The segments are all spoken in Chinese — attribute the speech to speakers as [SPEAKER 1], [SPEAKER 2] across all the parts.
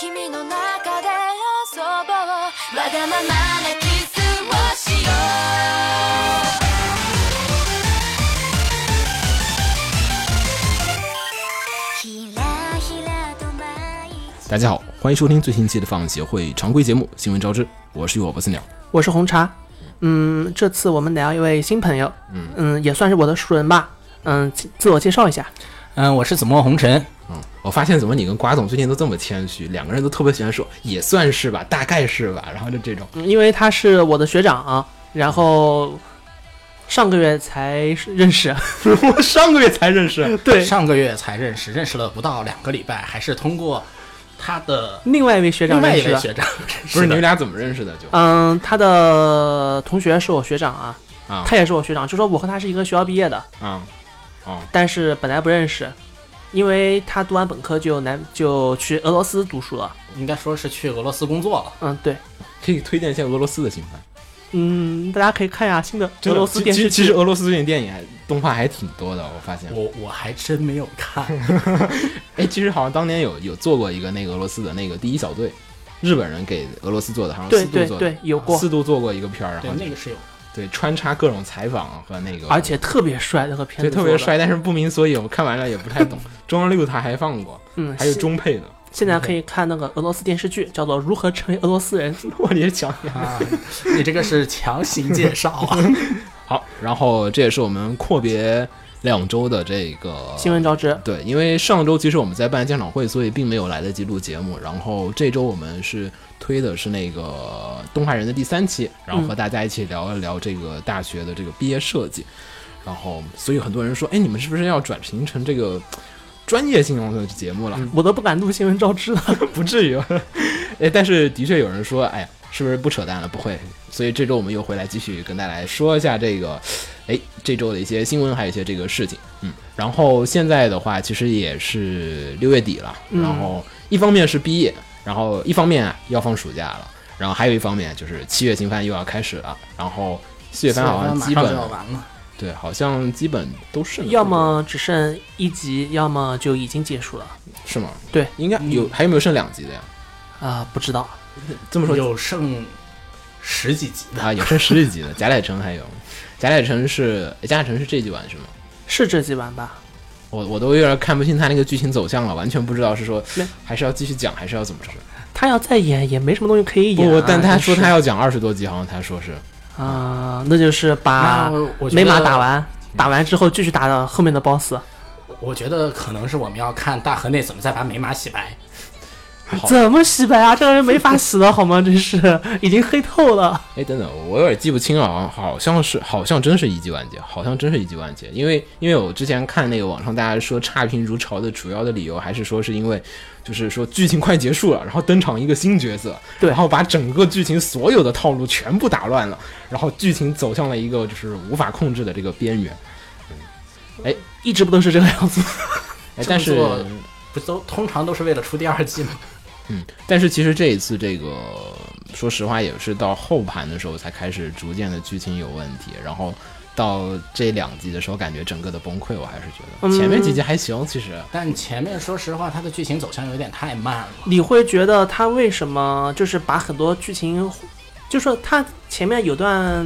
[SPEAKER 1] 君の中で遊ぼうわがままなキスをしようひらひらと舞い
[SPEAKER 2] 大家好，欢迎收听最新期的放映协会常规节目《新闻招之》，我是与我不死鸟。
[SPEAKER 3] 我是红茶。嗯，这次我们来到一位新朋友，嗯也算是我的熟人吧。嗯，自自我介绍一下。
[SPEAKER 4] 嗯，我是紫陌红 尘，
[SPEAKER 2] 嗯，我发现怎么你跟瓜总最近都这么谦虚，两个人都特别喜欢说也算是吧，大概是吧，然后就这种。
[SPEAKER 3] 嗯因为他是我的学长、啊，然后上个月才认识。
[SPEAKER 2] 我上个月才认识，
[SPEAKER 3] 对，
[SPEAKER 4] 上个月才认识，认识了不到两个礼拜，还是通过他的
[SPEAKER 3] 另外一位学
[SPEAKER 4] 另
[SPEAKER 3] 长
[SPEAKER 4] 外
[SPEAKER 3] 认
[SPEAKER 4] 一
[SPEAKER 3] 识
[SPEAKER 4] 位
[SPEAKER 3] 的。
[SPEAKER 4] 学长认
[SPEAKER 2] 不是
[SPEAKER 4] 识的，
[SPEAKER 2] 你们俩怎么认识的？就
[SPEAKER 3] 嗯，他的同学是我学长啊，
[SPEAKER 2] 啊
[SPEAKER 3] 他也是我学长，就说我和他是一个学校毕业的，
[SPEAKER 2] 啊
[SPEAKER 3] 但是本来不认识，因为他读完本科就来就去俄罗斯读书了。
[SPEAKER 4] 应该说是去俄罗斯工作了。
[SPEAKER 3] 嗯，对，
[SPEAKER 2] 可以推荐一些俄罗斯的新番。
[SPEAKER 3] 嗯，大家可以看一下新的
[SPEAKER 2] 真
[SPEAKER 3] 俄
[SPEAKER 2] 的
[SPEAKER 3] 罗斯
[SPEAKER 2] 其
[SPEAKER 3] 电视
[SPEAKER 2] 其
[SPEAKER 3] 剧。
[SPEAKER 2] 其实俄罗斯最近电影还动画还挺多的，我发现。
[SPEAKER 4] 我我还真没有看，
[SPEAKER 2] 哎，其实好像当年有有做过一个那个俄罗斯的那个第一小队，日本人给俄罗斯做的，好像
[SPEAKER 3] 对
[SPEAKER 2] 四度
[SPEAKER 3] 对
[SPEAKER 2] 做的，
[SPEAKER 3] 对，有过，
[SPEAKER 2] 四度做过一个片儿，然
[SPEAKER 4] 对
[SPEAKER 2] 后
[SPEAKER 4] 那个是有，
[SPEAKER 2] 对穿插各种采访和那个，
[SPEAKER 3] 而且特别帅那个片
[SPEAKER 2] 对
[SPEAKER 3] 子，
[SPEAKER 2] 特别。帅，但是不明所以，我看完了也不太 懂。中央六台还放过，
[SPEAKER 3] 嗯，
[SPEAKER 2] 还有
[SPEAKER 3] 现
[SPEAKER 2] 中配的，
[SPEAKER 3] 现在可以看那个俄罗斯电视剧，叫做《如何成为俄罗斯人》。
[SPEAKER 2] 我也想想。
[SPEAKER 4] 啊， 你这个是强行介绍啊。
[SPEAKER 2] 好，然后这也是我们阔别两周的这个
[SPEAKER 3] 新闻招之，
[SPEAKER 2] 对，因为上周其实我们在办家长会，所以并没有来得及录节目。然后这周我们是推的是那个《东海人》的第三期，然
[SPEAKER 3] 嗯
[SPEAKER 2] 后和大家一起聊一聊这个大学的这个毕业设计。然后，所以很多人说，哎，你们是不是要转型成这个专业性的节目了？
[SPEAKER 3] 我都不敢录新闻招之了。
[SPEAKER 2] 不至于。哎，但是的确有人说，哎呀，是不是不扯淡了？不会。所以这周我们又回来继续跟大家说一下这个，哎，这周的一些新闻，还有一些这个事情。嗯，然后现在的话，其实也是六月底了，然后一方面是毕业，然后一方面要放暑假了，然后还有一方面就是七月新番又要开始了，然后四月
[SPEAKER 4] 反
[SPEAKER 2] 番好 像
[SPEAKER 4] 正马
[SPEAKER 2] 基
[SPEAKER 4] 上就要
[SPEAKER 2] 本
[SPEAKER 4] 完了，
[SPEAKER 2] 对，好像基本都是
[SPEAKER 3] 要么只剩一集，要么就已经结束了
[SPEAKER 2] 是吗？
[SPEAKER 3] 对，
[SPEAKER 2] 应该有还有没有剩两集的呀？
[SPEAKER 3] 啊、不知道。
[SPEAKER 2] 这么说
[SPEAKER 4] 有剩十几集的，
[SPEAKER 2] 啊，有剩十几集的。贾乃成还有，贾乃成是哎贾乃成是这季完是吗？
[SPEAKER 3] 是这几版吧？
[SPEAKER 2] 我我都有点看不清他那个剧情走向了，完全不知道是说
[SPEAKER 3] 没
[SPEAKER 2] 还是要继续讲，还是要怎么着。
[SPEAKER 3] 他要再演也没什么东西可以演、啊。
[SPEAKER 2] 不，但他说
[SPEAKER 3] 真是
[SPEAKER 2] 他要讲二十多集，好像他说是
[SPEAKER 3] 啊、那就是把
[SPEAKER 4] 那我觉
[SPEAKER 3] 美马
[SPEAKER 4] 得
[SPEAKER 3] 打完，打完之后继续打到后面的 BOSS，
[SPEAKER 4] 我觉得可能是我们要看大河内怎么再把美马洗白。
[SPEAKER 2] 好。
[SPEAKER 3] 怎么洗白啊？这个人没法洗了好吗？真是已经黑透了。
[SPEAKER 2] 哎，等等，我有点记不清了，好像是好像真是一季完结，好像真是一季完结。因为因为我之前看那个网上大家说差评如潮的主要的理由，还是说是因为就是说剧情快结束了，然后登场一个新角色，
[SPEAKER 3] 对
[SPEAKER 2] 然后把整个剧情所有的套路全部打乱了，然后剧情走向了一个就是无法控制的这个边缘。嗯
[SPEAKER 3] 一直不都是这个样子吗？
[SPEAKER 2] 哎，
[SPEAKER 4] 这
[SPEAKER 2] 但
[SPEAKER 4] 么
[SPEAKER 2] 是
[SPEAKER 4] 做不都通常都是为了出第二季吗？
[SPEAKER 2] 但是其实这一次这个，说实话也是到后盘的时候才开始逐渐的剧情有问题，然后到这两集的时候，感觉整个的崩溃，我还是觉得
[SPEAKER 3] 嗯
[SPEAKER 2] 前面几集还行，其实
[SPEAKER 4] 但前面说实话，它的剧情走向有点太慢了。
[SPEAKER 3] 你会觉得他为什么就是把很多剧情，就说他前面有段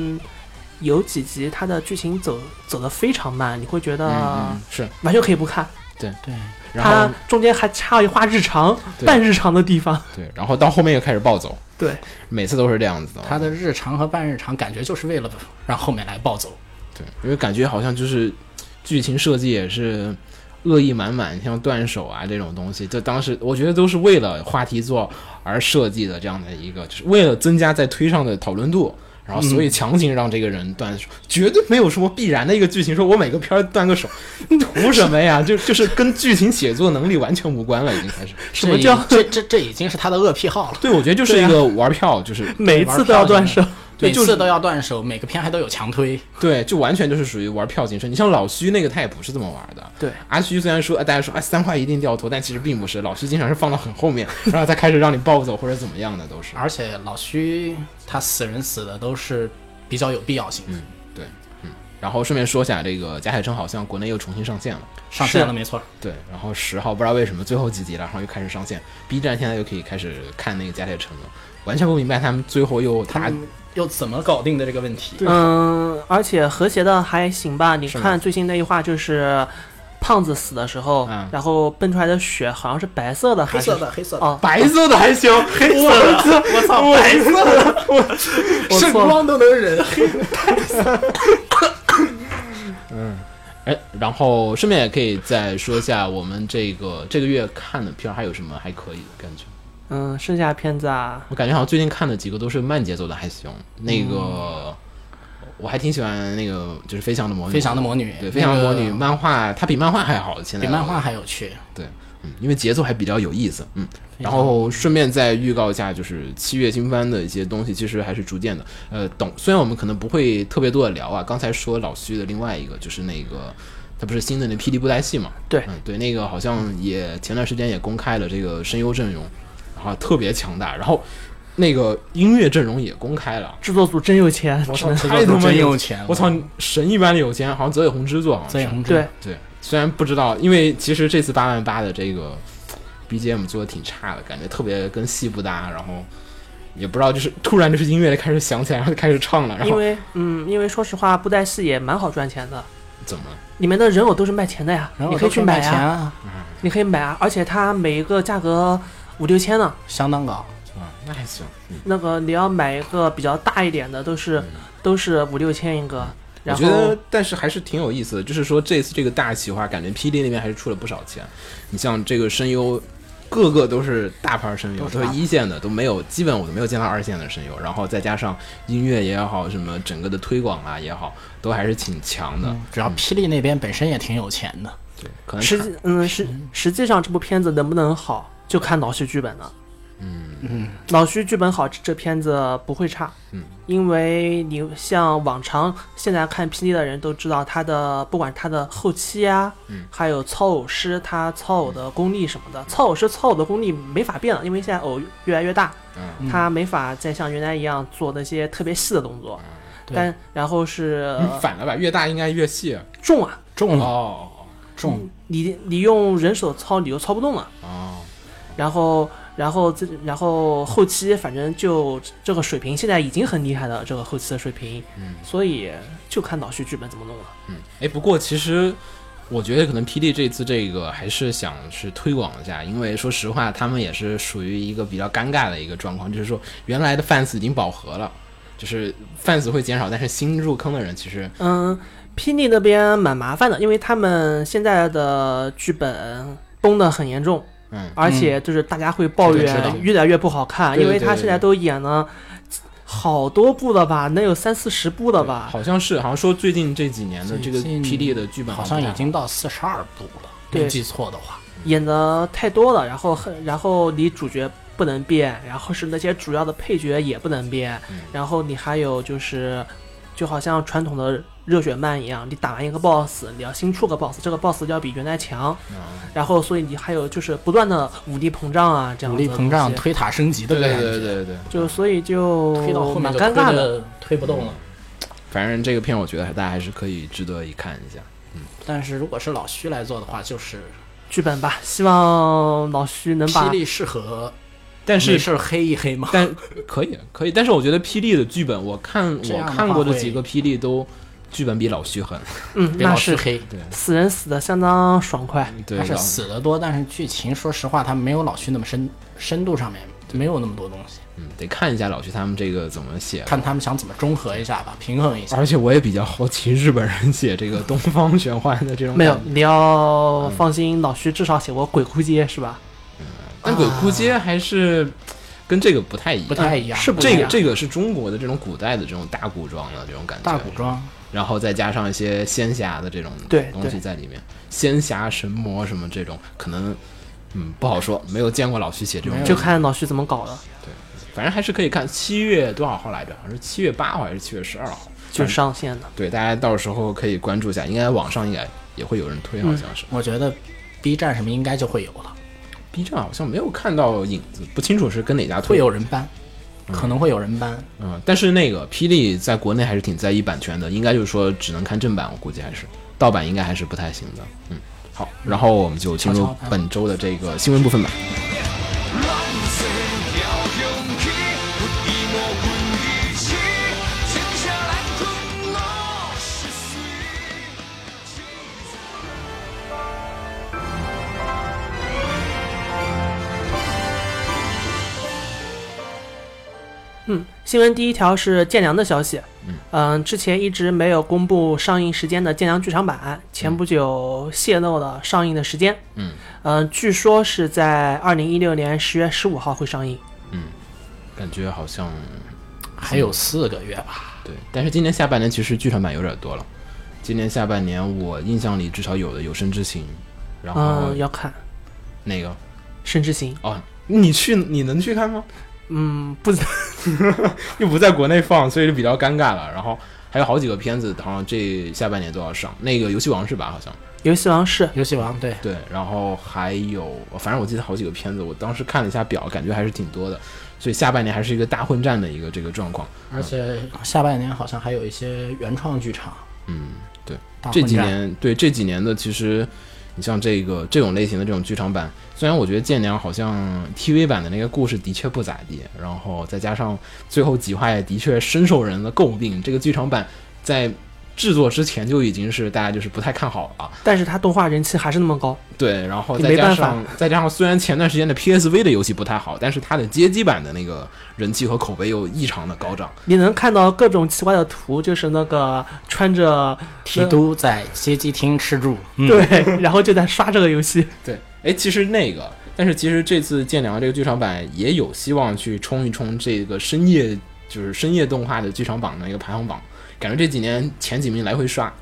[SPEAKER 3] 有几集他的剧情走走的非常慢，你会觉
[SPEAKER 2] 嗯
[SPEAKER 3] 得
[SPEAKER 2] 嗯是，
[SPEAKER 3] 完全可以不看。
[SPEAKER 4] 对，
[SPEAKER 2] 然
[SPEAKER 3] 啊他
[SPEAKER 2] 后
[SPEAKER 3] 中间还插了一花日常、
[SPEAKER 2] 对
[SPEAKER 3] 半日常的地方，
[SPEAKER 2] 对，然后到后面又开始暴走，
[SPEAKER 3] 对，
[SPEAKER 2] 每次都是这样子的，
[SPEAKER 4] 它的日常和半日常感觉就是为了让后面来暴走。
[SPEAKER 2] 对，因为感觉好像就是剧情设计也是恶意满满，像断手啊这种东西，就当时我觉得都是为了话题做而设计的这样的一个，就是为了增加在推上的讨论度，然后所以强行让这个人断手，绝对没有什么必然的一个剧情，说我每个片儿断个手， 图什么呀？就就是跟剧情写作能力完全无关了，已经开始。
[SPEAKER 4] 什
[SPEAKER 3] 么叫
[SPEAKER 4] 这这这已经是他的恶癖好了？
[SPEAKER 2] 对，我觉得就是一
[SPEAKER 3] 对
[SPEAKER 2] 个玩票，就是
[SPEAKER 3] 每一次都要断手，
[SPEAKER 2] 对
[SPEAKER 4] 每
[SPEAKER 2] 就是
[SPEAKER 4] 次都要断手，每个片还都有强推，
[SPEAKER 2] 对，就完全就是属于玩票型生。你像老徐那个，他也不是这么玩的。
[SPEAKER 3] 对
[SPEAKER 2] 阿虚虽然说，呃大家说啊三块一定掉头，但其实并不是，老徐经常是放到很后面，然后他开始让你暴走或者怎么样的都是。
[SPEAKER 4] 而且老徐他死人死的都是比较有必要性的，
[SPEAKER 2] 然后顺便说一下，这个贾海生好像国内又重新上线了。
[SPEAKER 4] 上
[SPEAKER 3] 嗯
[SPEAKER 4] 线
[SPEAKER 3] 是
[SPEAKER 4] 了没错。
[SPEAKER 2] 对，然后十号不知道为什么最后几集了，然后又开始上线，B 站现在又可以开始看那个贾海生了，完全不明白他们最后又
[SPEAKER 4] 他
[SPEAKER 2] 打
[SPEAKER 4] 们又怎么搞定的这个问题？
[SPEAKER 3] 嗯，而且和谐的还行吧。你
[SPEAKER 2] 是吗
[SPEAKER 3] 看最新那一话就是。胖子死的时候，
[SPEAKER 2] 嗯
[SPEAKER 3] 然后奔出来的血好像是白色的还
[SPEAKER 4] 黑
[SPEAKER 3] 是
[SPEAKER 4] 色的，黑色的，
[SPEAKER 3] 哦，
[SPEAKER 2] 白色的还行，黑色的，
[SPEAKER 4] 我操，白色的，
[SPEAKER 3] 我
[SPEAKER 4] 圣
[SPEAKER 3] 哦错了
[SPEAKER 4] 光都 能忍，
[SPEAKER 2] 哎，然后顺便也可以再说一下我们这个这个月看的片儿还有什么还可以的感觉。
[SPEAKER 3] 嗯，剩下片子啊，
[SPEAKER 2] 我感觉好像最近看的几个都是慢节奏的，还行。那个、我还挺喜欢那个，就是《飞翔的魔女》。
[SPEAKER 4] 嗯飞翔的魔女，
[SPEAKER 2] 对，《飞翔的魔女》
[SPEAKER 4] 那个
[SPEAKER 2] 漫画，它比漫画还好，现在
[SPEAKER 4] 比漫画还有趣。
[SPEAKER 2] 对，嗯，因为节奏还比较有意思，嗯。然后顺便再预告一下，就是七月新番的一些东西，其实还是逐渐的。呃，懂。虽然我们可能不会特别多的聊啊，刚才说老徐的另外一个就是那个，他不是新的那霹雳布袋戏嘛？
[SPEAKER 3] 对
[SPEAKER 2] 嗯，对，那个好像也前段时间也公开了这个声优阵容，然后特别强大，然后那个音乐阵容也公开了。
[SPEAKER 3] 制作组真有钱，只能
[SPEAKER 2] 太他妈
[SPEAKER 4] 真
[SPEAKER 2] 有
[SPEAKER 4] 有钱了
[SPEAKER 2] 我操，神一般的有钱，好像泽野弘之做，好像是
[SPEAKER 4] 曾永
[SPEAKER 3] 对，
[SPEAKER 2] 对，虽然不知道，因为其实这次八万八的这个 BGM 做的挺差的，感觉特别跟戏不搭，然后也不知道，就是突然就是音乐开始响起来，然后就开始唱了，然
[SPEAKER 3] 因
[SPEAKER 2] 后
[SPEAKER 3] 为嗯，因为说实话，布袋戏也蛮好赚钱的，
[SPEAKER 2] 怎么了？
[SPEAKER 3] 里面的人偶都是卖钱的呀，
[SPEAKER 4] 然后
[SPEAKER 3] 你可以去买
[SPEAKER 4] 钱
[SPEAKER 3] 呀，
[SPEAKER 4] 啊，
[SPEAKER 3] 你可以买啊，而且它每一个价格五六千呢，
[SPEAKER 4] 相当高。
[SPEAKER 2] 啊，那还行。嗯
[SPEAKER 3] 那个你要买一个比较大一点的，都是都是五六千一个，
[SPEAKER 2] 我
[SPEAKER 3] 然
[SPEAKER 2] 觉得
[SPEAKER 3] 后，
[SPEAKER 2] 但是还是挺有意思的，就是说这次这个大企划，感觉 PD 那边还是出了不少钱。你像这个声优，个个都是大牌声优，都是一线的，都没有，基本我都没有见到二线的声优。然后再加上音乐也好，什么整个的推广啊也好，都还是挺强的。
[SPEAKER 4] 主要霹雳那边本身也挺有钱的，
[SPEAKER 2] 对，可能
[SPEAKER 3] 嗯实际嗯实实际上这部片子能不能好，就看老徐剧本了。嗯嗯，老徐剧本好，这这片子不会差。
[SPEAKER 2] 嗯，
[SPEAKER 3] 因为你像往常现在看 PD 的人都知道他的，不管他的后期啊，
[SPEAKER 2] 嗯
[SPEAKER 3] 还有操偶师他操偶的功力什么的，操偶师操偶的功力没法变了，因为现在偶越来越大，
[SPEAKER 2] 嗯。
[SPEAKER 3] 他没法再像原来一样做那些特别细的动
[SPEAKER 2] 嗯
[SPEAKER 3] 作。
[SPEAKER 4] 对
[SPEAKER 3] 但然后是
[SPEAKER 2] 你反了吧，越大应该越细。
[SPEAKER 3] 重啊，
[SPEAKER 4] 重了
[SPEAKER 2] 哦
[SPEAKER 4] 重，
[SPEAKER 3] 你你用人手操你就操不动了。
[SPEAKER 2] 哦，
[SPEAKER 3] 然后，然后这，然后后期反正就这个水平，现在已经很厉害了，这个后期的水平，
[SPEAKER 2] 嗯
[SPEAKER 3] 所以就看老徐剧本怎么弄了。
[SPEAKER 2] 嗯，哎，不过其实我觉得可能 P D 这次这个还是想是推广一下，因为说实话，他们也是属于一个比较尴尬的一个状况，就是说原来的 fans 已经饱和了，就是 fans 会减少，但是新入坑的人其实
[SPEAKER 3] 嗯，PD 那边蛮麻烦的，因为他们现在的剧本崩得很严重，
[SPEAKER 2] 嗯
[SPEAKER 3] 而且就是大家会抱
[SPEAKER 2] 这个知道
[SPEAKER 3] 怨越来越不好看，
[SPEAKER 2] 对对
[SPEAKER 3] 因为
[SPEAKER 2] 对
[SPEAKER 3] 他
[SPEAKER 2] 对
[SPEAKER 3] 现在
[SPEAKER 2] 对
[SPEAKER 3] 都演了好多部了吧，能有三四十部了
[SPEAKER 4] 啊
[SPEAKER 3] 吧。
[SPEAKER 2] 好像是好像说最近这几年的这个 P D 的剧本
[SPEAKER 4] 好
[SPEAKER 2] 不
[SPEAKER 4] 像
[SPEAKER 2] 太
[SPEAKER 4] 已经到四十二部了，
[SPEAKER 3] 对
[SPEAKER 4] 没记错的话，
[SPEAKER 3] 演的太多了，然后很，然后你主角不能变，然后是那些主要的配角也不能变，
[SPEAKER 4] 嗯
[SPEAKER 3] 然后你还有就是，就好像传统的热血漫一样，你打完一个 boss，你要新出个 boss，这个 boss 要比原来强，
[SPEAKER 2] 嗯
[SPEAKER 3] 然后所以你还有就是不断的武力膨胀啊，这样
[SPEAKER 4] 武
[SPEAKER 3] 子
[SPEAKER 4] 力
[SPEAKER 3] 的东
[SPEAKER 4] 膨胀、
[SPEAKER 3] 西
[SPEAKER 4] 推塔升级的
[SPEAKER 2] 对
[SPEAKER 4] 感觉，
[SPEAKER 2] 对对对对，
[SPEAKER 3] 就所以就
[SPEAKER 4] 推到后面
[SPEAKER 3] 蛮
[SPEAKER 4] 就
[SPEAKER 3] 尴
[SPEAKER 4] 推
[SPEAKER 3] 尬的。
[SPEAKER 4] 的推不动了。
[SPEAKER 2] 反正这个片我觉得大家还是可以值得一看一下。
[SPEAKER 4] 但是如果是老徐来做的话，就是
[SPEAKER 3] 剧本吧，希望老徐能
[SPEAKER 4] 霹
[SPEAKER 3] 把
[SPEAKER 4] 雳适合，
[SPEAKER 2] 但是
[SPEAKER 4] 没事儿黑一黑嘛。
[SPEAKER 2] 但可以可以，但是我觉得霹雳的剧本，我看
[SPEAKER 4] 这
[SPEAKER 2] 我
[SPEAKER 4] 样的话
[SPEAKER 2] 看过的几个霹雳都剧本比老徐狠，
[SPEAKER 3] 嗯，
[SPEAKER 4] 别
[SPEAKER 3] 那
[SPEAKER 4] 老徐
[SPEAKER 3] 是
[SPEAKER 4] 黑，
[SPEAKER 3] 死人死的相当爽快。
[SPEAKER 2] 对
[SPEAKER 4] 他嗯是
[SPEAKER 2] 老
[SPEAKER 4] 死的多，但是剧情说实话，他没有老徐那么深深度上面没有那么多东西，
[SPEAKER 2] 嗯，得看一下老徐他们这个怎么写。
[SPEAKER 4] 看他们想怎么中和一下吧，平衡一下。
[SPEAKER 2] 而且我也比较好奇日本人写这个东方玄幻的这
[SPEAKER 4] 嗯
[SPEAKER 2] 种
[SPEAKER 3] 没有
[SPEAKER 2] 感，觉
[SPEAKER 3] 你要放心，老徐至少写过《鬼哭街》是吧？
[SPEAKER 2] 但鬼哭街还是跟这个不太一样，
[SPEAKER 4] 不太一样
[SPEAKER 3] 是不
[SPEAKER 2] 这
[SPEAKER 3] 一
[SPEAKER 2] 个
[SPEAKER 3] 样
[SPEAKER 2] 这个是中国的这种古代的这种大古装的这种感觉，
[SPEAKER 4] 大古装，
[SPEAKER 2] 然后再加上一些仙侠的这种
[SPEAKER 3] 对
[SPEAKER 2] 东西
[SPEAKER 3] 对
[SPEAKER 2] 在里面，仙侠神魔什么这种，可能嗯不好说，没有见过老徐写这种
[SPEAKER 4] 没有
[SPEAKER 2] 东西，
[SPEAKER 3] 就看老徐怎么搞的，
[SPEAKER 2] 反正还是可以看。七月多少号来着？好像是七月八号还是七月十二号？
[SPEAKER 3] 就
[SPEAKER 2] 反正
[SPEAKER 3] 上线了。
[SPEAKER 2] 对，大家到时候可以关注一下，应该网上应该也会有人推，好像是。
[SPEAKER 4] 我觉得 B 站什么应该就会有了，
[SPEAKER 2] B 站好像没有看到影子，不清楚是跟哪家推
[SPEAKER 4] 会有人搬，可能会有人搬。
[SPEAKER 2] 嗯，但是那个霹雳在国内还是挺在意版权的，应该就是说只能看正版，我估计还是盗版应该还是不太行的。嗯，好，然后我们就进
[SPEAKER 4] 悄
[SPEAKER 2] 入
[SPEAKER 4] 悄看
[SPEAKER 2] 本周的这个新闻部分吧。
[SPEAKER 3] 新闻第一条是建良的消息，嗯、之前一直没有公布上映时间的建良剧场版，前不久泄露了上映的时间，
[SPEAKER 2] 嗯
[SPEAKER 3] 嗯、据说是在二零一六年十月十五号会上映。
[SPEAKER 2] 感觉好像
[SPEAKER 4] 还有四个月吧，
[SPEAKER 2] 对，但是今年下半年其实剧场版有点多了。今年下半年我印象里至少有的有《生之行》，然后
[SPEAKER 3] 嗯，要看《
[SPEAKER 2] 那个、
[SPEAKER 3] 深之行》。
[SPEAKER 2] 哦，你去你能去看吗？
[SPEAKER 3] 嗯，不 知道，
[SPEAKER 2] 又不在国内放，所以就比较尴尬了。然后还有好几个片子，好像这下半年都要上。那个《游戏王》是吧？好像。
[SPEAKER 3] 游戏王是
[SPEAKER 4] 游戏王对，
[SPEAKER 2] 对，然后还有，反正我记得好几个片子，我当时看了一下表，感觉还是挺多的，所以下半年还是一个大混战的一个这个状况。
[SPEAKER 4] 而且下半年好像还有一些原创剧场。
[SPEAKER 2] 嗯，对，
[SPEAKER 4] 大
[SPEAKER 2] 这
[SPEAKER 4] 混
[SPEAKER 2] 几
[SPEAKER 4] 战
[SPEAKER 2] 年对这几年的，其实你像这个这种类型的这种剧场版，虽然我觉得《剑娘》好像 TV 版的那个故事的确不咋地，然后再加上最后几话也的确深受人的诟病，这个剧场版在制作之前就已经是大家就是不太看好了。
[SPEAKER 3] 但是它动画人气还是那么高。
[SPEAKER 2] 对，然后
[SPEAKER 3] 也
[SPEAKER 2] 再
[SPEAKER 3] 没
[SPEAKER 2] 加
[SPEAKER 3] 办法
[SPEAKER 2] 上再加上，虽然前段时间的 PSV 的游戏不太好，但是它的街机版的那个人气和口碑又异常的高涨。
[SPEAKER 3] 你能看到各种奇怪的图，就是那个穿着
[SPEAKER 4] 提督在街机厅吃住，
[SPEAKER 2] 嗯
[SPEAKER 3] 对，然后就在刷这个游戏。
[SPEAKER 2] 对，哎，其实那个，但是其实这次剑良这个剧场版也有希望去冲一冲这个深夜，就是深夜动画的剧场榜的一个排行榜。感觉这几年前几名来回刷，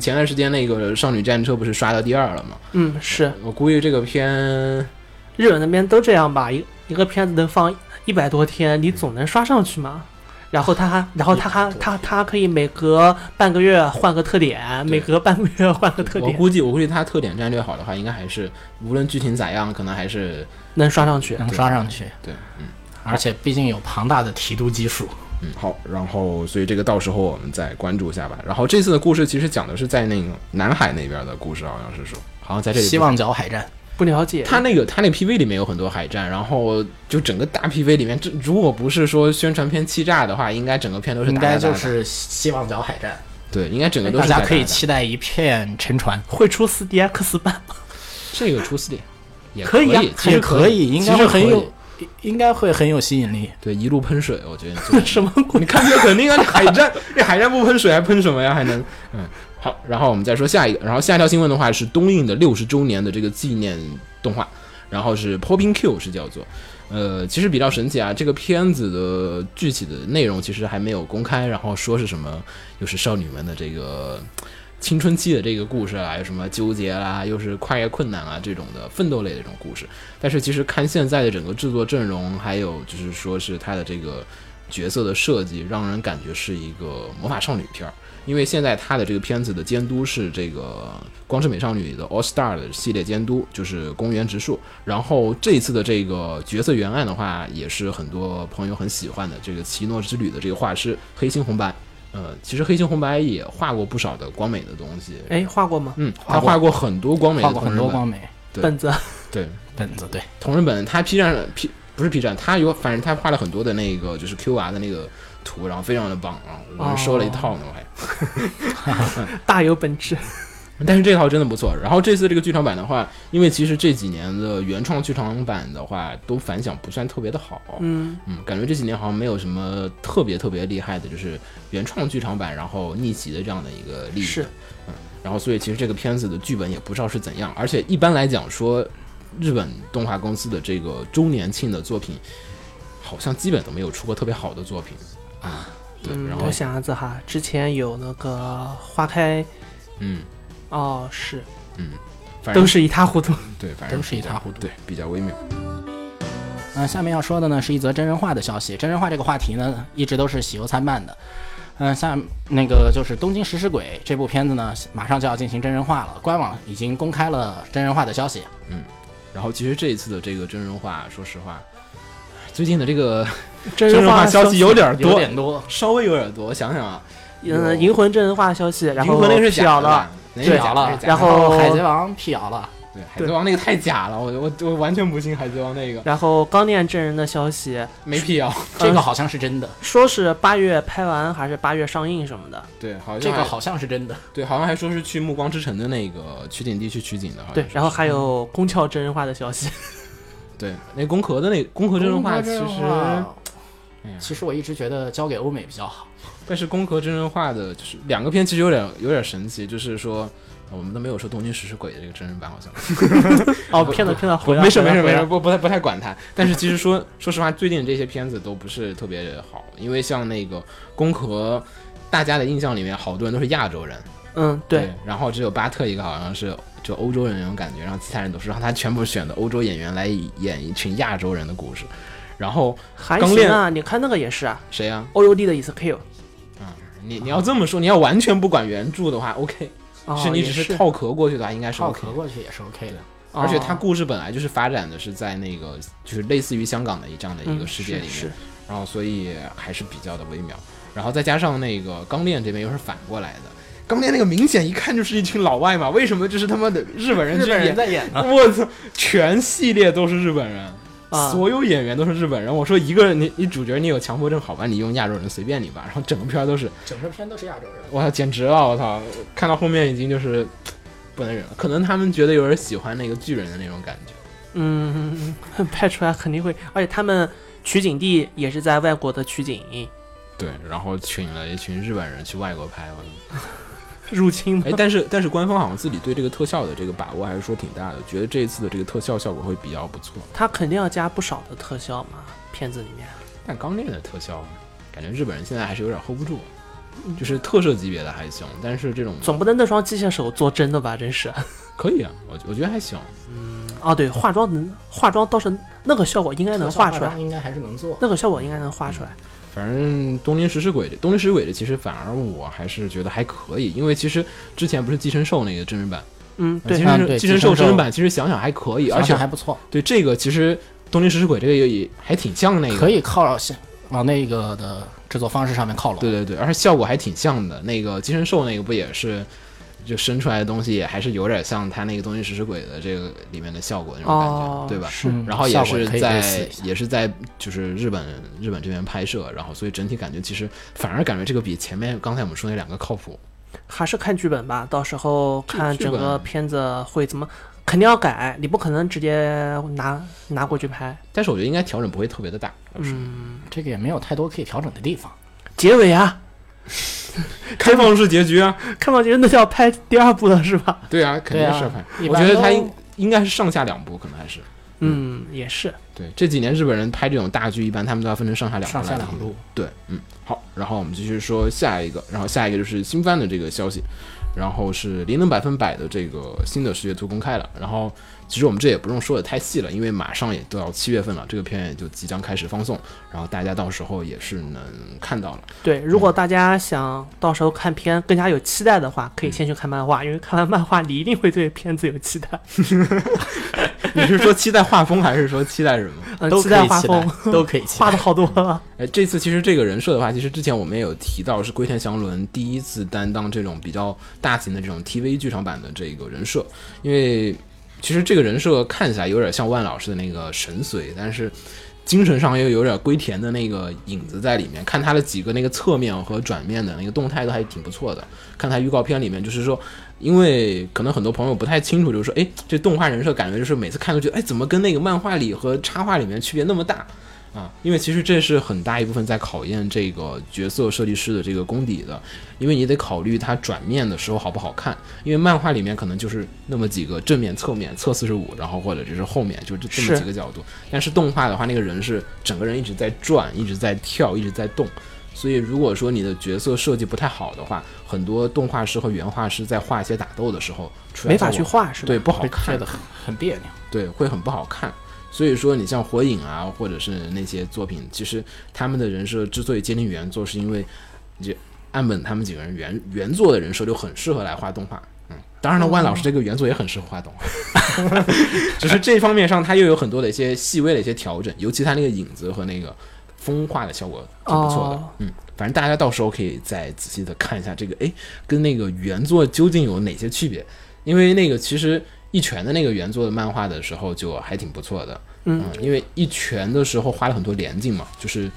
[SPEAKER 2] 前段时间那个《少女战车》不是刷到第二了吗？
[SPEAKER 3] 嗯，是
[SPEAKER 2] 我估计这个片
[SPEAKER 3] 日本那边都这样吧，一一个片子能放一百多天，你总能刷上去嘛。然后它还，然后它还，它它可以每隔半个月换个特点，每隔半个月换个特
[SPEAKER 2] 我
[SPEAKER 3] 点，
[SPEAKER 2] 估计我估计它特点战略好的话，应该还是无论剧情咋样，可能还是
[SPEAKER 3] 能刷上去。
[SPEAKER 4] 能刷上去。
[SPEAKER 2] 对，嗯。
[SPEAKER 4] 而且毕竟有庞大的提督基数，
[SPEAKER 2] 嗯，好，然后所以这个到时候我们再关注一下吧。然后这次的故事其实讲的是在那个南海那边的故事，好像是说，好像在这里。
[SPEAKER 4] 希望角海战
[SPEAKER 3] 不了解，
[SPEAKER 2] 他那个他那 PV 里面有很多海战，然后就整个大 PV 里面，这如果不是说宣传片欺诈的话，应该整个片都是
[SPEAKER 4] 应
[SPEAKER 2] 打打
[SPEAKER 4] 该
[SPEAKER 2] 打
[SPEAKER 4] 就
[SPEAKER 2] 打
[SPEAKER 4] 是希望角海战，
[SPEAKER 2] 对，应该整个都
[SPEAKER 4] 大
[SPEAKER 2] 是
[SPEAKER 4] 家
[SPEAKER 2] 在
[SPEAKER 4] 可以
[SPEAKER 2] 打打
[SPEAKER 4] 期待一片沉船。
[SPEAKER 3] 会出 4DX 版吗？
[SPEAKER 2] 这个出四点，也
[SPEAKER 3] 可以呀
[SPEAKER 2] 其实
[SPEAKER 4] 也可以，应该
[SPEAKER 2] 其
[SPEAKER 4] 会
[SPEAKER 2] 实可
[SPEAKER 4] 很
[SPEAKER 2] 以
[SPEAKER 4] 有，应该会很有吸引力。
[SPEAKER 2] 对一路喷水，我觉得 这个
[SPEAKER 3] 什么鬼？
[SPEAKER 2] 你看这肯定啊，这海战，这海战不喷水还喷什么呀？还能嗯，好，然后我们再说下一个，然后下一条新闻的话是东映的六十周年的这个纪念动画，然后是 Popping Q 是叫做。呃，其实比较神奇啊，这个片子的具体的内容其实还没有公开，然后说是什么，又是少女们的这个青春期的这个故事啊，有什么纠结啦、又是跨越困难啊这种的奋斗类的这种故事。但是其实看现在的整个制作阵容，还有就是说是它的这个角色的设计，让人感觉是一个魔法少女片儿。因为现在它的这个片子的监督是这个《光之美少女》的 All Star 的系列监督，就是宫原直树。然后这次的这个角色原案的话，也是很多朋友很喜欢的这个《奇诺之旅》的这个画师黑心红白。呃，其实黑心红白也画过不少的光美的东西。
[SPEAKER 3] 哎，画过吗？
[SPEAKER 2] 嗯，他画过很多光美的
[SPEAKER 4] 画过
[SPEAKER 2] 同
[SPEAKER 4] 很
[SPEAKER 2] 人
[SPEAKER 4] 多
[SPEAKER 2] 本，
[SPEAKER 4] 光美
[SPEAKER 2] 对
[SPEAKER 3] 本子
[SPEAKER 2] 对
[SPEAKER 4] 本子，对，
[SPEAKER 2] 同人本，他 P 站 P 不是 P 站，他有反正他画了很多的那个就是 QR 的那个图，然后非常的棒，然后我是收
[SPEAKER 4] 哦
[SPEAKER 2] 了一套呢，我还。
[SPEAKER 3] 大有本质。
[SPEAKER 2] 但是这套真的不错。然后这次这个剧场版的话，因为其实这几年的原创剧场版的话，都反响不算特别的好。
[SPEAKER 3] 嗯，
[SPEAKER 2] 嗯，感觉这几年好像没有什么特别特别厉害的，就是原创剧场版然后逆袭的这样的一个例子。
[SPEAKER 3] 是
[SPEAKER 2] 嗯，然后所以其实这个片子的剧本也不知道是怎样，而且一般来讲说，日本动画公司的这个周年庆的作品。好像基本都没有出过特别好的作品啊。对，
[SPEAKER 3] 嗯
[SPEAKER 2] 然，后
[SPEAKER 3] 我想一下子哈，之前有那个花开，
[SPEAKER 2] 嗯，
[SPEAKER 3] 哦，是，
[SPEAKER 2] 反正
[SPEAKER 3] 都是一塌糊涂。
[SPEAKER 2] 对，反正
[SPEAKER 4] 都是一塌糊涂
[SPEAKER 2] 对，比较微妙。
[SPEAKER 4] 那呃下面要说的呢是一则真人化的消息。真人化这个话题呢，一直都是喜忧参半的。嗯、下那个就是《东京食尸鬼》这部片子呢，马上就要进行真人化了，官网已经公开了真人化的消息。
[SPEAKER 2] 然后其实这一次的这个真人化，说实话，最近的这个
[SPEAKER 3] 真
[SPEAKER 2] 人化
[SPEAKER 3] 化
[SPEAKER 2] 消息有点多
[SPEAKER 4] 有点多，
[SPEAKER 2] 稍微有点多，我想想啊，
[SPEAKER 3] 嗯，银魂真人化消息，然后
[SPEAKER 2] 银魂那个是假
[SPEAKER 3] 辟谣
[SPEAKER 2] 的
[SPEAKER 3] 了
[SPEAKER 2] 吧，，那个是
[SPEAKER 3] 对
[SPEAKER 2] 假的，那是假的
[SPEAKER 3] 然后
[SPEAKER 4] 然后海贼王辟谣了，
[SPEAKER 2] 对海贼王那个太假了，我我我完全不信海贼王那个
[SPEAKER 3] 然后钢炼真人的消息，
[SPEAKER 2] 没必要。
[SPEAKER 4] 这个好像是真的，
[SPEAKER 3] 说是八月拍完还是八月上映什么的，
[SPEAKER 2] 对，好像
[SPEAKER 4] 这个
[SPEAKER 2] 还
[SPEAKER 4] 好像是真的。
[SPEAKER 2] 对，好像还说是去暮光之城的那个取景地去取景的，好像
[SPEAKER 3] 对，
[SPEAKER 2] 是
[SPEAKER 3] 然后还有宫壳真人化的 消息，
[SPEAKER 2] 对那宫壳的那宫壳真人化，其
[SPEAKER 4] 真人
[SPEAKER 2] 实
[SPEAKER 4] 化
[SPEAKER 2] 哎呀
[SPEAKER 4] 其实我一直觉得交给欧美比较好。
[SPEAKER 2] 但是宫壳真人化的就是两个片，其实有点有点神奇，就是说。呃我们都没有说《东京食尸鬼》的这个真人版，好像
[SPEAKER 3] 哦，骗了骗了，回来
[SPEAKER 2] 没事
[SPEAKER 3] 回
[SPEAKER 2] 没
[SPEAKER 3] 来
[SPEAKER 2] 事
[SPEAKER 3] 回
[SPEAKER 2] 没
[SPEAKER 3] 来
[SPEAKER 2] 事，不不太不太管它。但是其实说说实话，最近这些片子都不是特别好，因为像那个宫壳，大家的印象里面好多人都是亚洲人，
[SPEAKER 3] 嗯，对，，
[SPEAKER 2] 然后只有巴特一个好像是就欧洲人那种感觉，然后其他人都是让他全部选的欧洲演员来演一群亚洲人的故事。然后
[SPEAKER 3] 还
[SPEAKER 2] 钢
[SPEAKER 3] 行
[SPEAKER 2] 炼
[SPEAKER 3] 啊，你看那个也是啊
[SPEAKER 2] 谁啊？
[SPEAKER 3] ，OUD 的 Escape，
[SPEAKER 2] 你你要这么说，你要完全不管原著的话，OK，、
[SPEAKER 3] 哦，
[SPEAKER 2] 是你
[SPEAKER 3] 也
[SPEAKER 2] 只
[SPEAKER 3] 是
[SPEAKER 2] 是套壳过去的话，应该是
[SPEAKER 4] 套
[SPEAKER 2] OK
[SPEAKER 4] 壳
[SPEAKER 2] 的。
[SPEAKER 4] 过去也是 OK 的。
[SPEAKER 2] 而且它
[SPEAKER 3] 哦
[SPEAKER 2] 故事本来就是发展的是在那个就是类似于香港的一这样的一个
[SPEAKER 3] 嗯
[SPEAKER 2] 世界里面，
[SPEAKER 3] 是是
[SPEAKER 2] 然后所以还是比较的微妙。然后再加上那个钢炼这边又是反过来的，钢炼那个明显一看就是一群老外嘛，为什么就是他妈的日本人去演？
[SPEAKER 4] 在演
[SPEAKER 2] 我操，全系列都是日本人。
[SPEAKER 3] 啊
[SPEAKER 2] 所有演员都是日本人，我说一个人，你你主角你有强迫症，好吧，你用亚洲人随便你吧。然后整个片儿都是，
[SPEAKER 4] 整个片都是亚洲人。
[SPEAKER 2] 我操，简直了，我操！看到后面已经就是不能忍了，可能他们觉得有人喜欢那个巨人的那种感觉。
[SPEAKER 3] 嗯， 拍出来肯定会，而且他们取景地也是在外国的取景，
[SPEAKER 2] 对，然后请了一群日本人去外国拍，我
[SPEAKER 3] 入侵嘛
[SPEAKER 2] 哎，但是但是官方好像自己对这个特效的这个把握还是说挺大的，觉得这一次的这个特效效果会比较不错。
[SPEAKER 3] 他肯定要加不少的特效嘛，片子里面。
[SPEAKER 2] 但钢炼的特效，感觉日本人现在还是有点 hold 不住，
[SPEAKER 4] 嗯
[SPEAKER 2] 就是特摄级别的还行，但是这种
[SPEAKER 3] 总不能那双机械手做真的吧？真是。
[SPEAKER 2] 可以啊，我我觉得还行。
[SPEAKER 3] 哦，对，化妆能化妆倒是那个效果应该能画出来，
[SPEAKER 4] 应该还是能做。
[SPEAKER 3] 那个效果应该能画出来。
[SPEAKER 2] 反正东临食尸鬼的东临食尸鬼的，其实反而我还是觉得还可以，因为其实之前不是寄生兽那个真人版，呃
[SPEAKER 3] 嗯，
[SPEAKER 2] 其
[SPEAKER 3] 对
[SPEAKER 2] 实，
[SPEAKER 4] 啊
[SPEAKER 2] 是
[SPEAKER 4] 对
[SPEAKER 2] 寄
[SPEAKER 4] 寄
[SPEAKER 2] 生
[SPEAKER 4] 生
[SPEAKER 2] 兽真人
[SPEAKER 4] 兽
[SPEAKER 2] 版，其实想想还可以，而
[SPEAKER 4] 想
[SPEAKER 2] 且
[SPEAKER 4] 想还不错，
[SPEAKER 2] 对这个其实东临食尸鬼这个也也还挺像那个，
[SPEAKER 4] 可以靠往那个的制作方式上面靠拢。
[SPEAKER 2] 对对对，而且效果还挺像的。那个寄生兽那个不也是，就生出来的东西也还是有点像它那个东京食尸鬼的这个里面的效果那种感觉，
[SPEAKER 3] 哦，
[SPEAKER 2] 对吧？
[SPEAKER 3] 是，
[SPEAKER 4] 嗯
[SPEAKER 2] 然后也
[SPEAKER 4] 效果
[SPEAKER 2] 是
[SPEAKER 4] 可以类似
[SPEAKER 2] 在
[SPEAKER 4] 一下
[SPEAKER 2] 也是在就是日本日本这边拍摄，然后所以整体感觉其实反而感觉这个比前面刚才我们说那两个靠谱。
[SPEAKER 3] 还是看剧本吧，到时候看
[SPEAKER 2] 剧
[SPEAKER 3] 整个
[SPEAKER 2] 本
[SPEAKER 3] 片子会怎么，肯定要改，你不可能直接拿拿过去拍。
[SPEAKER 2] 但是我觉得应该调整不会特别的大，
[SPEAKER 3] 嗯，
[SPEAKER 4] 这个也没有太多可以调整的地方。
[SPEAKER 3] 结尾啊，
[SPEAKER 2] 开放式结局啊，
[SPEAKER 3] 看到觉得那就要拍第二部了是吧？
[SPEAKER 2] 对啊，肯定
[SPEAKER 4] 对啊
[SPEAKER 2] 是要拍。
[SPEAKER 4] 一
[SPEAKER 2] 我
[SPEAKER 4] 般
[SPEAKER 2] 觉得它
[SPEAKER 4] 都
[SPEAKER 2] 应应该是上下两部，可能还是
[SPEAKER 3] 嗯，也是。
[SPEAKER 2] 对。这几年日本人拍这种大剧，一般他们都要分成上下两部
[SPEAKER 4] 上下
[SPEAKER 2] 来
[SPEAKER 4] 两
[SPEAKER 2] 评
[SPEAKER 4] 路，
[SPEAKER 2] 对，嗯，好，然后我们继续说下一个，然后下一个就是新番的这个消息，然后是灵能百分百的这个新的世界图公开了，然后其实我们这也不用说的太细了，因为马上也都要七月份了，这个片也就即将开始放送，然后大家到时候也是能看到了。
[SPEAKER 3] 对，如果大家想到时候看片更加有期待的话，可以先去看漫画，因为看完漫画你一定会对片子有期待。
[SPEAKER 2] 你是说期待画风，还是说期待什么？
[SPEAKER 3] 嗯，
[SPEAKER 4] 都
[SPEAKER 3] 期
[SPEAKER 4] 可
[SPEAKER 3] 待
[SPEAKER 4] 以
[SPEAKER 3] 画
[SPEAKER 4] 期待
[SPEAKER 3] 风，
[SPEAKER 4] 都可 以期
[SPEAKER 3] 画
[SPEAKER 4] 待。
[SPEAKER 3] 的好多了。
[SPEAKER 2] 哎，这次其实这个人设的话，其实之前我们也有提到，是龟田祥伦第一次担当这种比较大型的这种 TV 剧场版的这个人设，因为其实这个人设看起来有点像万老师的那个神髓，但是精神上又有点龟田的那个影子在里面。看他的几个那个侧面和转面的那个动态都还挺不错的。看他预告片里面，就是说，因为可能很多朋友不太清楚，就是说，哎，这动画人设感觉就是每次看都觉得，哎，怎么跟那个漫画里和插画里面区别那么大？啊，因为其实这是很大一部分在考验这个角色设计师的这个功底的，因为你得考虑它转面的时候好不好看，因为漫画里面可能就是那么几个正面、侧面、侧四十五，然后或者就是后面就这这么
[SPEAKER 3] 是
[SPEAKER 2] 几个角度，但是动画的话，那个人是整个人一直在转，一直在跳，一直在动。所以，如果说你的角色设计不太好的话，很多动画师和原画师在画一些打斗的时候，出来
[SPEAKER 3] 没法
[SPEAKER 2] 效
[SPEAKER 3] 去
[SPEAKER 2] 果
[SPEAKER 3] 画是吧？
[SPEAKER 2] 对，不好
[SPEAKER 4] 会
[SPEAKER 2] 看
[SPEAKER 4] 觉得很很别扭。
[SPEAKER 2] 对，会很不好看。所以说，你像火影啊，或者是那些作品，其实他们的人设之所以接近原作，是因为就岸本他们几个人原原作的人设就很适合来画动画。嗯，当然了，万老师这个原作也很适合画动画， 只是这方面上他又有很多的一些细微的一些调整，尤其他那个影子和那个风化的效果挺不错的。
[SPEAKER 3] 哦
[SPEAKER 2] 嗯，反正大家到时候可以再仔细的看一下这个，哎，跟那个原作究竟有哪些区别？因为那个其实一拳的那个原作的漫画的时候就还挺不错的，嗯，因为一拳的时候花了很多连镜嘛，就是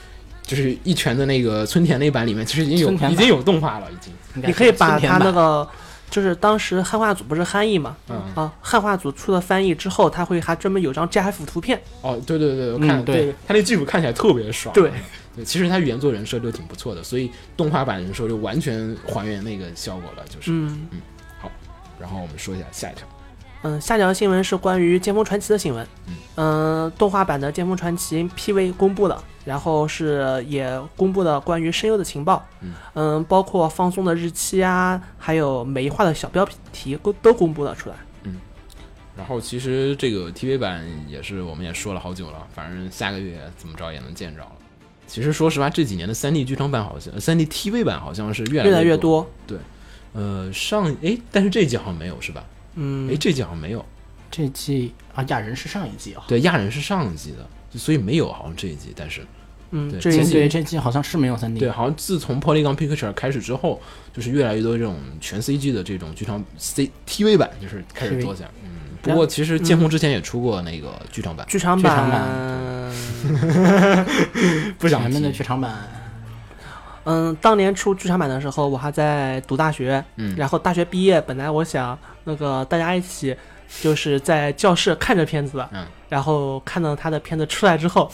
[SPEAKER 2] 就是一拳的那个村田那版里面其实已经
[SPEAKER 4] 村
[SPEAKER 2] 有
[SPEAKER 4] 田版
[SPEAKER 2] 已经有动画了，已经，
[SPEAKER 3] 你可以把
[SPEAKER 4] 春天
[SPEAKER 3] 他那
[SPEAKER 4] 版
[SPEAKER 3] 个，就是当时汉化组不是汉译嘛，
[SPEAKER 2] 嗯
[SPEAKER 3] 啊，汉化组出了翻译之后，他会还专门有张 GIF 图片，
[SPEAKER 2] 哦，对对对，我看、
[SPEAKER 4] 嗯对
[SPEAKER 2] 他那剧本看起来特别爽，
[SPEAKER 3] 对
[SPEAKER 2] 对，其实他原作人设就挺不错的，所以动画版人设就完全还原那个效果了，就是，
[SPEAKER 3] 嗯
[SPEAKER 2] 好，然后我们说一下下一条，
[SPEAKER 3] 嗯，下条新闻是关于《剑锋传奇》的新闻，嗯、动画版的《剑锋传奇》PV 公布了，然后是也公布了关于声优的情报，
[SPEAKER 2] 嗯
[SPEAKER 3] 嗯、包括放松的日期啊，还有每一话的小标题都都公布了出来，
[SPEAKER 2] 然后其实这个 TV 版也是我们也说了好久了，反正下个月怎么着也能见着了。其实说实话，这几年的 3D 剧场版好像3 D TV 版好像是越
[SPEAKER 3] 越
[SPEAKER 2] 来
[SPEAKER 3] 来越
[SPEAKER 2] 多。
[SPEAKER 3] 多，
[SPEAKER 2] 呃，上哎，但是这季好像没有是吧？哎，
[SPEAKER 3] 嗯，
[SPEAKER 2] 这季好像没有。
[SPEAKER 4] 这季啊，亚人是上一季啊、
[SPEAKER 2] 对，亚人是上一季的，就所以没有好像这一季。但是
[SPEAKER 3] 嗯
[SPEAKER 2] 对，
[SPEAKER 3] 这
[SPEAKER 4] 对
[SPEAKER 3] 一
[SPEAKER 4] 对，
[SPEAKER 3] 集
[SPEAKER 4] 这季好像是没有三 D。
[SPEAKER 2] 对，好像自从 Polygon Picture 开始之后，就是越来越多这种全 CG 的这种剧场 C TV 版，就是开始
[SPEAKER 4] TV
[SPEAKER 2] 多起来。嗯，不过其实剑锋之前也出过那个剧场版，
[SPEAKER 3] 剧场
[SPEAKER 4] 剧
[SPEAKER 3] 版，
[SPEAKER 4] 场版
[SPEAKER 2] 不想
[SPEAKER 4] 前面的
[SPEAKER 2] 提
[SPEAKER 4] 剧场版，
[SPEAKER 3] 嗯，当年出剧场版的时候，我还在读大学，
[SPEAKER 2] 嗯
[SPEAKER 3] 然后大学毕业，本来我想那个大家一起就是在教室看着片子，
[SPEAKER 2] 嗯，
[SPEAKER 3] 然后看到他的片子出来之后，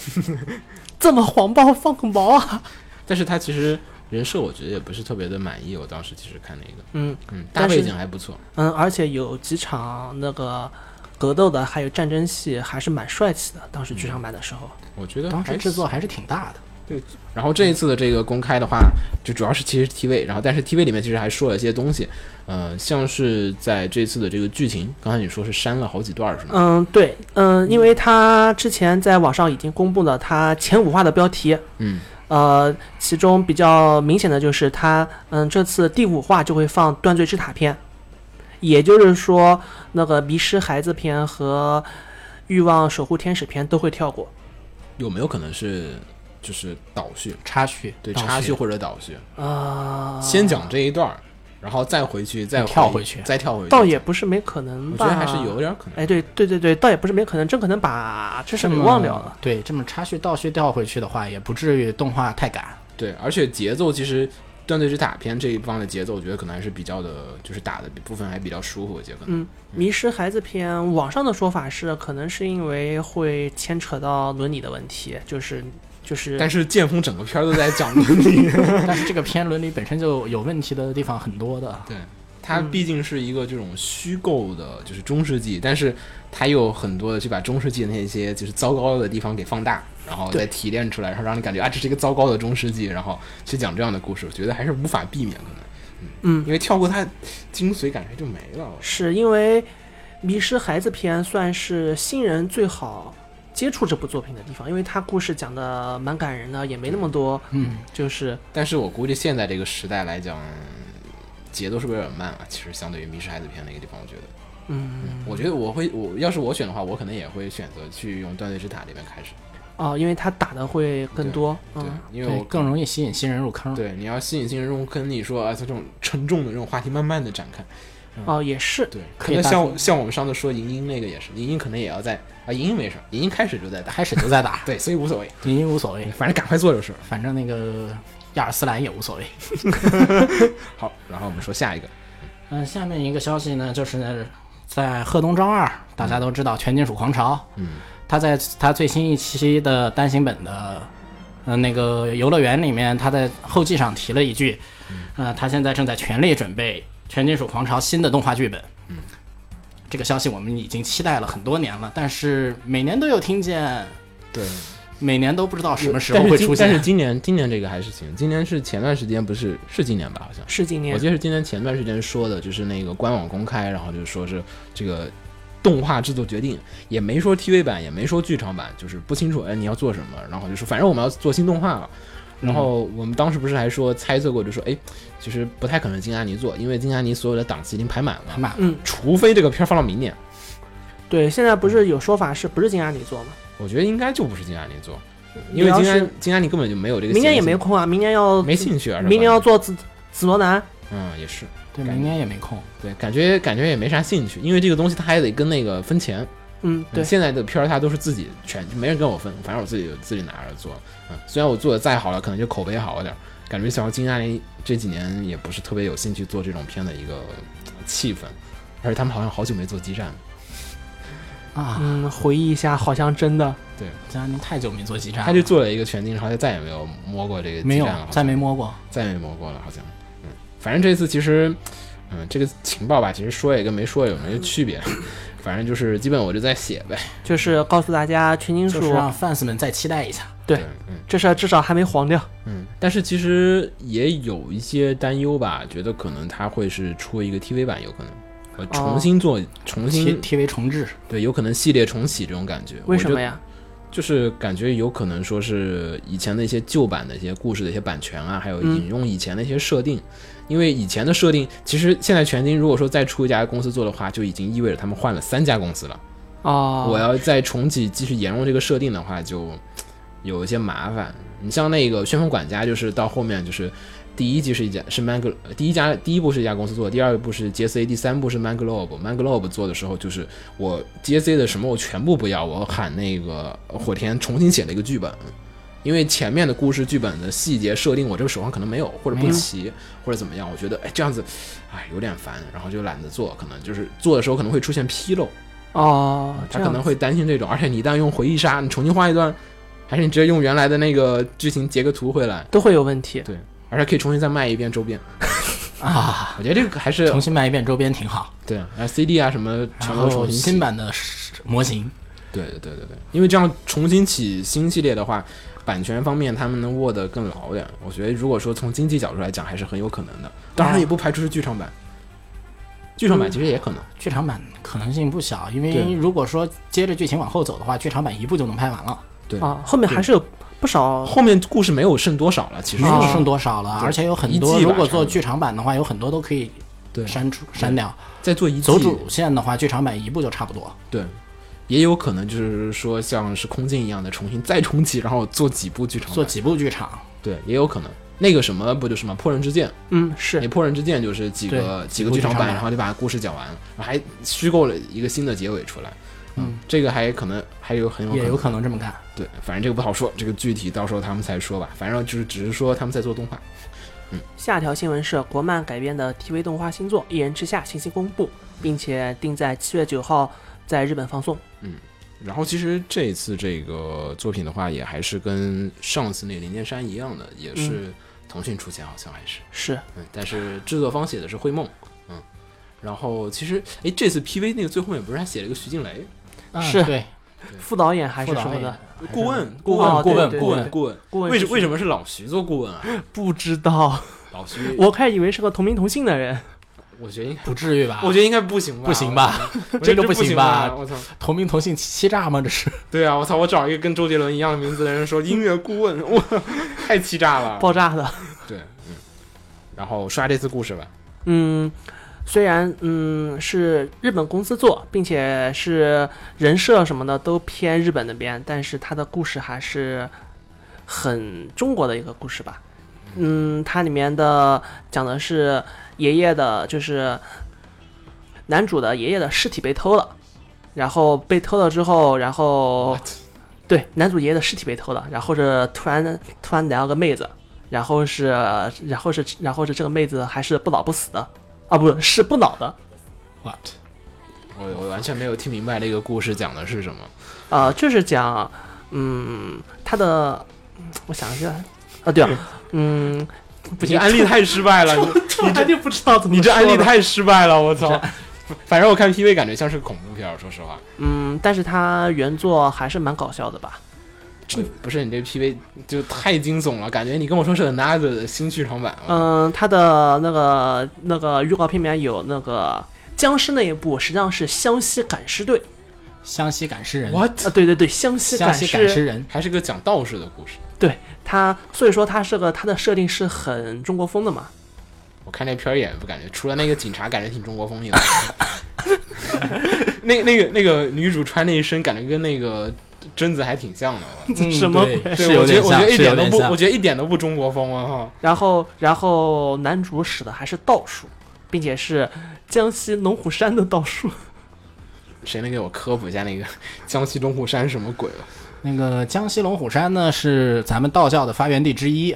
[SPEAKER 3] 这么黄暴放个毛啊！
[SPEAKER 2] 但是他其实人设我觉得也不是特别的满意。我当时其实看那个，
[SPEAKER 3] 嗯
[SPEAKER 2] 嗯，大
[SPEAKER 3] 但是
[SPEAKER 2] 背景还不错，
[SPEAKER 3] 嗯，而且有几场那个格斗的，还有战争戏，还是蛮帅气的。当时剧场版的时候，
[SPEAKER 2] 我觉得
[SPEAKER 4] 当
[SPEAKER 2] 还
[SPEAKER 4] 时制作
[SPEAKER 2] 行。
[SPEAKER 4] 还是挺大的。
[SPEAKER 2] 然后这一次的这个公开的话，就主要是其实是 TV，然后但是 TV 里面其实还说了一些东西，呃，像是在这次的这个剧情，刚才你说是删了好几段儿是吗？
[SPEAKER 3] 嗯，对，嗯，因为他之前在网上已经公布了他前五话的标题，
[SPEAKER 2] 嗯，
[SPEAKER 3] 呃，其中比较明显的就是它，嗯，这次第五话就会放《断罪之塔》篇，也就是说，那个《迷失孩子》篇和《欲望守护天使》篇都会跳过。
[SPEAKER 2] 有没有可能是就是倒叙？
[SPEAKER 4] 插叙，
[SPEAKER 2] 对，
[SPEAKER 4] 倒叙
[SPEAKER 2] 插叙或者倒叙，
[SPEAKER 3] 啊、
[SPEAKER 2] 先讲这一段儿，然后再回去，再
[SPEAKER 4] 跳回去
[SPEAKER 2] 再跳回去，
[SPEAKER 3] 倒也不是没可能
[SPEAKER 2] 我
[SPEAKER 3] 吧？
[SPEAKER 2] 觉得还是有。点儿可能。
[SPEAKER 3] 哎，对对对对，倒也不是没可能，真可能把这事
[SPEAKER 4] 这
[SPEAKER 3] 给
[SPEAKER 4] 么
[SPEAKER 3] 忘掉了。。
[SPEAKER 4] 对，这么插叙倒叙调回去的话，也不至于动画太赶。
[SPEAKER 2] 对，而且节奏其实《断罪之塔》篇这一方的节奏，我觉得可能还是比较的，就是打的部分还比较舒服一些，可能。
[SPEAKER 3] 嗯，迷失孩子篇，网上的说法是，可能是因为会牵扯到伦理的问题，就是就是，
[SPEAKER 2] 但是剑锋整个片儿都在讲伦理，
[SPEAKER 4] 但是这个片伦理本身就有问题的地方很多 的。
[SPEAKER 2] 对，它毕竟是一个这种虚构的，就是中世纪，但是它又有很多的去把中世纪的那些就是糟糕的地方给放大，然后再提炼出来，然后让你感觉啊，这是一个糟糕的中世纪，然后去讲这样的故事，我觉得还是无法避免可能，
[SPEAKER 3] 嗯
[SPEAKER 2] 因，为跳过它精髓感觉就没了。
[SPEAKER 3] 是因为《迷失孩子篇》算是新人最好接触这部作品的地方，因为他故事讲的蛮感人的，也没那么多，
[SPEAKER 4] 嗯，
[SPEAKER 3] 就是
[SPEAKER 2] 但是我估计现在这个时代来讲，节奏是不是有点慢啊？其实相对于《迷失孩子篇》那个地方，我觉得，
[SPEAKER 3] 嗯
[SPEAKER 2] 我觉得我会，我要是我选的话，我可能也会选择去用《断罪之塔》里面开始，
[SPEAKER 3] 哦，因为他打的会更多，
[SPEAKER 2] 哦对
[SPEAKER 3] 嗯，，
[SPEAKER 2] 因为
[SPEAKER 4] 对
[SPEAKER 2] 我，
[SPEAKER 4] 更容易吸引新人入坑。
[SPEAKER 2] 对你要吸引新人入坑，你说啊，这种沉重的这种话题慢慢的展开，
[SPEAKER 3] 哦也是，
[SPEAKER 2] 对，
[SPEAKER 4] 可以
[SPEAKER 2] 那
[SPEAKER 4] 大
[SPEAKER 2] 像
[SPEAKER 4] 幅
[SPEAKER 2] 我像我们上次说银鹰那个也是，银鹰可能也要在啊，银鹰没事儿，银鹰开始就在打，
[SPEAKER 4] 开始就在打，
[SPEAKER 2] 对，所以无所谓，
[SPEAKER 4] 已经无所谓，
[SPEAKER 2] 反正赶快做就是了。
[SPEAKER 4] 反正那个亚尔斯兰也无所谓。
[SPEAKER 2] 好，然后我们说下一个，
[SPEAKER 4] 嗯，下面一个消息呢，就是在《贺东招二》，大家都知道《全金属狂潮》，
[SPEAKER 2] 嗯，
[SPEAKER 4] 他在他最新一期的单行本的，呃，那个游乐园里面，他在后记上提了一句，
[SPEAKER 2] 嗯
[SPEAKER 4] 呃，他现在正在全力准备《全金属狂潮》新的动画剧本。嗯，这个消息我们已经期待了很多年了，但是每年都有听见，
[SPEAKER 2] 对，
[SPEAKER 4] 每年都不知道什么时候
[SPEAKER 2] 但
[SPEAKER 4] 会
[SPEAKER 2] 是今
[SPEAKER 4] 出
[SPEAKER 2] 但是
[SPEAKER 4] 现。
[SPEAKER 2] 今年今年这个还是行，今年是前段时间不是是今年吧？好像
[SPEAKER 3] 是今
[SPEAKER 2] 我
[SPEAKER 3] 年
[SPEAKER 2] 记得是今年前段时间说的，就是那个官网公开，然后就说是这个动画制作决定，也没说 TV 版，也没说剧场版，就是不清楚哎你要做什么，然后就说反正我们要做新动画了。然后我们当时不是还说猜测过，就说哎，其实不太可能金阿尼做，因为金阿尼所有的档期已经排满了，
[SPEAKER 4] 嘛，
[SPEAKER 3] 嗯，
[SPEAKER 2] 除非这个片儿放到明年，
[SPEAKER 3] 对，现在不是有说法是不是金阿尼做吗？
[SPEAKER 2] 我觉得应该就不是金阿尼做，
[SPEAKER 3] 你
[SPEAKER 2] 因为
[SPEAKER 3] 要
[SPEAKER 2] 金
[SPEAKER 3] 是
[SPEAKER 2] 安金安你根本就没有这个，
[SPEAKER 3] 明年也没，空啊，明年要
[SPEAKER 2] 没兴趣啊，是吧
[SPEAKER 3] 明年要做紫紫罗兰，
[SPEAKER 2] 嗯也是，
[SPEAKER 4] 对，明年也没空。
[SPEAKER 2] 对，感觉感觉也没啥兴趣，因为这个东西他还得跟那个分钱，
[SPEAKER 3] 嗯，
[SPEAKER 2] 嗯
[SPEAKER 3] 对，
[SPEAKER 2] 现在的片儿它都是自己全没人跟我分，反正我自己自己拿着做，嗯，虽然我做的再好了，可能就口碑好一点儿，感觉小金阿尼这几年也不是特别有兴趣做这种片的一个气氛，而且他们好像好久没做激战了，
[SPEAKER 4] 啊，
[SPEAKER 3] 嗯，回忆一下，好像真的
[SPEAKER 4] 家您太久没做基站了，
[SPEAKER 2] 他就做了一个全金，然后就再也没有摸过这个
[SPEAKER 4] 啊没
[SPEAKER 2] 激
[SPEAKER 4] 有
[SPEAKER 2] 战了，好像，
[SPEAKER 4] 再没摸过。
[SPEAKER 2] 再没摸过了，好像。嗯，反正这次其实，嗯，这个情报吧，其实说也跟没说有没有区别， 反正就是基本我就在写呗。
[SPEAKER 3] 就是告诉大家全金属
[SPEAKER 4] 就是让 fans 们再期待一下。
[SPEAKER 3] 对，
[SPEAKER 2] 嗯
[SPEAKER 3] 这事儿至少还没黄掉。
[SPEAKER 2] 嗯。但是其实也有一些担忧吧，觉得可能他会是出一个 TV 版，有可能。呃，重新做，
[SPEAKER 3] 哦
[SPEAKER 2] 重
[SPEAKER 4] T
[SPEAKER 2] 新
[SPEAKER 4] T V 重置，
[SPEAKER 2] 对，有可能系列重启这种感觉。
[SPEAKER 3] 为
[SPEAKER 2] 我
[SPEAKER 3] 什
[SPEAKER 2] 就
[SPEAKER 3] 么呀？？
[SPEAKER 2] 就是感觉有可能说是以前的一些旧版的一些故事的一些版权啊，还有
[SPEAKER 3] 嗯
[SPEAKER 2] 引用以前的一些设定，因为以前的设定，其实现在全金如果说再出一家公司做的话，就已经意味着他们换了三家公司了。
[SPEAKER 3] 哦，
[SPEAKER 2] 我要再重启继续沿用这个设定的话，就有一些麻烦。你像那个《旋风管家》，就是到后面就是第一季是一家是 Manglo，第一家第一部是一家公司做的，第二部是 JC，第三部是 Manglobe。Manglobe 做的时候，就是我 JC 的什么我全部不要，我喊那个火田重新写了一个剧本。因为前面的故事剧本的细节设定，我这个手上可能没有，或者不齐，或者怎么样，我觉得哎这样子，哎有点烦，然后就懒得做，可能就是做的时候可能会出现纰漏，
[SPEAKER 3] 哦，
[SPEAKER 2] 嗯他
[SPEAKER 3] 这
[SPEAKER 2] 可
[SPEAKER 3] 样
[SPEAKER 2] 能会担心这种，而且你一旦用回忆杀，你重新画一段，还是你直接用原来的那个剧情截个图回来，
[SPEAKER 3] 都会有问题。
[SPEAKER 2] 对，而且可以重新再卖一遍周边。
[SPEAKER 4] 啊，
[SPEAKER 2] 我觉得这个还是
[SPEAKER 4] 重新卖一遍周边挺好。
[SPEAKER 2] 对啊然后，CD 啊什么啊全
[SPEAKER 4] 然
[SPEAKER 2] 都重
[SPEAKER 4] 后
[SPEAKER 2] 新
[SPEAKER 4] 新
[SPEAKER 2] 起
[SPEAKER 4] 版的是模型，
[SPEAKER 2] 对对对对对，因为这样重新起新系列的话，版权方面他们能握得更牢点。我觉得如果说从经济角度来讲，还是很有可能的。当然也不排除是剧场版，剧场版其实也可能。
[SPEAKER 4] 剧场版可能性不小，因
[SPEAKER 2] 对
[SPEAKER 4] 为如果说接着剧情往后走的话，剧场版一部就能拍完了，
[SPEAKER 2] 对，
[SPEAKER 3] 啊，后面还是有不少
[SPEAKER 2] 后面故事没有剩多少了，其实
[SPEAKER 4] 没有
[SPEAKER 2] 说
[SPEAKER 4] 啊剩多少了，
[SPEAKER 2] 对
[SPEAKER 4] 而且有很
[SPEAKER 2] 一
[SPEAKER 4] 多
[SPEAKER 2] 季吧
[SPEAKER 4] 如果做剧场版的话，有很多都可以
[SPEAKER 2] 对，
[SPEAKER 4] 删除删掉。
[SPEAKER 2] 再做一季
[SPEAKER 4] 走主线的话，剧场版一部就差不多。
[SPEAKER 2] 对，也有可能就是说像是空镜一样的重新再重启，然后做几部剧场版
[SPEAKER 4] 做几部剧场，
[SPEAKER 2] 对，也有可能。那个什么不就是嘛，《破人之剑》？
[SPEAKER 3] 嗯
[SPEAKER 2] 你《
[SPEAKER 3] 是
[SPEAKER 2] 破人之剑》就是几个几个
[SPEAKER 4] 部
[SPEAKER 2] 剧
[SPEAKER 4] 剧
[SPEAKER 2] 场
[SPEAKER 4] 场
[SPEAKER 2] 版，
[SPEAKER 4] 版
[SPEAKER 2] 然后就把故事讲完，然后还虚构了一个新的结尾出来。嗯，这个还可能还有很有
[SPEAKER 4] 也有
[SPEAKER 2] 可
[SPEAKER 4] 可能这么干。
[SPEAKER 2] 对，反正这个不好说，这个具体到时候他们才说吧。反正就是只是说他们在做动画。
[SPEAKER 3] 下条新闻是国漫改编的 TV 动画新作《一人之下》信息公布，并且定在七月九号在日本放送。
[SPEAKER 2] 然后其实这一次这个作品的话，也还是跟上次那《灵剑山》一样的，也是
[SPEAKER 4] 嗯
[SPEAKER 2] 腾讯出钱，好像还是。
[SPEAKER 3] 是
[SPEAKER 2] 嗯，但是制作方写的是灰梦，嗯，然后其实哎，这次 PV 那个最后面不是还写了一个徐静蕾
[SPEAKER 3] 嗯
[SPEAKER 4] 啊
[SPEAKER 3] 是
[SPEAKER 4] 对，
[SPEAKER 3] 副导演还是
[SPEAKER 4] 副导
[SPEAKER 3] 什么
[SPEAKER 4] 演
[SPEAKER 3] 的？
[SPEAKER 2] 顾问，
[SPEAKER 3] 顾
[SPEAKER 2] 顾
[SPEAKER 3] 问
[SPEAKER 2] 问，顾
[SPEAKER 3] 对
[SPEAKER 2] 问，顾
[SPEAKER 3] 对
[SPEAKER 2] 问，顾问，
[SPEAKER 3] 顾问
[SPEAKER 2] 为
[SPEAKER 3] 是
[SPEAKER 2] 什为什么是老徐做顾问啊？
[SPEAKER 3] 不知道，
[SPEAKER 2] 老徐，
[SPEAKER 3] 我开始以为是个同名同姓的人。
[SPEAKER 2] 我觉得应该，
[SPEAKER 4] 不至于吧？
[SPEAKER 2] 我觉得应该不行吧，
[SPEAKER 4] 不行吧？
[SPEAKER 2] 我觉
[SPEAKER 4] 这
[SPEAKER 2] 得
[SPEAKER 4] 个
[SPEAKER 2] 不
[SPEAKER 4] 不
[SPEAKER 2] 行
[SPEAKER 4] 行吧？
[SPEAKER 2] 我操！
[SPEAKER 4] 同名同姓欺诈吗？这是
[SPEAKER 2] 对啊，我操！我找一个跟周杰伦一样的名字的人说音乐顾问，我太欺诈了。
[SPEAKER 3] 爆炸的。
[SPEAKER 2] 对，嗯，然后刷这次故事吧，
[SPEAKER 3] 嗯，虽然嗯是日本公司做，并且是人设什么的都偏日本那边，但是它的故事还是很中国的一个故事吧。嗯，它里面的讲的是爷爷的，就是男主的爷爷的尸体被偷了，然后被偷了之后，然后
[SPEAKER 2] What？
[SPEAKER 3] 对男主爷爷的尸体被偷了，然后是突然突然来了个妹子，然后是，然后是，然后是这个妹子还是不老不死的，啊，不是是不老的，
[SPEAKER 4] what？
[SPEAKER 2] 我我完全没有听明白这个故事讲的是什么。
[SPEAKER 3] 呃，就是讲，嗯，他的，嗯我想一下，啊，对啊，嗯，
[SPEAKER 2] 不行，案例太失败 了，
[SPEAKER 3] 我还就不知道怎么
[SPEAKER 2] 你这
[SPEAKER 3] 说
[SPEAKER 2] 案例
[SPEAKER 3] 了
[SPEAKER 2] 太失败了，我操！反正我看 PV 感觉像是恐怖片儿，说实话。
[SPEAKER 3] 嗯，但是他原作还是蛮搞笑的吧？
[SPEAKER 2] 不是你这 PV 就太惊悚了，感觉你跟我说是 Another 的新剧场版。我
[SPEAKER 3] 嗯，他的那个那个预告片里面有那个僵尸那一部，实际上是湘西赶尸队
[SPEAKER 4] 湘西赶尸人，
[SPEAKER 2] What？
[SPEAKER 3] 啊，对对对，湘西
[SPEAKER 4] 湘
[SPEAKER 3] 赶
[SPEAKER 4] 西赶尸
[SPEAKER 3] 尸，
[SPEAKER 4] 人，
[SPEAKER 2] 还是个讲道士的故事。
[SPEAKER 3] 对他，所以说他是个他的设定是很中国风的嘛。
[SPEAKER 2] 我看那片儿也不感觉，除了那个警察，感觉挺中国风一 的。那那个那个女主穿那一身，感觉跟那个贞子还挺像的。我
[SPEAKER 4] 嗯
[SPEAKER 3] 什么
[SPEAKER 4] 对
[SPEAKER 3] 鬼
[SPEAKER 4] 是
[SPEAKER 2] 对，我觉
[SPEAKER 4] 有点
[SPEAKER 2] 得我觉
[SPEAKER 4] 像，
[SPEAKER 2] 得一
[SPEAKER 4] 是
[SPEAKER 2] 点
[SPEAKER 4] 有
[SPEAKER 2] 都
[SPEAKER 4] 点
[SPEAKER 2] 不，
[SPEAKER 4] 像
[SPEAKER 2] 我。觉得一点都不中国风啊！哈，
[SPEAKER 3] 然后然后男主使的还是道术，并且是江西龙虎山的道术。
[SPEAKER 2] 谁能给我科普一下那个江西龙虎山是什么鬼吧？
[SPEAKER 4] 那个江西龙虎山呢，是咱们道教的发源地之一。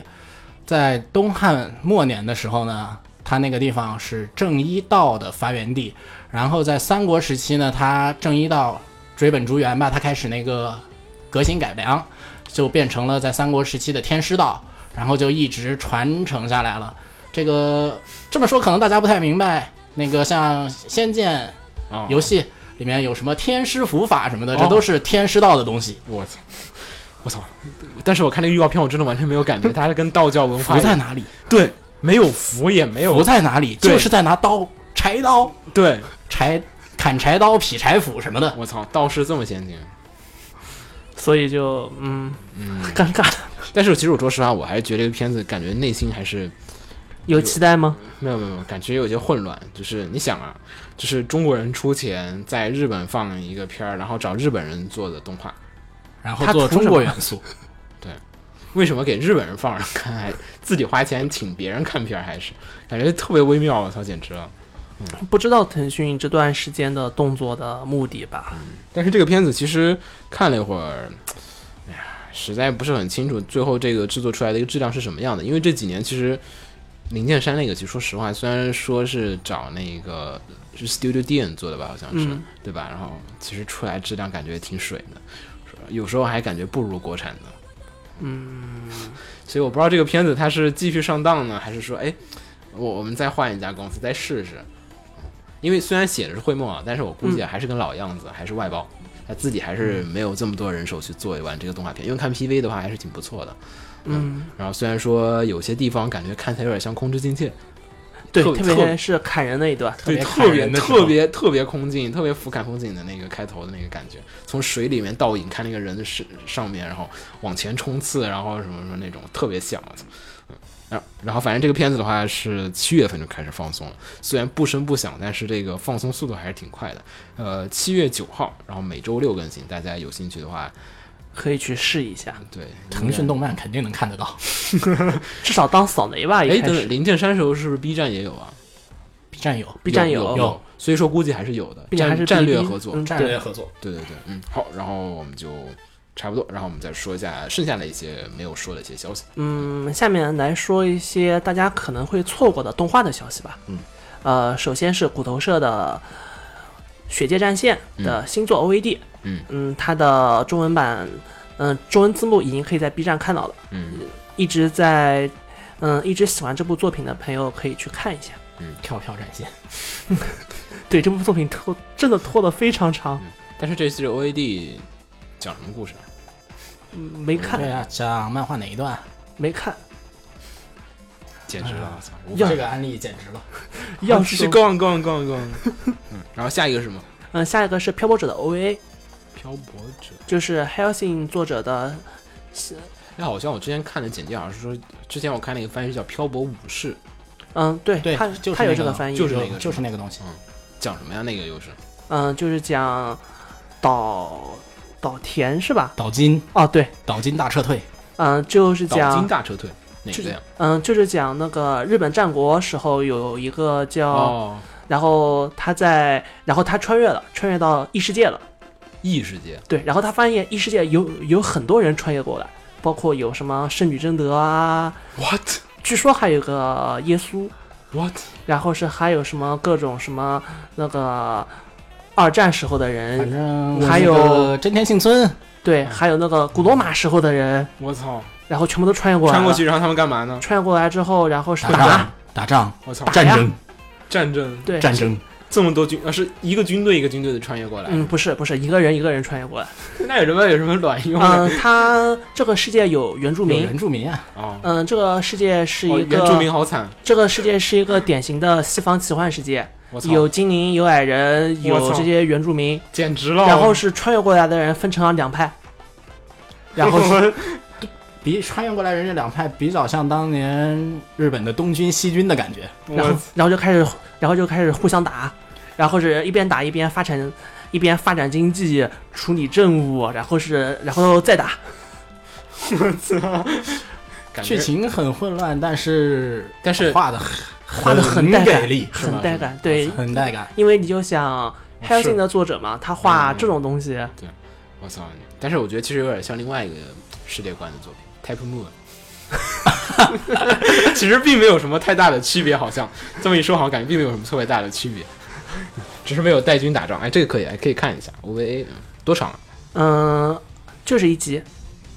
[SPEAKER 4] 在东汉末年的时候呢，它那个地方是正一道的发源地。然后在三国时期呢，它正一道追本逐源吧，它开始那个革新改良，就变成了在三国时期的天师道，然后就一直传承下来了。这个这么说可能大家不太明白，那个像《仙剑》
[SPEAKER 2] 啊、
[SPEAKER 4] 游戏里面有什么天师伏法什么的，这都是天师道的东西。
[SPEAKER 2] 我操，我操！但是我看那个预告片，我真的完全没有感觉，它是跟道教文化
[SPEAKER 4] 福在哪里？
[SPEAKER 2] 对，没有福也没
[SPEAKER 4] 福
[SPEAKER 2] 有
[SPEAKER 4] 在哪里？
[SPEAKER 2] 对
[SPEAKER 4] 就是在拿刀、柴刀、
[SPEAKER 2] 对，
[SPEAKER 4] 柴砍柴刀、劈柴斧什么的。
[SPEAKER 2] 我操，道士这么先进。
[SPEAKER 3] 所以就嗯尴尬。
[SPEAKER 2] 但是其实我说实话，我还是觉得这个片子感觉内心还是
[SPEAKER 3] 有期待吗？
[SPEAKER 2] 没有没有没有，感觉有些混乱。就是你想啊，就是中国人出钱在日本放一个片儿，然后找日本人做的动画，
[SPEAKER 4] 然后
[SPEAKER 2] 他
[SPEAKER 4] 做
[SPEAKER 2] 图什
[SPEAKER 4] 中
[SPEAKER 2] 么
[SPEAKER 4] 国元素，
[SPEAKER 2] 为什么给日本人放着看，还自己花钱请别人看片儿，还是感觉特别微妙。啊我操，简直了！
[SPEAKER 3] 不知道腾讯这段时间的动作的目的吧？
[SPEAKER 2] 但是这个片子其实看了一会儿，哎呀，实在不是很清楚最后这个制作出来的一个质量是什么样的。因为这几年其实《灵剑山》那个，其实说实话，虽然说是找那个是 Studio D N 做的吧，好像是、
[SPEAKER 3] 嗯
[SPEAKER 2] 对吧？然后其实出来质量感觉挺水的，有时候还感觉不如国产的。嗯，所以我不知道这个片子它是继续上当呢，还是说，哎，我我们再换一家公司再试试。因为虽然写的是会梦啊，但是我估
[SPEAKER 3] 嗯
[SPEAKER 2] 计还是跟老样子，还是外包。他自己还是没有这么多人手去做一完这个动画片，因为看 PV 的话还是挺不错的。
[SPEAKER 3] 嗯，
[SPEAKER 2] 然后虽然说有些地方感觉看起来有点像《空之境界》，
[SPEAKER 3] 对，
[SPEAKER 2] 特
[SPEAKER 3] 特
[SPEAKER 2] 特
[SPEAKER 3] 别是砍人那一段，
[SPEAKER 4] 别
[SPEAKER 2] 特
[SPEAKER 4] 看
[SPEAKER 2] 别
[SPEAKER 4] 人的时候
[SPEAKER 2] 特别特别空镜，特别俯瞰风景的那个开头的那个感觉，从水里面倒影看那个人的身上面，然后往前冲刺，然后什么什么那种，特别像。我操！嗯，然然后反正这个片子的话是七月份就开始放松了，虽然不声不响，但是这个放松速度还是挺快的。呃，七月九号，然后每周六更新，大家有兴趣的话，
[SPEAKER 3] 可以去试一下，
[SPEAKER 2] 对
[SPEAKER 4] 腾讯动漫肯定能看得到。
[SPEAKER 3] 至少当扫雷吧。
[SPEAKER 2] 哎，
[SPEAKER 3] 一开
[SPEAKER 2] 等
[SPEAKER 3] 始
[SPEAKER 2] 等，林剑山时候是不是 B 站也有啊
[SPEAKER 4] B 站有
[SPEAKER 3] B 站
[SPEAKER 2] 有
[SPEAKER 4] 有，
[SPEAKER 2] 所以说估计还是有的。
[SPEAKER 3] 并且还
[SPEAKER 2] 战
[SPEAKER 3] 是
[SPEAKER 2] 战略
[SPEAKER 3] BB
[SPEAKER 2] 合作，
[SPEAKER 3] 嗯
[SPEAKER 4] 战略合作，
[SPEAKER 2] 对对对，嗯，好，然后我们就差不多，然后我们再说一下剩下的一些没有说的一些消息。
[SPEAKER 3] 嗯，下面来说一些大家可能会错过的动画的消息吧。
[SPEAKER 2] 嗯，
[SPEAKER 3] 呃，首先是骨头社的《血界战线》的新作 OVD。
[SPEAKER 2] 嗯
[SPEAKER 3] 它的中文版，嗯、中文字幕已经可以在 B 站看到了。
[SPEAKER 2] 嗯
[SPEAKER 3] 一直在，嗯、一直喜欢这部作品的朋友可以去看一下。
[SPEAKER 4] 跳票战线，
[SPEAKER 3] 对这部作品拖真的拖得非常长，
[SPEAKER 2] 但是这次这 OAD 讲什么故事啊呢？
[SPEAKER 3] 嗯没
[SPEAKER 4] 对
[SPEAKER 3] 看
[SPEAKER 4] 啊，讲漫画哪一段？
[SPEAKER 3] 没看，
[SPEAKER 2] 简直了，我操！无
[SPEAKER 4] 这
[SPEAKER 2] 法
[SPEAKER 4] 个案例简直了，
[SPEAKER 3] 要
[SPEAKER 2] 继续
[SPEAKER 3] 是
[SPEAKER 2] go on go on go on go on。嗯，然后下一个是什么？
[SPEAKER 3] 嗯，下一个是《漂泊者》的 OVA，
[SPEAKER 2] 漂泊者。
[SPEAKER 3] 就是 Helsing 作者的，
[SPEAKER 2] 哎，好像我之前看的简介，好啊像是说，之前我看那个翻译叫《漂泊武士》，
[SPEAKER 3] 嗯，对，
[SPEAKER 4] 对
[SPEAKER 3] 他
[SPEAKER 4] 就是
[SPEAKER 3] 他有
[SPEAKER 4] 那
[SPEAKER 3] 这
[SPEAKER 4] 个
[SPEAKER 3] 翻译，
[SPEAKER 2] 就是那个
[SPEAKER 4] 就是那个东西。
[SPEAKER 2] 讲什么呀？那个又是
[SPEAKER 3] 嗯，就是讲岛岛田是吧？
[SPEAKER 4] 岛津，
[SPEAKER 3] 哦，对，
[SPEAKER 4] 岛津大撤退，
[SPEAKER 3] 嗯，就是
[SPEAKER 2] 岛津
[SPEAKER 3] 讲，
[SPEAKER 2] 大撤退，哪
[SPEAKER 3] 就
[SPEAKER 2] 个呀？
[SPEAKER 3] 嗯，就是讲那个日本战国时候有一个叫，
[SPEAKER 2] 哦，
[SPEAKER 3] 然后他在，然后他穿越了，穿越到异世界了。
[SPEAKER 2] 异世界。
[SPEAKER 3] 对，然后他发现异世界有有很多人穿越过来，包括有什么圣女贞德啊，
[SPEAKER 2] What
[SPEAKER 3] 据说还有个耶稣，
[SPEAKER 2] what？
[SPEAKER 3] 然后是还有什么各种什么那个二战时候的
[SPEAKER 4] 反
[SPEAKER 3] 人，
[SPEAKER 4] 正
[SPEAKER 3] 嗯还有
[SPEAKER 4] 那个真田幸村，
[SPEAKER 3] 对，还有那个古罗马时候的人，
[SPEAKER 2] 我操，
[SPEAKER 3] 然后全部都穿越过来，
[SPEAKER 2] 穿过去，，然后他们干嘛呢？
[SPEAKER 3] 穿越过来之后，然后是
[SPEAKER 4] 打仗，打仗，
[SPEAKER 2] 我操，
[SPEAKER 3] 打呀
[SPEAKER 4] 战争，
[SPEAKER 2] 战争
[SPEAKER 3] 对，
[SPEAKER 4] 战争，
[SPEAKER 2] 这么多军，啊，是一个军队一个军队的穿越过来，
[SPEAKER 3] 嗯，不是不是，一个人一个人穿越过来。
[SPEAKER 2] 那有什么有什么卵用啊？
[SPEAKER 3] 嗯，他这个世界有原住
[SPEAKER 4] 有
[SPEAKER 3] 民
[SPEAKER 4] 原，住民啊，
[SPEAKER 2] 哦，
[SPEAKER 3] 嗯，这个世界是
[SPEAKER 2] 哦
[SPEAKER 3] 一
[SPEAKER 2] 原住民
[SPEAKER 3] 个，
[SPEAKER 2] 好惨，
[SPEAKER 3] 这个世界是一个典型的西方奇幻世界，
[SPEAKER 2] 我操，
[SPEAKER 3] 有精灵，有矮人，
[SPEAKER 2] 我
[SPEAKER 3] 有
[SPEAKER 2] 操哦
[SPEAKER 3] 这些原住民，
[SPEAKER 2] 简直了！
[SPEAKER 3] 然后是穿越过来的人分成了两派，然后是
[SPEAKER 4] 比穿越过来人这两派比较像当年日本的东军西军的感觉，
[SPEAKER 3] 然后
[SPEAKER 2] 我
[SPEAKER 3] 然后就开始，然后就开始互相打，然后是一边打一边发展，一边发展经济，处理政务，然后是然后再打，
[SPEAKER 2] 我操，感觉
[SPEAKER 4] 剧情很混乱，但是
[SPEAKER 2] 但是
[SPEAKER 4] 画的
[SPEAKER 3] 画的很带
[SPEAKER 4] 给
[SPEAKER 3] 感，
[SPEAKER 4] 力，
[SPEAKER 2] 是吗
[SPEAKER 3] 很带感，对，
[SPEAKER 4] 很带感。
[SPEAKER 3] 因为你就想
[SPEAKER 2] 哦是
[SPEAKER 3] h e l s i n 的作者嘛，他画
[SPEAKER 2] 嗯
[SPEAKER 3] 这种东西，
[SPEAKER 2] 我操！但是我觉得其实有点像另外一个世界观的作品《Type Moon》，其实并没有什么太大的区别，好像这么一说，好像感觉并没有什么特别大的区别，只是没有带军打仗。哎，这个可以，可以看一下 OVA 嗯多长啊？
[SPEAKER 3] 嗯，就是一集，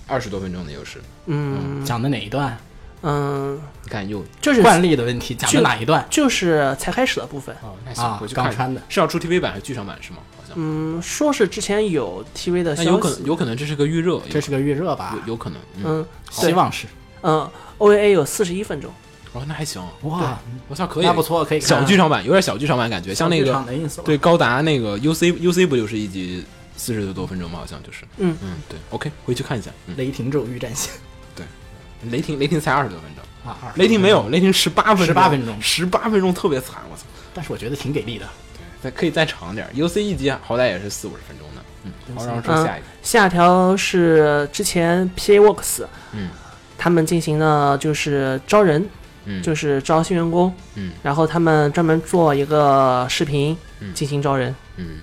[SPEAKER 2] 二十多分钟的优势，
[SPEAKER 3] 嗯
[SPEAKER 4] 讲的哪一段？
[SPEAKER 3] 嗯，
[SPEAKER 2] 你看又
[SPEAKER 3] 就是
[SPEAKER 4] 惯例的问题，讲的
[SPEAKER 3] 就
[SPEAKER 4] 哪一段？
[SPEAKER 3] 就是才开始的部分，
[SPEAKER 2] 哦，那行，
[SPEAKER 4] 啊
[SPEAKER 2] 回去，看
[SPEAKER 4] 刚
[SPEAKER 2] 一下。
[SPEAKER 4] 穿的，
[SPEAKER 2] 是要出 TV 版还是剧场版是吗？好像，
[SPEAKER 3] 嗯，说是之前有 TV 的
[SPEAKER 2] 那有
[SPEAKER 3] 消
[SPEAKER 2] 可能，
[SPEAKER 3] 息，
[SPEAKER 2] 有可能这是个预热，有
[SPEAKER 4] 这是个预热吧
[SPEAKER 2] 有？有可能，嗯，
[SPEAKER 3] 嗯
[SPEAKER 4] 希望是
[SPEAKER 3] 嗯，OVA 有四十一分钟，
[SPEAKER 2] 哦，那还行，
[SPEAKER 4] 哇，
[SPEAKER 2] 我操，可以
[SPEAKER 4] 那，不错，可以看啊
[SPEAKER 2] 小剧场版有点小剧场版感觉，像那
[SPEAKER 4] 小剧
[SPEAKER 2] 个
[SPEAKER 4] 场的意思吧。
[SPEAKER 2] 对高达那个 U C U C 不就是一集四十多分钟吗？好像就是，
[SPEAKER 3] 嗯
[SPEAKER 2] 嗯，对，OK，回去看一下。嗯，
[SPEAKER 4] 雷霆咒御战线
[SPEAKER 2] 雷霆雷霆才二十多分钟，
[SPEAKER 4] 啊，二十
[SPEAKER 2] 雷霆没有，雷霆十八分
[SPEAKER 4] 18分钟
[SPEAKER 2] 十八分钟特别惨，我操！
[SPEAKER 4] 但是我觉得挺给力的。
[SPEAKER 2] 再可以再长点，U C 一集好歹也是四五十分钟呢。嗯，好，然后说下一个，
[SPEAKER 3] 下条是之前 PA Works，
[SPEAKER 2] 嗯，
[SPEAKER 3] 他们进行了就是招人，
[SPEAKER 2] 嗯，
[SPEAKER 3] 就是招新员工，
[SPEAKER 2] 嗯，
[SPEAKER 3] 然后他们专门做一个视频
[SPEAKER 2] 嗯
[SPEAKER 3] 进行招人。
[SPEAKER 2] 嗯，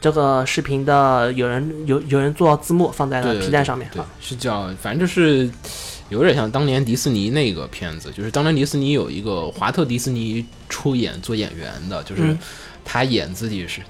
[SPEAKER 3] 这个视频的有人有有人做字幕放在
[SPEAKER 2] 对
[SPEAKER 3] 了
[SPEAKER 2] 对
[SPEAKER 3] P
[SPEAKER 2] 对
[SPEAKER 3] 站上面
[SPEAKER 2] 对，是叫，反正就是有点像当年迪士尼那个片子，就是当年迪士尼有一个华特迪士尼出演做演员的，就是
[SPEAKER 3] 嗯
[SPEAKER 2] 他演自己是，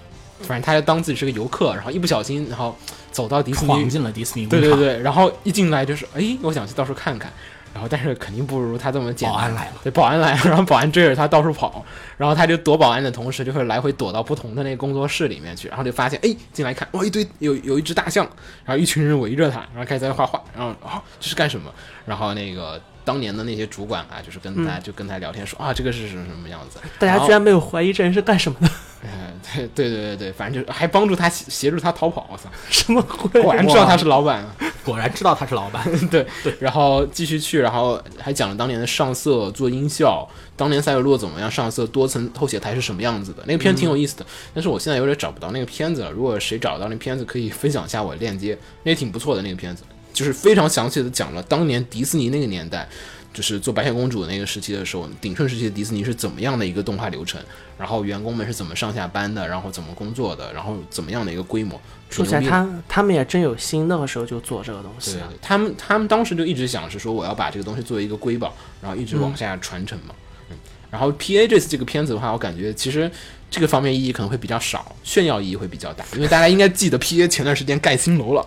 [SPEAKER 2] 反正他当自己是个游客，然后一不小心，然后走到迪士
[SPEAKER 4] 闯
[SPEAKER 2] 尼，
[SPEAKER 4] 进了迪士尼
[SPEAKER 2] 对对
[SPEAKER 4] 工厂，
[SPEAKER 2] 对，然后一进来就是，哎，我想去到处看看。然后，但是肯定不如他这么简单。
[SPEAKER 4] 保安来了，
[SPEAKER 2] 对，保安来了， 然后保安追着他到处跑，然后他就躲保安的同时，就会来回躲到不同的那个工作室里面去，然后就发现，哎，进来看，哇，一堆有有一只大象，然后一群人围着他，然后开始在那画画，然后啊、这是干什么？然后那个当年的那些主管啊，就是跟
[SPEAKER 4] 嗯
[SPEAKER 2] 他、就跟他聊天说啊，这个是什么什么样子，
[SPEAKER 3] 大家
[SPEAKER 2] 然后
[SPEAKER 3] 居然没有怀疑这人是干什么的，
[SPEAKER 2] 哎对对对对对，反正就是还帮助他协协助他逃跑， 我操，
[SPEAKER 3] 什么鬼？
[SPEAKER 2] 果然知道他是老板啊。
[SPEAKER 4] 果然知道他是老板。
[SPEAKER 2] 对，然后继续去，然后还讲了当年的上色做音效，当年塞维洛怎么样上色，多层透写台是什么样子的，那个片挺有意思的。但是我现在有点找不到那个片子了，如果谁找到那片子，可以分享一下我的链接，那挺不错的那个片子，就是非常详细的讲了当年迪士尼那个年代。就是做白雪公主那个时期的时候，鼎盛时期的迪士尼是怎么样的一个动画流程？然后员工们是怎么上下班的？然后怎么工作的？然后怎么样的一个规模？挺
[SPEAKER 3] 说起
[SPEAKER 2] 牛
[SPEAKER 3] 来
[SPEAKER 2] 逼的。
[SPEAKER 3] 他他们也真有心，那个时候就做这个东西啊
[SPEAKER 2] 对，他们他们当时就一直想是说我要把这个东西作为一个瑰宝，然后一直往下传承嘛。嗯然后 P A 这次这个片子的话，我感觉其实这个方面意义可能会比较少，炫耀意义会比较大，因为大家应该记得 P A 前段时间盖新楼了。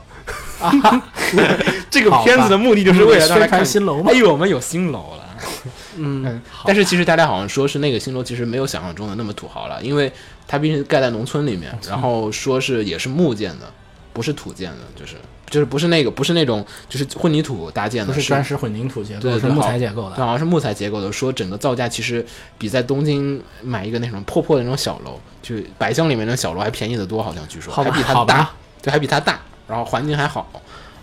[SPEAKER 2] 这个片子的目的就是为了让大家
[SPEAKER 4] 宣传
[SPEAKER 2] 看
[SPEAKER 4] 新楼嘛
[SPEAKER 2] 哎呦，我们有新楼 了。
[SPEAKER 3] 嗯，
[SPEAKER 2] 嗯，但是其实大家好像说是那个新楼其实没有想象中的那么土豪了，因为它毕竟是盖在农村里面，然后说是也是木建的，不是土建的，就是就是不是那个不是那种就是混凝土搭建的，
[SPEAKER 4] 不是砖石混凝土结构，
[SPEAKER 2] 对
[SPEAKER 4] 是
[SPEAKER 2] 对
[SPEAKER 4] 木
[SPEAKER 2] 好
[SPEAKER 4] 材结构
[SPEAKER 2] 对，
[SPEAKER 4] 的。
[SPEAKER 2] 好像是木材结构的，说整个造价其实比在东京买一个那种破破的那种小楼，就百香里面的小楼还便宜得多，好像据说
[SPEAKER 3] 好
[SPEAKER 2] 还
[SPEAKER 3] 吧
[SPEAKER 2] 比它
[SPEAKER 4] 好吧
[SPEAKER 2] 大，对，还比它大，然后环境还好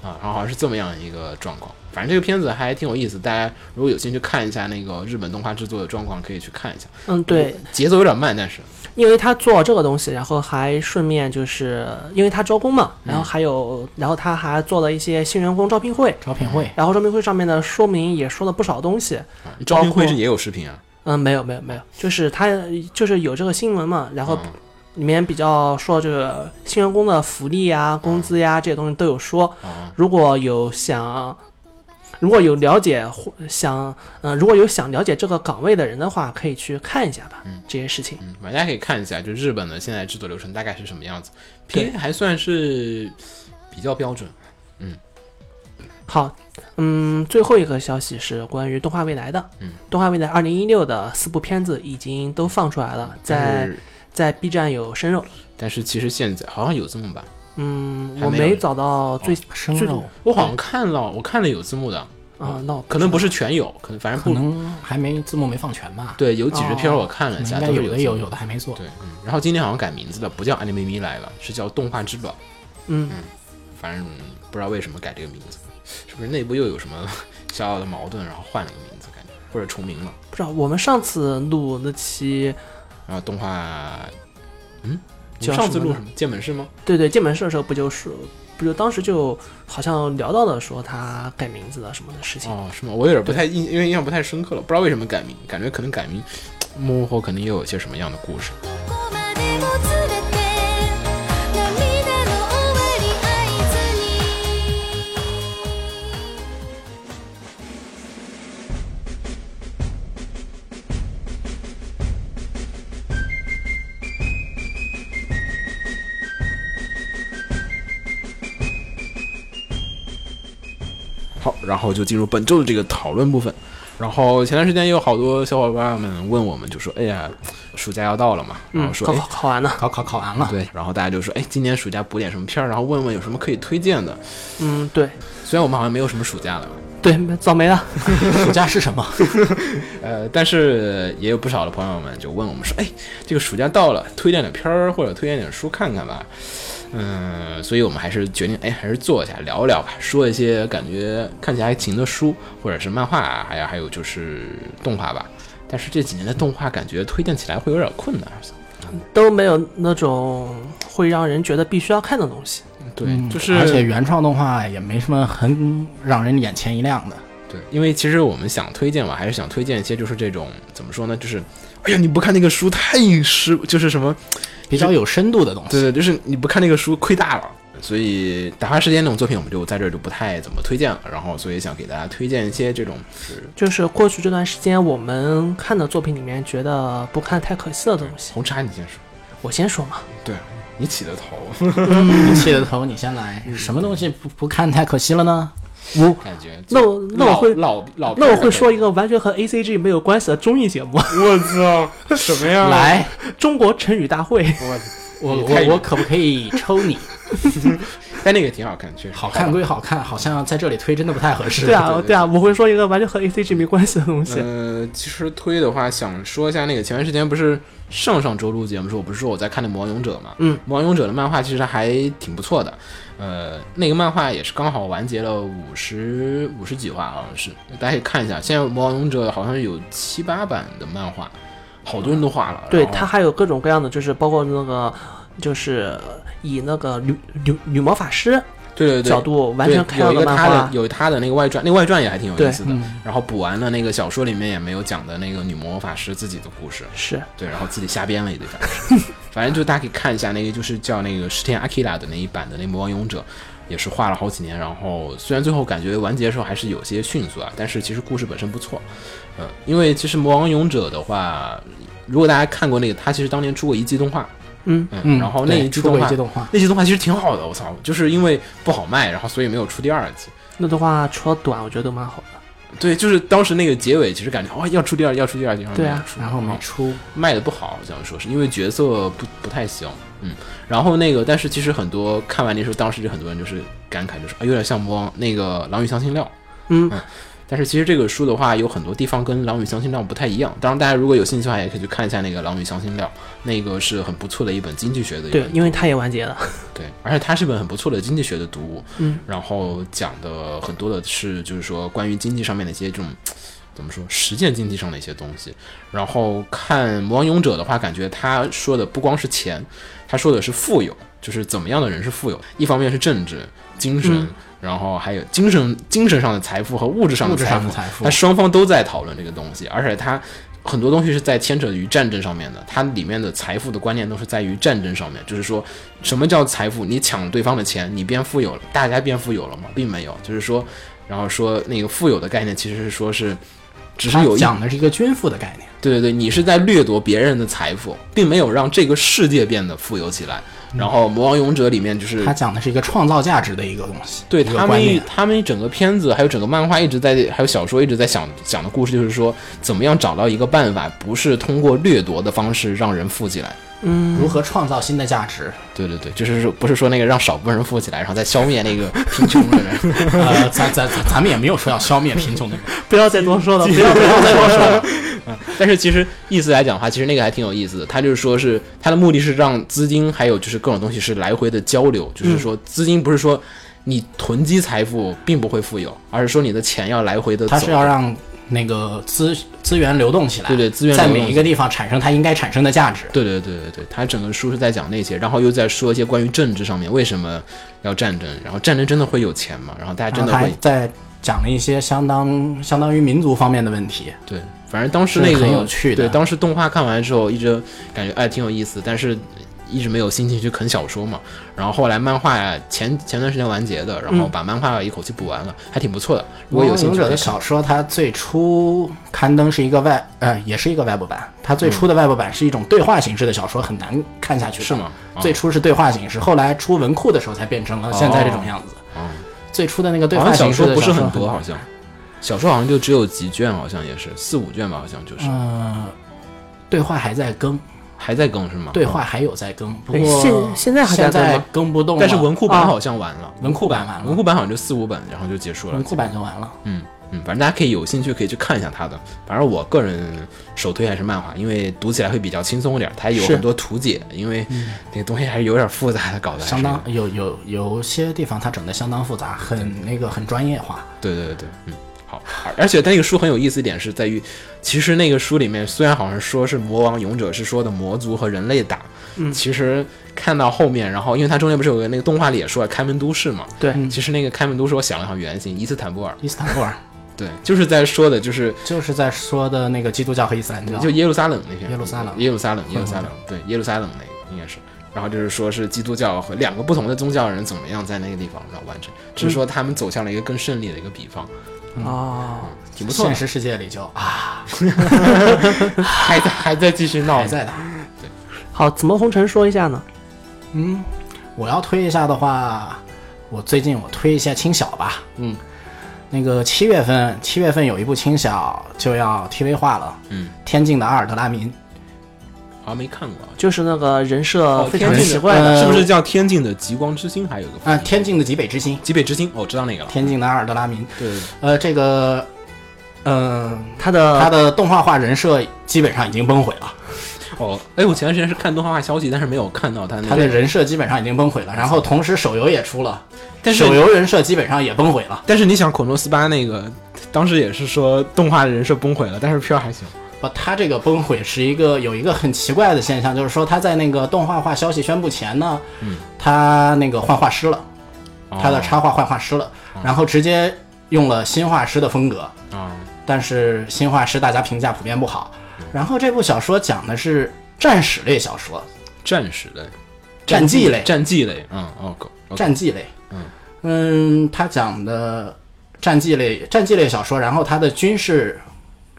[SPEAKER 2] 啊，然后好像是这么样一个状况。反正这个片子还挺有意思，大家如果有兴趣看一下那个日本动画制作的状况，可以去看一下。
[SPEAKER 3] 嗯，对，
[SPEAKER 2] 节奏有点慢，但是
[SPEAKER 3] 因为他做这个东西，然后还顺便就是因为他招工嘛，
[SPEAKER 2] 嗯
[SPEAKER 3] 然后还有，然后他还做了一些新员工招聘会，
[SPEAKER 4] 招聘会，
[SPEAKER 3] 然后招聘会上面的说明也说了不少东西。
[SPEAKER 2] 啊招聘会是也有视频啊，
[SPEAKER 3] 嗯，没有没有没有，就是他就是有这个新闻嘛，然后
[SPEAKER 2] 嗯
[SPEAKER 3] 里面比较说这个新员啊
[SPEAKER 2] 嗯哦
[SPEAKER 3] 工的福利呀、工资呀这些东西都有说。
[SPEAKER 2] 啊
[SPEAKER 3] 如果有想如果有了解或想，嗯、如果有想了解这个岗位的人的话，可以去看一下吧，这些事情。
[SPEAKER 2] 嗯玩家可以看一下，就日本的现在制作流程大概是什么样子，
[SPEAKER 3] 对
[SPEAKER 2] 平还算是比较标准。
[SPEAKER 3] 好，嗯，最后一个消息是关于动画未来的。
[SPEAKER 2] 嗯，
[SPEAKER 3] 动画未来二零一六的四部片子已经都放出来了，
[SPEAKER 2] 嗯但
[SPEAKER 3] 在
[SPEAKER 2] 是
[SPEAKER 3] 在 B 站有生肉。
[SPEAKER 2] 但是其实现在好像有字幕吧？
[SPEAKER 3] 嗯，
[SPEAKER 2] 还
[SPEAKER 3] 我
[SPEAKER 2] 没有
[SPEAKER 3] 没找到最
[SPEAKER 4] 生
[SPEAKER 3] 最
[SPEAKER 4] 肉
[SPEAKER 2] 我好像看了，我看了有字幕的，
[SPEAKER 3] 啊，那我
[SPEAKER 2] 可能不
[SPEAKER 3] 是
[SPEAKER 2] 是全有，可能反正
[SPEAKER 4] 可
[SPEAKER 2] 不
[SPEAKER 4] 能还没字幕没放全吧，
[SPEAKER 2] 对，有几支片儿
[SPEAKER 3] 哦
[SPEAKER 2] 我看了一
[SPEAKER 4] 应
[SPEAKER 2] 下，
[SPEAKER 4] 该
[SPEAKER 2] 都是
[SPEAKER 4] 有的
[SPEAKER 2] 字
[SPEAKER 4] 有，
[SPEAKER 2] 幕
[SPEAKER 4] 有的还没做。
[SPEAKER 2] 对，嗯。然后今天好像改名字了，不叫 Anime 咪来了，是叫动画之宝。
[SPEAKER 3] 嗯，
[SPEAKER 2] 反正不知道为什么改这个名字，是不是内部又有什么小小的矛盾，然后换了个名字，感觉或者重名了。
[SPEAKER 3] 不知道。我们上次录那期，
[SPEAKER 2] 然后动画，嗯，你
[SPEAKER 3] 叫
[SPEAKER 2] 上次
[SPEAKER 3] 什么
[SPEAKER 2] 录
[SPEAKER 3] 呢
[SPEAKER 2] 什么剑本是吗？
[SPEAKER 3] 对对，进门社的时候不就是不就当时就好像聊到了说他改名字啊什么的事情。
[SPEAKER 2] 哦，是吗？我有点不太印，因为印象不太深刻了，不知道为什么改名，感觉可能改名幕后肯定又有些什么样的故事。
[SPEAKER 1] どこまでも連れて涙の終わり合図に
[SPEAKER 2] 好，然后就进入本周的这个讨论部分。然后前段时间也有好多小伙伴们问我们，就说：“哎呀，暑假要到了嘛。”然
[SPEAKER 3] 嗯
[SPEAKER 2] 后，说：“
[SPEAKER 3] 考
[SPEAKER 2] 哎
[SPEAKER 3] 考考完了。
[SPEAKER 4] 考考考完了，
[SPEAKER 2] 对，然后大家就说，哎，今年暑假补点什么片儿，然后问问有什么可以推荐的。
[SPEAKER 3] 嗯，对
[SPEAKER 2] 虽然我们好像没有什么暑假了，
[SPEAKER 3] 对，早没了。
[SPEAKER 4] 暑假是什么？
[SPEAKER 2] 呃，但是也有不少的朋友们就问我们说，哎，这个暑假到了，推荐点片儿或者推荐点书看看吧。嗯，所以我们还是决定，哎，还是坐一下聊一聊吧，说一些感觉看起来还行的书，或者是漫画啊，还有还有就是动画吧。但是这几年的动画感觉推荐起来会有点困难，
[SPEAKER 3] 都没有那种会让人觉得必须要看的东西。
[SPEAKER 2] 对，
[SPEAKER 4] 嗯
[SPEAKER 2] 就是
[SPEAKER 4] 而且原创动画也没什么很让人眼前一亮的。
[SPEAKER 2] 对，因为其实我们想推荐嘛，还是想推荐一些就是这种怎么说呢，就是哎呀，你不看那个书太失，就是什么，
[SPEAKER 4] 比较有深度的东西。
[SPEAKER 2] 对对，就是你不看那个书亏大了。所以打发时间那种作品，我们就在这儿就不太怎么推荐了。然后，所以想给大家推荐一些这种，
[SPEAKER 3] 就是过去这段时间我们看的作品里面，觉得不看太可惜的东西。
[SPEAKER 2] 红茶你先说，
[SPEAKER 3] 我先说嘛，
[SPEAKER 2] 对你起的头，
[SPEAKER 4] 你起的头，你先来。什么东西不不看太可惜了呢？我
[SPEAKER 2] 感觉
[SPEAKER 3] 那我那我会
[SPEAKER 2] 老老
[SPEAKER 3] 那我会说一个完全和 A C G 没有关系的综艺节目
[SPEAKER 2] 我操什么呀？
[SPEAKER 4] 来，
[SPEAKER 3] 《中国成语大会》。
[SPEAKER 2] 我
[SPEAKER 4] 我
[SPEAKER 2] 啊你太
[SPEAKER 4] 我我可不可以抽你？
[SPEAKER 2] 但那个挺好看，确实
[SPEAKER 4] 好看归好看，好像在这里推真的不太合适。
[SPEAKER 3] 对啊，
[SPEAKER 2] 对
[SPEAKER 3] 对啊，我会说一个完全和 A C G 没关系的东西。
[SPEAKER 2] 呃，其实推的话，想说一下那个前段时间不是上上周录节目的时候，我不是说我在看那《魔王勇者》嘛？
[SPEAKER 3] 嗯，
[SPEAKER 2] 《魔王勇者》的漫画其实还挺不错的，呃，那个漫画也是刚好完结了五十五十几话，好像是，大家可以看一下。现在《魔王勇者》好像有七八版的漫画，好多人都画了。
[SPEAKER 3] 对，
[SPEAKER 2] 然后
[SPEAKER 3] 它还有各种各样的，就是包括那个，就是以那个女女女魔法师
[SPEAKER 2] 对对对
[SPEAKER 3] 角度完
[SPEAKER 2] 对
[SPEAKER 3] 全开
[SPEAKER 2] 有
[SPEAKER 3] 了
[SPEAKER 2] 一个
[SPEAKER 3] 漫
[SPEAKER 2] 他的
[SPEAKER 3] 画。
[SPEAKER 2] 有他的那个外传，那个外传也还挺有意
[SPEAKER 3] 对嗯
[SPEAKER 2] 思的。然后补完了那个小说里面也没有讲的那个女魔法师自己的故事。
[SPEAKER 3] 是，
[SPEAKER 2] 对，然后自己瞎编了一堆，反正 是，反正就大家可以看一下那个，就是叫那个石田阿基拉的那一版的那《魔王勇者》，也是画了好几年，然后虽然最后感觉完结的时候还是有些迅速啊，但是其实故事本身不错，嗯，因为其实《魔王勇者》的话，如果大家看过那个，他其实当年出过一季动画，
[SPEAKER 3] 嗯
[SPEAKER 2] 嗯，
[SPEAKER 4] 嗯，
[SPEAKER 2] 然后那
[SPEAKER 4] 对
[SPEAKER 2] 一季
[SPEAKER 4] 出
[SPEAKER 2] 动
[SPEAKER 4] 过
[SPEAKER 2] 画
[SPEAKER 4] 一。季动画，
[SPEAKER 2] 那季动画其实挺好的，我操！就是因为不好卖，然后所以没有出第二季。
[SPEAKER 3] 那的话除了短，我觉得都蛮好的。
[SPEAKER 2] 对，就是当时那个结尾，其实感觉哦要出第二，要出第二季，然后没
[SPEAKER 3] 对
[SPEAKER 2] 有
[SPEAKER 3] 啊
[SPEAKER 2] 出嗯
[SPEAKER 4] 然后没出。
[SPEAKER 2] 卖的不好，好像说是因为角色不不太行，嗯，然后那个，但是其实很多看完那时候，当时就很多人就是感慨，就是啊，有点像魔王那个《狼与香辛料》，
[SPEAKER 3] 嗯
[SPEAKER 2] 嗯，但是其实这个书的话，有很多地方跟《狼与香辛料》不太一样。当然，大家如果有兴趣的话，也可以去看一下那个《狼与香辛料》，那个是很不错的一本经济学的一
[SPEAKER 3] 对
[SPEAKER 2] 本，
[SPEAKER 3] 因为它也完结了。
[SPEAKER 2] 对，而且它是本很不错的经济学的读物，
[SPEAKER 3] 嗯，
[SPEAKER 2] 然后讲的很多的是就是说关于经济上面的一些这种怎么说实践经济上的一些东西。然后看《魔王勇者》的话，感觉他说的不光是钱，他说的是富有，就是怎么样的人是富有。一方面是政治、精神，
[SPEAKER 3] 嗯
[SPEAKER 2] 然后还有精神精神上的财富和物质上的
[SPEAKER 4] 物质
[SPEAKER 2] 财
[SPEAKER 4] 上
[SPEAKER 2] 富
[SPEAKER 4] 的。财富
[SPEAKER 2] 但，双方都在讨论这个东西，而且他很多东西是在牵扯于战争上面的，它里面的财富的观念都是在于战争上面，就是说什么叫财富？你抢了对方的钱，你变富有了，大家变富有了吗？并没有，就是说，然后说那个富有的概念其实是说是，只是
[SPEAKER 4] 他
[SPEAKER 2] 有一
[SPEAKER 4] 讲的是一个均富的概念。
[SPEAKER 2] 对对对，你是在掠夺别人的财富，并没有让这个世界变得富有起来。然后《魔王勇者》里面就是
[SPEAKER 4] 他讲的是一个创造价值的一个东西，
[SPEAKER 2] 对
[SPEAKER 4] 一个
[SPEAKER 2] 他
[SPEAKER 4] 观
[SPEAKER 2] 们一
[SPEAKER 4] 念
[SPEAKER 2] 他们一整个片子还有整个漫画一直在还有小说一直在想讲的故事，就是说怎么样找到一个办法，不是通过掠夺的方式让人富起来。
[SPEAKER 4] 如何创造新的价值，
[SPEAKER 2] 对对对，就是说不是说那个让少部分人富起来，然后再消灭那个贫穷的人。
[SPEAKER 4] 呃，咱咱咱咱们也没有说要消灭贫穷的人，
[SPEAKER 3] 不要再多说
[SPEAKER 4] 啊
[SPEAKER 3] 了，不要不要再多说了。
[SPEAKER 2] 嗯但是其实意思来讲的话，其实那个还挺有意思的。他就是说是他的目的是让资金还有就是各种东西是来回的交流，
[SPEAKER 4] 嗯
[SPEAKER 2] 就是说资金不是说你囤积财富并不会富有，而是说你的钱要来回的走。
[SPEAKER 4] 他是要让那个资资源流动起来，
[SPEAKER 2] 对对资源
[SPEAKER 4] 在
[SPEAKER 2] 流动
[SPEAKER 4] 每一个地方产生它应该产生的价值。
[SPEAKER 2] 对对对对对，他整个书是在讲那些，然后又在说一些关于政治上面为什么要战争，然后战争真的会有钱吗？然后大家真
[SPEAKER 4] 然后
[SPEAKER 2] 的
[SPEAKER 4] 他还
[SPEAKER 2] 会
[SPEAKER 4] 在讲了一些相当相当于民族方面的问题，
[SPEAKER 2] 对，反正当时那
[SPEAKER 4] 是
[SPEAKER 2] 个
[SPEAKER 4] 很有趣的
[SPEAKER 2] 对，当时动画看完之后，一直感觉哎挺有意思，但是一直没有心情去啃小说嘛。然后后来漫画前前段时间完结的，然后把漫画一口气补完了，还挺不错的。如果有兴
[SPEAKER 4] 勇
[SPEAKER 2] 趣
[SPEAKER 4] 者
[SPEAKER 2] 可以
[SPEAKER 4] 的
[SPEAKER 2] 看，
[SPEAKER 4] 小说，它最初刊登是一个外呃，也是一个 Web 版，它
[SPEAKER 2] 嗯
[SPEAKER 4] 最初的 Web 版是一种对话形式的小说，很难看下去的
[SPEAKER 2] 是吗哦
[SPEAKER 4] 最初是对话形式，后来出文库的时候才变成了现在这种样子。
[SPEAKER 2] 哦
[SPEAKER 4] 最初的那个对
[SPEAKER 2] 好
[SPEAKER 4] 话
[SPEAKER 2] 像小
[SPEAKER 4] 形式
[SPEAKER 2] 说
[SPEAKER 4] 的
[SPEAKER 2] 不是
[SPEAKER 4] 小
[SPEAKER 2] 很
[SPEAKER 4] 说
[SPEAKER 2] 多，好像小说好像就只有几卷，好像也是四五卷吧，好像就是、
[SPEAKER 4] 嗯，对话还在更，
[SPEAKER 2] 还在更是吗？
[SPEAKER 4] 对话还有在更，不过
[SPEAKER 3] 现现在还在
[SPEAKER 4] 现
[SPEAKER 3] 更吗
[SPEAKER 4] 在更不动了。
[SPEAKER 2] 但是文库版
[SPEAKER 3] 啊
[SPEAKER 2] 好像完了，
[SPEAKER 4] 文库版完了，
[SPEAKER 2] 文库版好像就四五本，然后就结束了。
[SPEAKER 4] 文库版就完了。
[SPEAKER 2] 嗯，嗯，反正大家可以有兴趣可以去看一下他的。反正我个人首推还是漫画，因为读起来会比较轻松一点。它有
[SPEAKER 4] 是嗯
[SPEAKER 2] 很多图解，因为那个东西还是有点复杂的，搞得还是
[SPEAKER 4] 相当有有有些地方它整的相当复杂，很那个很专业化。
[SPEAKER 2] 对对对对，嗯，好。而而且它那个书很有意思一点是在于，其实那个书里面虽然好像说是魔王勇者是说的魔族和人类打，
[SPEAKER 3] 嗯
[SPEAKER 2] 其实看到后面，然后因为它中间不是有个那个动画里也说了开门都市嘛，
[SPEAKER 3] 对
[SPEAKER 4] 嗯
[SPEAKER 2] 其实那个开门都市我想了想原型伊斯坦布尔，
[SPEAKER 4] 伊斯坦布尔
[SPEAKER 2] 对，就是在说的就是
[SPEAKER 4] 就是在说的那个基督教和伊斯兰教，
[SPEAKER 2] 就耶路撒冷那篇，
[SPEAKER 4] 耶路撒冷嗯
[SPEAKER 2] 耶路撒冷，耶路撒冷，对，耶路撒冷那个应该是。然后就是说是基督教和两个不同的宗教人怎么样在那个地方然后完成，只是说他们走向了一个更胜利的一个比方，
[SPEAKER 3] 哦，
[SPEAKER 2] 挺不错
[SPEAKER 4] 现
[SPEAKER 2] 的。
[SPEAKER 4] 实世界里就啊
[SPEAKER 2] 还在还在继续闹
[SPEAKER 4] 还，在打。
[SPEAKER 3] 好，怎么红尘说一下呢？
[SPEAKER 4] 嗯，我要推一下的话，我最近我推一下轻小吧。
[SPEAKER 2] 嗯，
[SPEAKER 4] 那个七月份，七月份有一部轻小就要 TV 化了，
[SPEAKER 2] 嗯，
[SPEAKER 4] 天境的阿尔特拉民，
[SPEAKER 2] 好像没看过啊。
[SPEAKER 3] 就是那个人设
[SPEAKER 2] 哦，
[SPEAKER 3] 非
[SPEAKER 2] 天
[SPEAKER 3] 常
[SPEAKER 2] 境
[SPEAKER 3] 奇怪的，
[SPEAKER 4] 呃
[SPEAKER 2] 是不是叫《天境的极光之星》？还有一个
[SPEAKER 4] 啊，天境的极北之星，
[SPEAKER 2] 极北之星，哦我知道那个了。
[SPEAKER 4] 天境的阿尔特拉民，
[SPEAKER 2] 对对对，
[SPEAKER 4] 呃，这个，嗯、
[SPEAKER 3] 他的
[SPEAKER 4] 他的动画化人设基本上已经崩毁了，
[SPEAKER 2] 哦，哎，我前段时间是看动画化消息，但是没有看到他那
[SPEAKER 4] 他
[SPEAKER 2] 个
[SPEAKER 4] 的，人设基本上已经崩毁了，然后同时手游也出了，
[SPEAKER 2] 但是
[SPEAKER 4] 手游人设基本上也崩毁了。
[SPEAKER 2] 但是你想，孔诺斯巴那个当时也是说动画人设崩溃了，但是片儿还行。
[SPEAKER 4] 不，他这个崩毁是一个有一个很奇怪的现象，就是说他在那个动画化消息宣布前呢，
[SPEAKER 2] 嗯
[SPEAKER 4] 他那个换画师了，他的
[SPEAKER 2] 哦
[SPEAKER 4] 插画换画师了，然后直接用了新画师的风格，
[SPEAKER 2] 啊，
[SPEAKER 4] 但是新画师大家评价普遍不好。然后这部小说讲的是战史类小说，
[SPEAKER 2] 战士类。
[SPEAKER 4] 战绩类，
[SPEAKER 2] 战绩类，嗯，哦，狗，哦
[SPEAKER 4] 战绩类，
[SPEAKER 2] 嗯
[SPEAKER 4] 嗯，他讲的战绩类战绩类小说，然后他的军事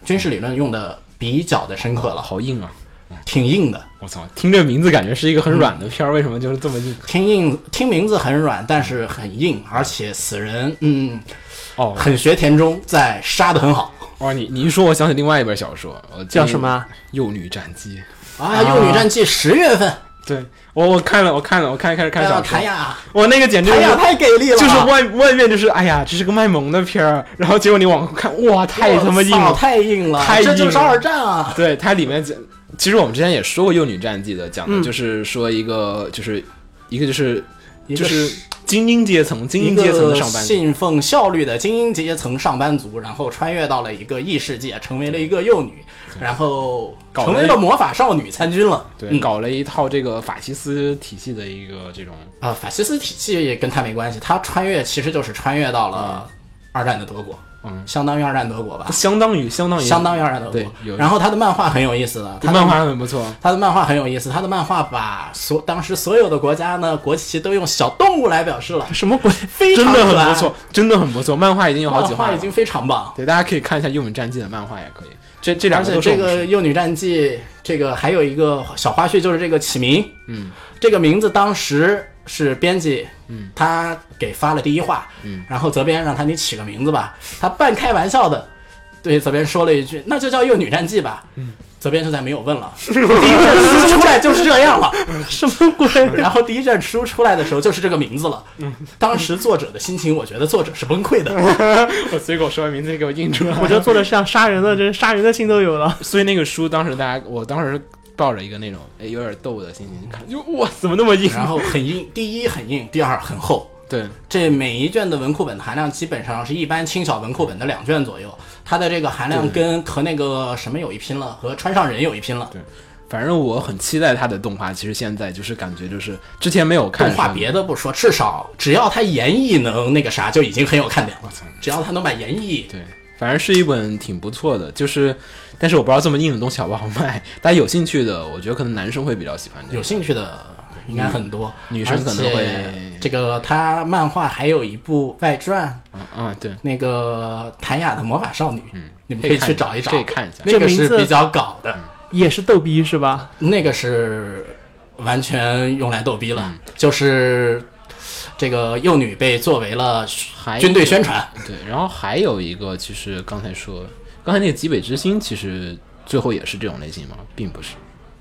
[SPEAKER 4] 军事理论用的比较的深刻了，
[SPEAKER 2] 好硬啊！
[SPEAKER 4] 挺硬的，
[SPEAKER 2] 我操，听这名字感觉是一个很软的片
[SPEAKER 4] 嗯
[SPEAKER 2] 儿，为什么就是这么硬？
[SPEAKER 4] 听硬听名字很软，但是很
[SPEAKER 2] 嗯
[SPEAKER 4] 硬，而且死人，嗯，
[SPEAKER 2] 哦
[SPEAKER 4] 很学田中，在杀的很好
[SPEAKER 2] 哦，你你一说，我想起另外一本小说，我
[SPEAKER 3] 叫什么？啊？
[SPEAKER 2] 《幼女战记》。
[SPEAKER 4] 啊！幼女战记十月份
[SPEAKER 2] 对我我看了，我看了，我看开始看
[SPEAKER 4] 要
[SPEAKER 2] 小
[SPEAKER 4] 谭
[SPEAKER 2] 说，
[SPEAKER 4] 雅，
[SPEAKER 2] 我那个简直
[SPEAKER 4] 谭雅
[SPEAKER 2] 就是
[SPEAKER 4] 太给力了，
[SPEAKER 2] 就是外外面就是哎呀，这是个卖萌的片儿，然后结果你往后看，哇，太他妈硬
[SPEAKER 4] 我操
[SPEAKER 2] 了，
[SPEAKER 4] 太硬了，
[SPEAKER 2] 太硬
[SPEAKER 4] 这
[SPEAKER 2] 了
[SPEAKER 4] 就是二战啊！
[SPEAKER 2] 对，它里面讲，其实我们之前也说过《幼女战记》的，讲
[SPEAKER 4] 嗯
[SPEAKER 2] 的就是说一个就是一个就是
[SPEAKER 4] 一个
[SPEAKER 2] 就是精英阶层，精
[SPEAKER 4] 一
[SPEAKER 2] 英
[SPEAKER 4] 个
[SPEAKER 2] 阶层的上班族。
[SPEAKER 4] 信奉效率的精英阶层上班族，然后穿越到了一个异世界，成为了一个幼女，然后
[SPEAKER 2] 搞
[SPEAKER 4] 成为
[SPEAKER 2] 了
[SPEAKER 4] 了魔法少女，参军了。
[SPEAKER 2] 对，
[SPEAKER 4] 嗯
[SPEAKER 2] 搞了一套这个法西斯体系的一个这种，
[SPEAKER 4] 啊，法西斯体系也跟他没关系，他穿越其实就是穿越到了。二战的德国，
[SPEAKER 2] 嗯
[SPEAKER 4] 相当于二战德国吧，
[SPEAKER 2] 相当于相当于
[SPEAKER 4] 啊相当于二战德
[SPEAKER 2] 对有
[SPEAKER 4] 国。然后他的漫画很有意思的，他的
[SPEAKER 2] 漫画很不错，
[SPEAKER 4] 他的漫画很有意思，他的漫画把所当时所有的国家呢国旗都用小动物来表示了，
[SPEAKER 2] 什么 鬼？
[SPEAKER 4] 非
[SPEAKER 2] 真
[SPEAKER 4] 常
[SPEAKER 2] 的很
[SPEAKER 4] 可爱
[SPEAKER 2] 不错，真的很不错。漫画已经有好
[SPEAKER 4] 漫
[SPEAKER 2] 几
[SPEAKER 4] 画
[SPEAKER 2] 话
[SPEAKER 4] 已
[SPEAKER 2] 了，
[SPEAKER 4] 经非常棒。
[SPEAKER 2] 对，大家可以看一下《幽冥战记》的漫画也可以。这这两
[SPEAKER 4] 而
[SPEAKER 2] 个
[SPEAKER 4] 且
[SPEAKER 2] 都是
[SPEAKER 4] 这
[SPEAKER 2] 我们
[SPEAKER 4] 个《幼女战记》这个还有一个小花絮，就是这个起名，
[SPEAKER 2] 嗯，
[SPEAKER 4] 这个名字当时是编辑，嗯，他给发了第一话，
[SPEAKER 2] 嗯，
[SPEAKER 4] 然后责编让他你起个名字吧，他半开玩笑的对责编说了一句，那就叫《幼女战记》吧，嗯，责编就在没有 问了，第一卷书出来就是这样了，什么鬼？然后第一卷书出来的时候就是这个名字了，
[SPEAKER 2] 嗯
[SPEAKER 4] 当时作者的心情，我觉得作者是崩 溃的，
[SPEAKER 2] 我随口说完名字就给我印出来。
[SPEAKER 5] 我觉得作者是想杀人的，这杀人的心都有 了。
[SPEAKER 2] 所以那个书当时大家，我当时抱着一个那种哎有点逗的心情看，就哇怎么那么硬？
[SPEAKER 4] 然后很硬，第一很硬，第二很厚。
[SPEAKER 2] 对，
[SPEAKER 4] 这每一卷的文库本的含量基本上是一般轻小文库本的两卷左右，它的这个含量跟和那个什么有一拼了，和川上人有一拼了。
[SPEAKER 2] 反正我很期待它的动画。其实现在就是感觉就是之前没有看
[SPEAKER 4] 动画
[SPEAKER 2] 上
[SPEAKER 4] 别的不说，至少只要它演绎能那个啥，就已经很有看点了。只要它能把演绎，
[SPEAKER 2] 对，反正是一本挺不错的，就是但是我不知道这么硬的东西好不好卖。大家有兴趣的，我觉得可能男生会比较喜欢这
[SPEAKER 4] 有
[SPEAKER 2] 个。
[SPEAKER 4] 兴趣的应该很多。
[SPEAKER 2] 女生可能会
[SPEAKER 4] 而且这个它漫画还有一部外传，
[SPEAKER 2] 嗯，对，
[SPEAKER 4] 那个《谭雅的魔法少女》，你们可以
[SPEAKER 2] 看
[SPEAKER 4] 去找一找
[SPEAKER 2] 嗯可以，看一下。
[SPEAKER 4] 那个是
[SPEAKER 5] 这名字
[SPEAKER 4] 比较搞的。
[SPEAKER 5] 也是逗逼是吧？
[SPEAKER 4] 那个是完全用来逗逼了，就是这个幼女被作为了
[SPEAKER 2] 还
[SPEAKER 4] 军队宣传，
[SPEAKER 2] 对，然后还有一个，其实刚才说，刚才那个极北之星，其实最后也是这种类型吗？并不是。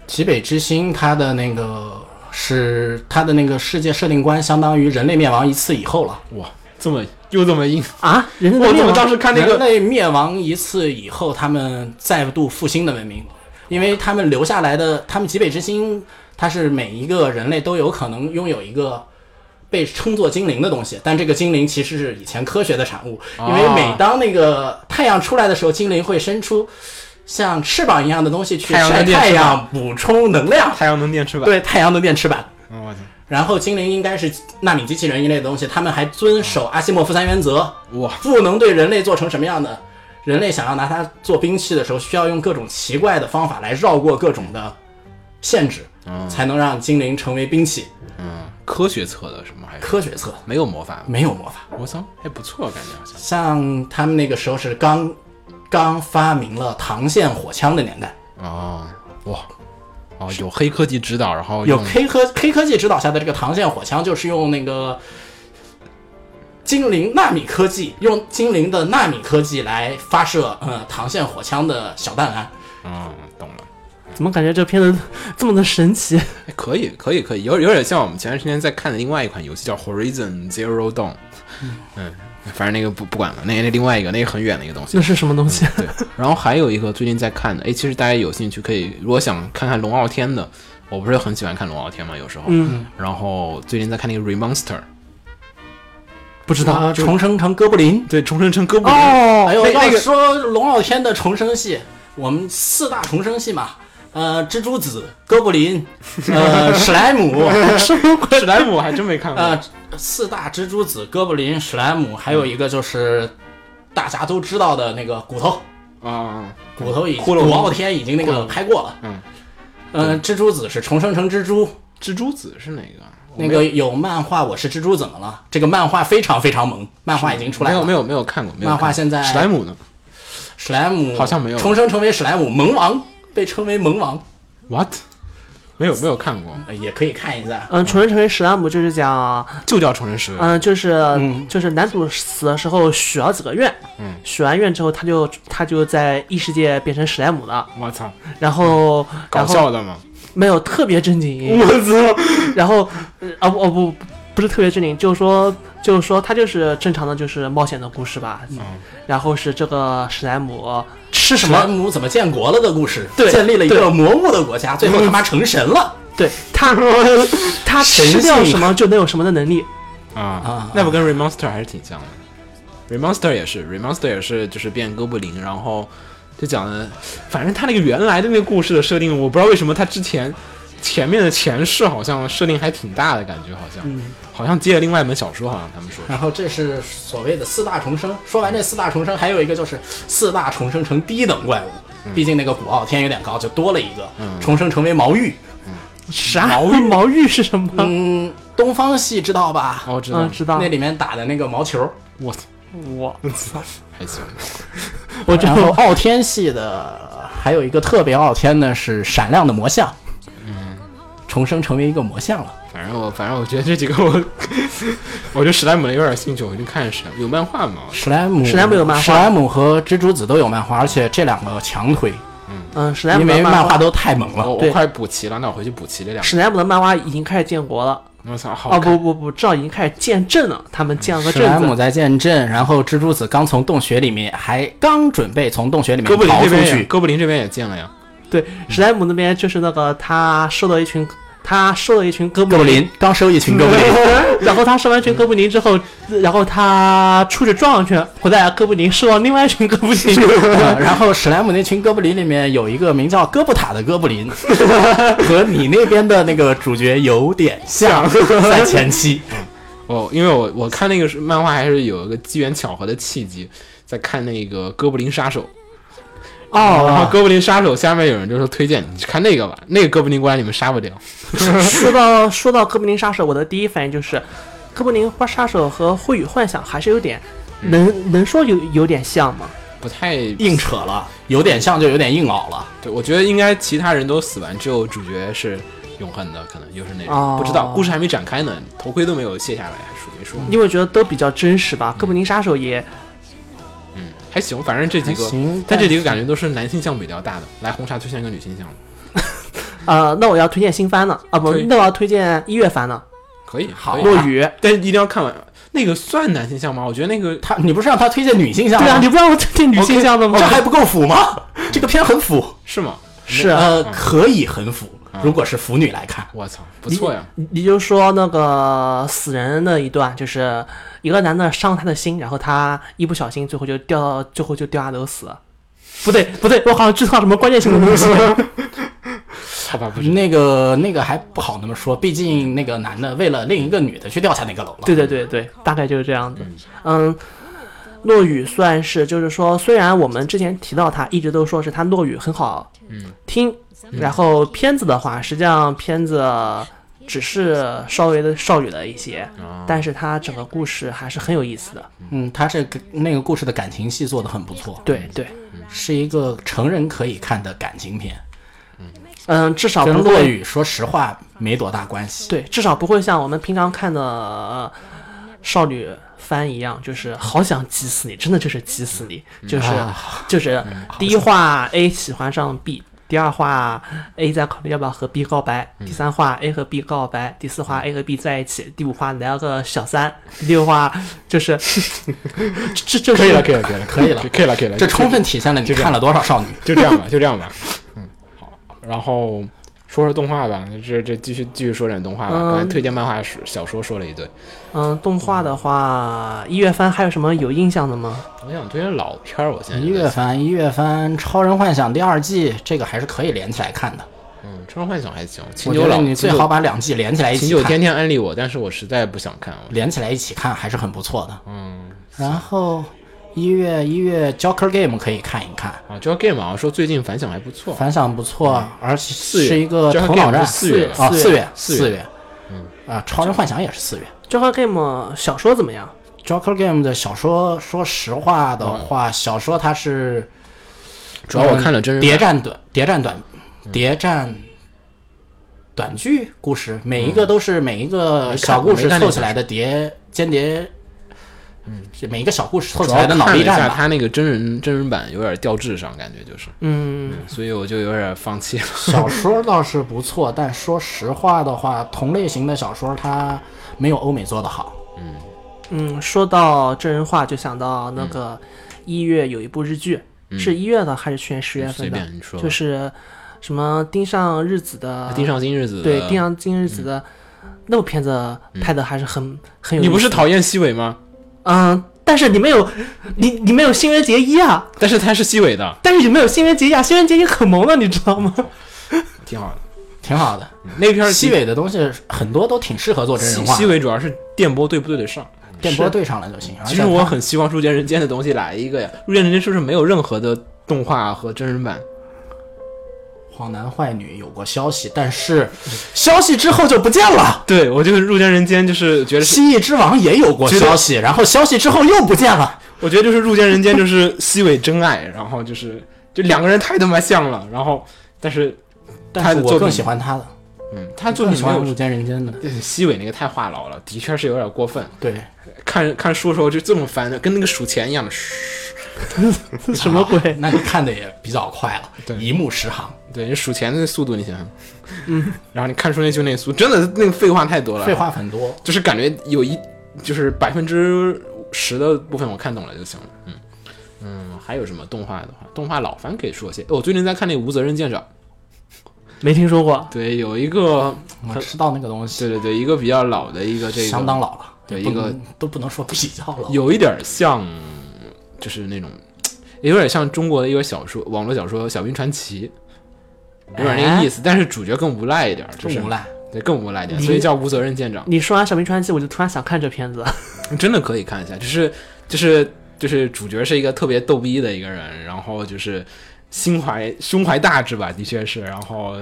[SPEAKER 4] 极北之星它的那个是它的那个世界设定观，相当于人类灭亡一次以后了。
[SPEAKER 2] 哇，这么又这么硬！
[SPEAKER 5] 啊，人家
[SPEAKER 2] 我
[SPEAKER 5] 的
[SPEAKER 2] 怎
[SPEAKER 5] 面
[SPEAKER 2] 么
[SPEAKER 5] 吗
[SPEAKER 2] 当时看那
[SPEAKER 4] 人
[SPEAKER 2] 个
[SPEAKER 4] 类灭亡一次以后，他们再度复兴的文明，因为他们留下来的，他们极北之星，它是每一个人类都有可能拥有一个。被称作精灵的东西，但这个精灵其实是以前科学的产物，因为
[SPEAKER 2] 哦
[SPEAKER 4] 每当那个太阳出来的时候，精灵会伸出像翅膀一样的东西去
[SPEAKER 2] 太阳
[SPEAKER 4] 晒
[SPEAKER 2] 能电
[SPEAKER 4] 太
[SPEAKER 2] 池板
[SPEAKER 4] 阳，补充能量。
[SPEAKER 2] 太阳能电池板，
[SPEAKER 4] 对，太阳能电池板。
[SPEAKER 2] 嗯，我操！
[SPEAKER 4] 然后精灵应该是纳米机器人一类的东西，他们还遵守阿西莫夫三原则，
[SPEAKER 2] 嗯哇，
[SPEAKER 4] 不能对人类做成什么样的。人类想要拿它做兵器的时候，需要用各种奇怪的方法来绕过各种的限制，
[SPEAKER 2] 嗯
[SPEAKER 4] 才能让精灵成为兵器。
[SPEAKER 2] 嗯，科学测的什么还是
[SPEAKER 4] 科学测
[SPEAKER 2] 没有魔法？
[SPEAKER 4] 没有魔法，
[SPEAKER 2] 我操，还不错，感觉好像。
[SPEAKER 4] 像他们那个时候是刚刚发明了膛线火枪的年代，
[SPEAKER 2] 哦，哇，哦，有黑科技指导，然后
[SPEAKER 4] 有
[SPEAKER 2] 用
[SPEAKER 4] 黑科黑科技指导下的这个膛线火枪，就是用那个精灵纳米科技，用精灵的纳米科技来发射呃膛线火枪的小弹丸。
[SPEAKER 2] 嗯，懂了。
[SPEAKER 5] 怎么感觉这片子 这么的神奇？
[SPEAKER 2] 哎可以，可以，可以，有有点像我们前段时间在看的另外一款游戏叫《Horizon Zero Dawn》。嗯，反正那个不不管了，那那另外一个那个很远的一个东西
[SPEAKER 5] 那。是什么东 西？
[SPEAKER 2] 对，然后还有一个最近在看的，哎，其实大家有兴趣可以，如果想看看龙傲天的，我不是很喜欢看龙傲天嘛，有时候。
[SPEAKER 5] 嗯。
[SPEAKER 2] 然后最近在看那个《Remonster》，
[SPEAKER 4] 不知道重生成哥布林。
[SPEAKER 2] 对，重生成哥布 林。
[SPEAKER 4] 哎
[SPEAKER 5] 哦，
[SPEAKER 4] 呦，
[SPEAKER 2] 啊那那
[SPEAKER 4] 要
[SPEAKER 2] 个
[SPEAKER 4] 说龙傲天的重生系，我们四大重生系嘛，呃，蜘蛛子、哥布林、呃，史莱 姆，
[SPEAKER 2] 史莱姆还真没看过。
[SPEAKER 4] 呃，四大蜘蛛子、哥布林、史莱姆，还有一个就是大家都知道的那个骨头。
[SPEAKER 2] 啊、
[SPEAKER 4] 骨头已
[SPEAKER 2] 骷髅
[SPEAKER 4] 古傲天已经那
[SPEAKER 2] 骷
[SPEAKER 4] 个
[SPEAKER 2] 髅
[SPEAKER 4] 拍过了。
[SPEAKER 2] 嗯
[SPEAKER 4] 呃，蜘蛛子是重生成蜘蛛，
[SPEAKER 2] 蜘蛛子是哪个啊？我
[SPEAKER 4] 那
[SPEAKER 2] 没有
[SPEAKER 4] 个有漫画《我是蜘蛛怎么了》，这个漫画非常非常萌，漫画已经出来
[SPEAKER 2] 没
[SPEAKER 4] 了。
[SPEAKER 2] 有没有没有看过。没有
[SPEAKER 4] 漫画
[SPEAKER 2] 看过
[SPEAKER 4] 现在
[SPEAKER 2] 史莱姆呢
[SPEAKER 4] 史莱姆
[SPEAKER 2] 好像没有
[SPEAKER 4] 重生成为史莱姆萌王，被称为萌王，
[SPEAKER 2] ？What？没有没有看过，
[SPEAKER 4] 呃也可以看一下。
[SPEAKER 5] 嗯，重生成为史莱姆就是讲，
[SPEAKER 2] 就叫重生十。
[SPEAKER 5] 嗯，就是就是男主死的时候许了几个愿，许完愿之后他就他就在异世界变成史莱姆了，
[SPEAKER 2] 我操，
[SPEAKER 5] 然后
[SPEAKER 2] 搞
[SPEAKER 5] 然后
[SPEAKER 2] 笑的嘛。
[SPEAKER 5] 没有特别正经，
[SPEAKER 2] 我操，
[SPEAKER 5] 然后呃啊不哦不不是特别正经，就是说就是说他就是正常的就是冒险的故事吧，然后是这个史莱姆吃什
[SPEAKER 4] 史莱
[SPEAKER 5] 么？
[SPEAKER 4] 姆怎么建国了的故事，
[SPEAKER 5] 对
[SPEAKER 4] 建立了一
[SPEAKER 5] 对
[SPEAKER 4] 个魔物的国家，
[SPEAKER 2] 嗯
[SPEAKER 4] 最后他妈成神了。
[SPEAKER 5] 对他他吃
[SPEAKER 4] 神
[SPEAKER 5] 掉
[SPEAKER 4] 性
[SPEAKER 5] 什么就能有什么的能力，
[SPEAKER 2] 啊
[SPEAKER 4] 啊，
[SPEAKER 2] 那不跟 Remonster 还是挺像的。Remonster 也是，Remonster 也是，就是变哥布林，然后就讲的，反正他那个原来的那个故事的设定，我不知道为什么他之前前面的前世好像设定还挺大的感觉，好像、好像接了另外一本小说，好像他们说
[SPEAKER 4] 然后这是所谓的四大重生。说完这四大重生，还有一个就是四大重生成低等怪物。
[SPEAKER 2] 嗯
[SPEAKER 4] 毕竟那个古傲天有点高，就多了一个、重生成为毛玉。
[SPEAKER 3] 啥？毛玉毛玉是什么？
[SPEAKER 4] 嗯，东方系知道吧？
[SPEAKER 2] 哦，知道了
[SPEAKER 3] 嗯，，知道
[SPEAKER 4] 那。里面打的那个毛球，
[SPEAKER 2] 我操，
[SPEAKER 3] 我
[SPEAKER 2] 还行，
[SPEAKER 4] 我然后傲天系的还有一个特别傲天的是闪亮的魔像，重生成为一个魔像了。
[SPEAKER 2] 反正我反正我觉得这几个我，我对史莱姆有点兴趣，我就看史莱姆有漫画嘛，
[SPEAKER 4] 史莱姆，
[SPEAKER 3] 史莱姆有漫画
[SPEAKER 4] 史莱姆和蜘蛛子都有漫画，而且这两个强推，
[SPEAKER 3] 嗯，史莱姆
[SPEAKER 4] 因为
[SPEAKER 3] 的
[SPEAKER 4] 漫画
[SPEAKER 3] 画哦
[SPEAKER 4] 都太猛了。
[SPEAKER 2] 我我
[SPEAKER 3] 对
[SPEAKER 2] 快补齐了，那我回去补齐这两
[SPEAKER 3] 史莱姆的漫画已经开始建国了。
[SPEAKER 2] 个，我操，好
[SPEAKER 3] 哦
[SPEAKER 2] 看
[SPEAKER 3] 不不不，至少已经开始建镇了。他们建了个
[SPEAKER 4] 史莱
[SPEAKER 3] 镇
[SPEAKER 4] 姆
[SPEAKER 3] 子。
[SPEAKER 4] 在建镇，然后蜘蛛子刚从洞穴里面，还刚准备从洞穴里面
[SPEAKER 2] 哥布林
[SPEAKER 4] 嗯逃
[SPEAKER 2] 这
[SPEAKER 4] 出
[SPEAKER 2] 边也，
[SPEAKER 4] 去。
[SPEAKER 2] 哥布林这边也建了呀，
[SPEAKER 3] 对，
[SPEAKER 4] 嗯
[SPEAKER 3] 史莱姆那边就是那个他收了一群，他收了一群哥
[SPEAKER 4] 哥
[SPEAKER 3] 布
[SPEAKER 4] 布林刚收一群哥布林，
[SPEAKER 3] 然后他收完群哥布林之后，然后他出去撞一圈，回来哥布林收到另外一群哥布林。
[SPEAKER 4] 嗯 然后史莱姆那群哥布林里面有一个名叫哥布塔的哥布 林，和你那边的那个主角有点像，在前期。
[SPEAKER 2] 哦，因为我我看那个是漫画还是有一个机缘巧合的契机，在看那个哥布林杀手。然后
[SPEAKER 4] 哦，
[SPEAKER 2] 哥布林杀手下面有人就说推荐你去看那个吧，那个哥布林过来你们杀不掉。
[SPEAKER 3] 说到说到哥布林杀手，我的第一反应就是，哥布林花杀手和会与幻想还是有点，能能说有有点像吗？
[SPEAKER 2] 不太，
[SPEAKER 4] 硬扯了，有点像就有点硬拗了。
[SPEAKER 2] 对我觉得应该其他人都死完，只有主角是永恒的，可能又是那种、
[SPEAKER 3] 哦
[SPEAKER 2] 不知道，故事还没展开呢，头盔都没有卸下来，还属没说，
[SPEAKER 3] 因为我觉得都比较真实吧。哥布林杀手也
[SPEAKER 2] 嗯，还行，反正这几
[SPEAKER 4] 还
[SPEAKER 2] 个
[SPEAKER 4] 行，
[SPEAKER 2] 但
[SPEAKER 4] 但
[SPEAKER 2] 这几个感觉都是男性向比较大的。来红茶推荐一个女性向的，
[SPEAKER 3] 呃，那我要推荐新番了啊，不
[SPEAKER 2] 对，
[SPEAKER 3] 那我要推荐一月番了，
[SPEAKER 2] 可以，好
[SPEAKER 3] 《
[SPEAKER 2] 落
[SPEAKER 3] 落
[SPEAKER 2] 雨，
[SPEAKER 3] 雨》。
[SPEAKER 2] 但是一定要看完。那个算男性向吗？我觉得那个
[SPEAKER 4] 他，你不是让他推荐女性向吗？
[SPEAKER 3] 对啊，你不让我推荐女性向的吗
[SPEAKER 4] 这？还不够腐吗？ 这个片很腐，
[SPEAKER 2] 是吗？
[SPEAKER 3] 是啊，
[SPEAKER 4] 呃，可以很腐，如果是腐女来看。
[SPEAKER 2] 我操，不错呀！
[SPEAKER 3] 你你就说那个死人那一段，就是一个男的伤了他的心，然后他一不小心最后就掉到，最后就掉下楼死了。不对，不对，我好像知道什么关键性的东西。
[SPEAKER 2] 好吧，不是
[SPEAKER 4] 那个那个还不好那么说，毕竟那个男的为了另一个女的去掉下那个楼了。
[SPEAKER 3] 对对对对，大概就是这样子。嗯，落雨算是就是说，虽然我们之前提到他，一直都说是他落雨很好
[SPEAKER 4] 嗯
[SPEAKER 3] 听，然后片子的话，实际上片子只是稍微的少女了一些，
[SPEAKER 4] 哦
[SPEAKER 3] 但是它整个故事还是很有意思的。
[SPEAKER 4] 嗯，他这个那个故事的感情戏做的很不错，
[SPEAKER 3] 对对，
[SPEAKER 4] 是一个成人可以看的感情片，
[SPEAKER 3] 嗯，至少
[SPEAKER 4] 跟
[SPEAKER 3] 不
[SPEAKER 4] 落
[SPEAKER 3] 会
[SPEAKER 4] 雨说实话没多大关系。
[SPEAKER 3] 对，至少不会像我们平常看的呃少女番一样，就是好想急死你，真的就是急死你，就是、 就是第一话 A 喜欢上 B，第二话 A 在考虑要不要和 B 告白，第三话 A 和 B 告白，第四话 A 和 B 在一起，第五话来了个小三，第六话就是这这
[SPEAKER 2] 可以了，可以
[SPEAKER 3] 以
[SPEAKER 2] 了，可以了，
[SPEAKER 4] 可以了
[SPEAKER 2] 可以了，可以了，
[SPEAKER 4] 这充分体现了你看了多少少女。
[SPEAKER 2] 就这样吧，就这样 吧。嗯，好，然后说说动画吧，这这继续继续说点动画吧。
[SPEAKER 3] 嗯
[SPEAKER 2] 刚才推荐漫画、小说说了一堆，
[SPEAKER 3] 嗯，动画的话，一月番还有什么有印象的吗？
[SPEAKER 2] 我想推荐老片儿，我现在
[SPEAKER 4] 一月番，一月番《超人幻想》第二季，这个还是可以连起来看的。
[SPEAKER 2] 嗯，《超人幻想》还行，秦
[SPEAKER 4] 我
[SPEAKER 2] 九
[SPEAKER 4] 觉得
[SPEAKER 2] 老
[SPEAKER 4] 你最好把两季连起来一
[SPEAKER 2] 秦
[SPEAKER 4] 起
[SPEAKER 2] 九
[SPEAKER 4] 看
[SPEAKER 2] 天，天安利我，但是我实在不想看。我
[SPEAKER 4] 连起来一起看还是很不错的。
[SPEAKER 2] 嗯，
[SPEAKER 4] 然后一月一月 Joker Game 可以看一看，
[SPEAKER 2] 啊，就要 game 啊，说最近反响还不错。
[SPEAKER 4] 反响不错，而且
[SPEAKER 2] 月
[SPEAKER 4] 是一个
[SPEAKER 2] Joker
[SPEAKER 4] 头脑
[SPEAKER 2] Game
[SPEAKER 4] 战。
[SPEAKER 2] 是四月
[SPEAKER 4] 啊，
[SPEAKER 3] 四
[SPEAKER 4] 四月
[SPEAKER 2] 四月
[SPEAKER 4] 四月，嗯啊，超人幻想也是四月。
[SPEAKER 3] 这块 game 小说怎么样？
[SPEAKER 4] Joker Game 的小说，说实话的
[SPEAKER 2] 嗯
[SPEAKER 4] 话，小说它是
[SPEAKER 2] 主要我看了真人
[SPEAKER 4] 谍
[SPEAKER 2] 版
[SPEAKER 4] 战短谍战短谍战短剧故事，每一个都是每一个小故
[SPEAKER 2] 嗯没
[SPEAKER 4] 事
[SPEAKER 2] 看
[SPEAKER 4] 凑起来的谍间谍，嗯，每一个小故事凑
[SPEAKER 2] 主
[SPEAKER 4] 起
[SPEAKER 2] 要
[SPEAKER 4] 来的
[SPEAKER 2] 看
[SPEAKER 4] 脑
[SPEAKER 2] 了
[SPEAKER 4] 力
[SPEAKER 2] 一下
[SPEAKER 4] 战吧。
[SPEAKER 2] 他那个真人真人版有点掉智商，感觉就是，
[SPEAKER 3] 嗯。
[SPEAKER 2] 所以我就有点放弃了。
[SPEAKER 4] 小说倒是不错，但说实话的话，同类型的小说它没有欧美做的好。
[SPEAKER 3] 嗯，说到真人化，就想到
[SPEAKER 2] 嗯
[SPEAKER 3] 那个一月有一部日剧，是一月的还是去年十月
[SPEAKER 2] 随
[SPEAKER 3] 份的？
[SPEAKER 2] 便你说吧，
[SPEAKER 3] 就是什么盯上日子的，
[SPEAKER 2] 盯上今日子的，嗯
[SPEAKER 3] 对盯上今日子的、那部片子拍的还是很、很有
[SPEAKER 2] 你
[SPEAKER 3] 意思。
[SPEAKER 2] 不是讨厌西尾吗？
[SPEAKER 3] 嗯，但是里面有你里面有新垣结衣啊，
[SPEAKER 2] 但是他是西尾的，
[SPEAKER 3] 但是里面有新垣结衣啊，新垣结衣可萌了，你知道吗？
[SPEAKER 2] 挺好的。
[SPEAKER 4] 挺好的。
[SPEAKER 2] 那片儿
[SPEAKER 4] 西尾的东西很多都挺适合做真
[SPEAKER 2] 西
[SPEAKER 4] 人化
[SPEAKER 2] 西
[SPEAKER 4] 的，
[SPEAKER 2] 尾主要是电波对不对得上。
[SPEAKER 4] 电波对上了就行。而
[SPEAKER 2] 其
[SPEAKER 4] 且
[SPEAKER 2] 实我
[SPEAKER 4] 它
[SPEAKER 2] 很希望《入间人间》的东西来一个呀，《入间人间》是不是没有任何的动画和真人版？
[SPEAKER 4] 黄男坏女有过消息，但是消息之后就不见了。
[SPEAKER 2] 对我就是《入间人间》，就是觉得是，
[SPEAKER 4] 蜥蜴之王也有过
[SPEAKER 2] 觉得
[SPEAKER 4] 消息，然后消息之后又不见了。
[SPEAKER 2] 我觉得就是《入间人间》就是西尾真爱，然后就是就两个人太他妈像了，然后但是
[SPEAKER 4] 但是
[SPEAKER 2] 他的
[SPEAKER 4] 我
[SPEAKER 2] 作品
[SPEAKER 4] 更喜欢他的，
[SPEAKER 2] 嗯，他作
[SPEAKER 4] 更
[SPEAKER 2] 品
[SPEAKER 4] 喜
[SPEAKER 2] 没
[SPEAKER 4] 欢《入
[SPEAKER 2] 有
[SPEAKER 4] 间人间》的。
[SPEAKER 2] 对呃西尾那个太话痨了，的确是有点过分。
[SPEAKER 4] 对，
[SPEAKER 2] 看看书的时候就这么翻的，跟那个数钱一样的。
[SPEAKER 4] 什么鬼？那你看的也比较快了，
[SPEAKER 2] 对
[SPEAKER 4] 一目十行。
[SPEAKER 2] 对，你数钱的那速度，你想想，嗯，然后你看书那就那速，真的那个废话太多了，
[SPEAKER 4] 废话很多，
[SPEAKER 2] 就是感觉有一就是百分之十的部分我看懂了就行了，嗯嗯，还有什么动画的话，动画老番可以说些，哦我最近在看那个《无责任舰长》，
[SPEAKER 5] 没听说过。
[SPEAKER 2] 对，有一个，
[SPEAKER 4] 我知道那个东西
[SPEAKER 2] 对对对，一个比较老的一个这个，
[SPEAKER 4] 相当，老了，
[SPEAKER 2] 对
[SPEAKER 4] 不
[SPEAKER 2] 一个
[SPEAKER 4] 能都不能说比较老。
[SPEAKER 2] 有一点像就是那种，也有点像中国的一个小说，网络小说《小兵传奇》。有点那个意思，但是主角更无赖一点，就是
[SPEAKER 4] 真哎无，赖，
[SPEAKER 2] 对，更无赖一点，所以叫无责任舰长。
[SPEAKER 5] 你说完《小兵传奇》，我就突然想看这片子了。
[SPEAKER 2] 真的可以看一下，就是就是就是主角是一个特别逗逼的一个人，然后就是心怀胸怀大志吧，的确是，然后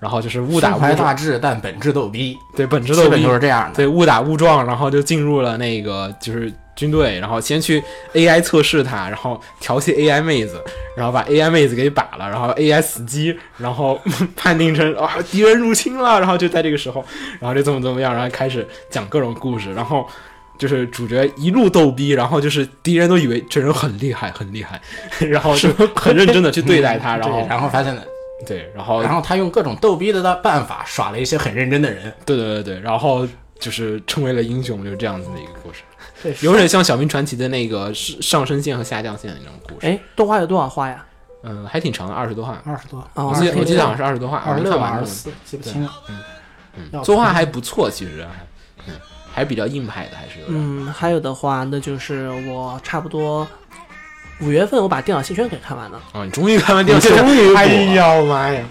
[SPEAKER 2] 然后就是误打
[SPEAKER 4] 胸
[SPEAKER 2] 误
[SPEAKER 4] 怀
[SPEAKER 2] 撞
[SPEAKER 4] 大志，但本质逗逼，
[SPEAKER 2] 对本质
[SPEAKER 4] 基
[SPEAKER 2] 斗
[SPEAKER 4] 本
[SPEAKER 2] 逼
[SPEAKER 4] 就，是这样的。
[SPEAKER 2] 对误打误撞，然后就进入了那个就是军队，然后先去 AI 测试他，然后调戏 AI 妹子，然后把 AI 妹子给把了，然后 AI 死机，然后 判定成啊敌人入侵了，然后就在这个时候，然后就怎么怎么样，然后开始讲各种故事，然后。就是主角一路逗逼，然后就是敌人都以为这人很厉害，很厉害，然后就很认真的去对待他，然后
[SPEAKER 4] 对，然后发现了，
[SPEAKER 2] 对，然后
[SPEAKER 4] 然后他用各种逗逼的办法耍了一些很认真的人，
[SPEAKER 2] 对对对对，然后就是成为了英雄，就是这样子的一个故事。有点像《小兵传奇》的那个是上升线和下降线的那种故事。
[SPEAKER 5] 哎，动画有多少话呀？
[SPEAKER 2] 嗯，还挺长的，二十多话。
[SPEAKER 4] 二十多，
[SPEAKER 5] 哦
[SPEAKER 2] 我记
[SPEAKER 5] 二
[SPEAKER 2] 得
[SPEAKER 5] 十
[SPEAKER 2] 我记得
[SPEAKER 5] 多
[SPEAKER 2] 好像是二十多话，
[SPEAKER 4] 二十
[SPEAKER 2] 没
[SPEAKER 4] 六
[SPEAKER 2] 看
[SPEAKER 4] 吧，
[SPEAKER 2] 完
[SPEAKER 4] 二
[SPEAKER 2] 那
[SPEAKER 4] 十
[SPEAKER 2] 种。
[SPEAKER 4] 四，记不清了。嗯
[SPEAKER 2] 作画还不错，其实，嗯，还比较硬派的，还是有点。
[SPEAKER 5] 嗯，还有的话，那就是我差不多五月份我把《电脑新圈》给看完了，
[SPEAKER 2] 哦，你终于看完电视剧了，
[SPEAKER 4] 你终于补了
[SPEAKER 2] 哎呀我妈呀，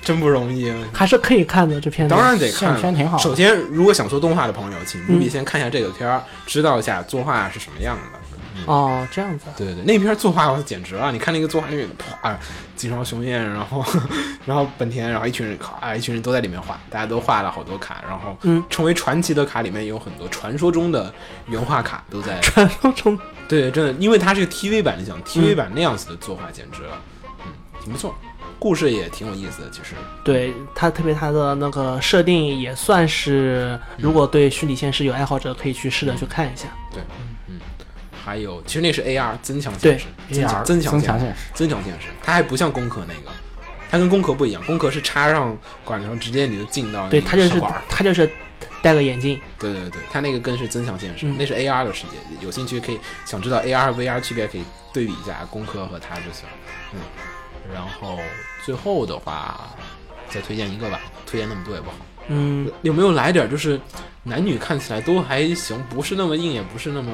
[SPEAKER 2] 真不容易。啊
[SPEAKER 5] 还是可以看的这片子。
[SPEAKER 2] 当，然得
[SPEAKER 4] 线圈
[SPEAKER 2] 看。
[SPEAKER 4] 挺好的，嗯
[SPEAKER 2] 首先，如果想做动画的朋友，请务必先看一下这个片儿，知道一下作画是什么样的。
[SPEAKER 5] 哦，这样子。
[SPEAKER 2] 对对对，那篇作画我简直了！你看那个作画里面，啪，井上雄彦，然后 然后本田，然后一群人，咔，一群人都在里面画，大家都画了好多卡，然后
[SPEAKER 5] 嗯
[SPEAKER 2] 成为传奇的卡里面有很多传说中的原画卡都在。
[SPEAKER 5] 传说中
[SPEAKER 2] 对，真的，因为它是个 TV 版，你想
[SPEAKER 5] 嗯
[SPEAKER 2] TV 版那样子的作画简直了，嗯，挺不错，故事也挺有意思的，其实。
[SPEAKER 5] 对它，特别它的那个设定也算是，如果对虚拟现实有爱好者，可以去试着去看一下。
[SPEAKER 2] 对，嗯，还有，其实那是 AR 增强现
[SPEAKER 5] 对
[SPEAKER 2] 实，增强
[SPEAKER 4] AR
[SPEAKER 2] 增强
[SPEAKER 4] 增
[SPEAKER 2] 现
[SPEAKER 4] 强
[SPEAKER 2] 实，
[SPEAKER 4] 现实，
[SPEAKER 2] 增强现实，它还不像工科那个，它跟工科不一样，工科是插上管子上直接你就进到
[SPEAKER 5] 对，
[SPEAKER 2] 那
[SPEAKER 5] 它
[SPEAKER 2] 个
[SPEAKER 5] 就
[SPEAKER 2] 试
[SPEAKER 5] 是
[SPEAKER 2] 管儿
[SPEAKER 5] 它就是戴个眼镜，
[SPEAKER 2] 对对对，它那个更是增强现实，
[SPEAKER 5] 嗯
[SPEAKER 2] 那是 AR 的世界。有兴趣可以想知道 AR、VR 区别，可以对比一下工科和它就行。嗯，然后最后的话，再推荐一个吧，推荐那么多也不好。
[SPEAKER 5] 嗯，
[SPEAKER 2] 有没有来点儿就是男女看起来都还行，不是那么硬，也不是那么。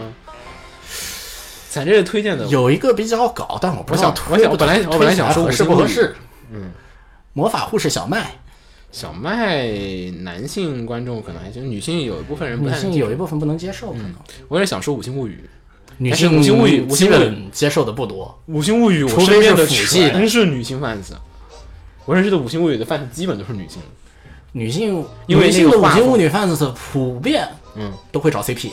[SPEAKER 2] 咱这是推荐的，哦
[SPEAKER 4] 有一个比较搞，但我不知道
[SPEAKER 2] 我想我想
[SPEAKER 4] 推不
[SPEAKER 2] 我本来
[SPEAKER 4] 推
[SPEAKER 2] 我本来想说
[SPEAKER 4] 合适
[SPEAKER 2] 五星
[SPEAKER 4] 不合
[SPEAKER 2] 物语
[SPEAKER 4] 适。
[SPEAKER 2] 嗯，
[SPEAKER 4] 魔法护士小麦，
[SPEAKER 2] 小麦男性观众可能还行，女性有一部分人不
[SPEAKER 4] 女
[SPEAKER 2] 太
[SPEAKER 4] 性
[SPEAKER 2] 能接
[SPEAKER 4] 有一部分不能接受，可能
[SPEAKER 2] 受。我也想说《五星物语》，
[SPEAKER 4] 女
[SPEAKER 2] 但是
[SPEAKER 4] 性
[SPEAKER 2] 五星物语五
[SPEAKER 4] 基
[SPEAKER 2] 星物语
[SPEAKER 4] 本接受的不多。
[SPEAKER 2] 《五星物语》，我
[SPEAKER 4] 除非
[SPEAKER 2] 身边
[SPEAKER 4] 是
[SPEAKER 2] 的
[SPEAKER 4] 腐系的
[SPEAKER 2] 全是女性 fans，我认识的《五星物语》的 fans 基本都是女性。
[SPEAKER 4] 女性
[SPEAKER 2] 因为
[SPEAKER 4] 女性
[SPEAKER 2] 那
[SPEAKER 4] 的
[SPEAKER 2] 个
[SPEAKER 4] 五
[SPEAKER 2] 画
[SPEAKER 4] 金
[SPEAKER 2] 风
[SPEAKER 4] 物女 fans 普遍
[SPEAKER 2] 嗯，
[SPEAKER 4] 都会找 CP，
[SPEAKER 2] 《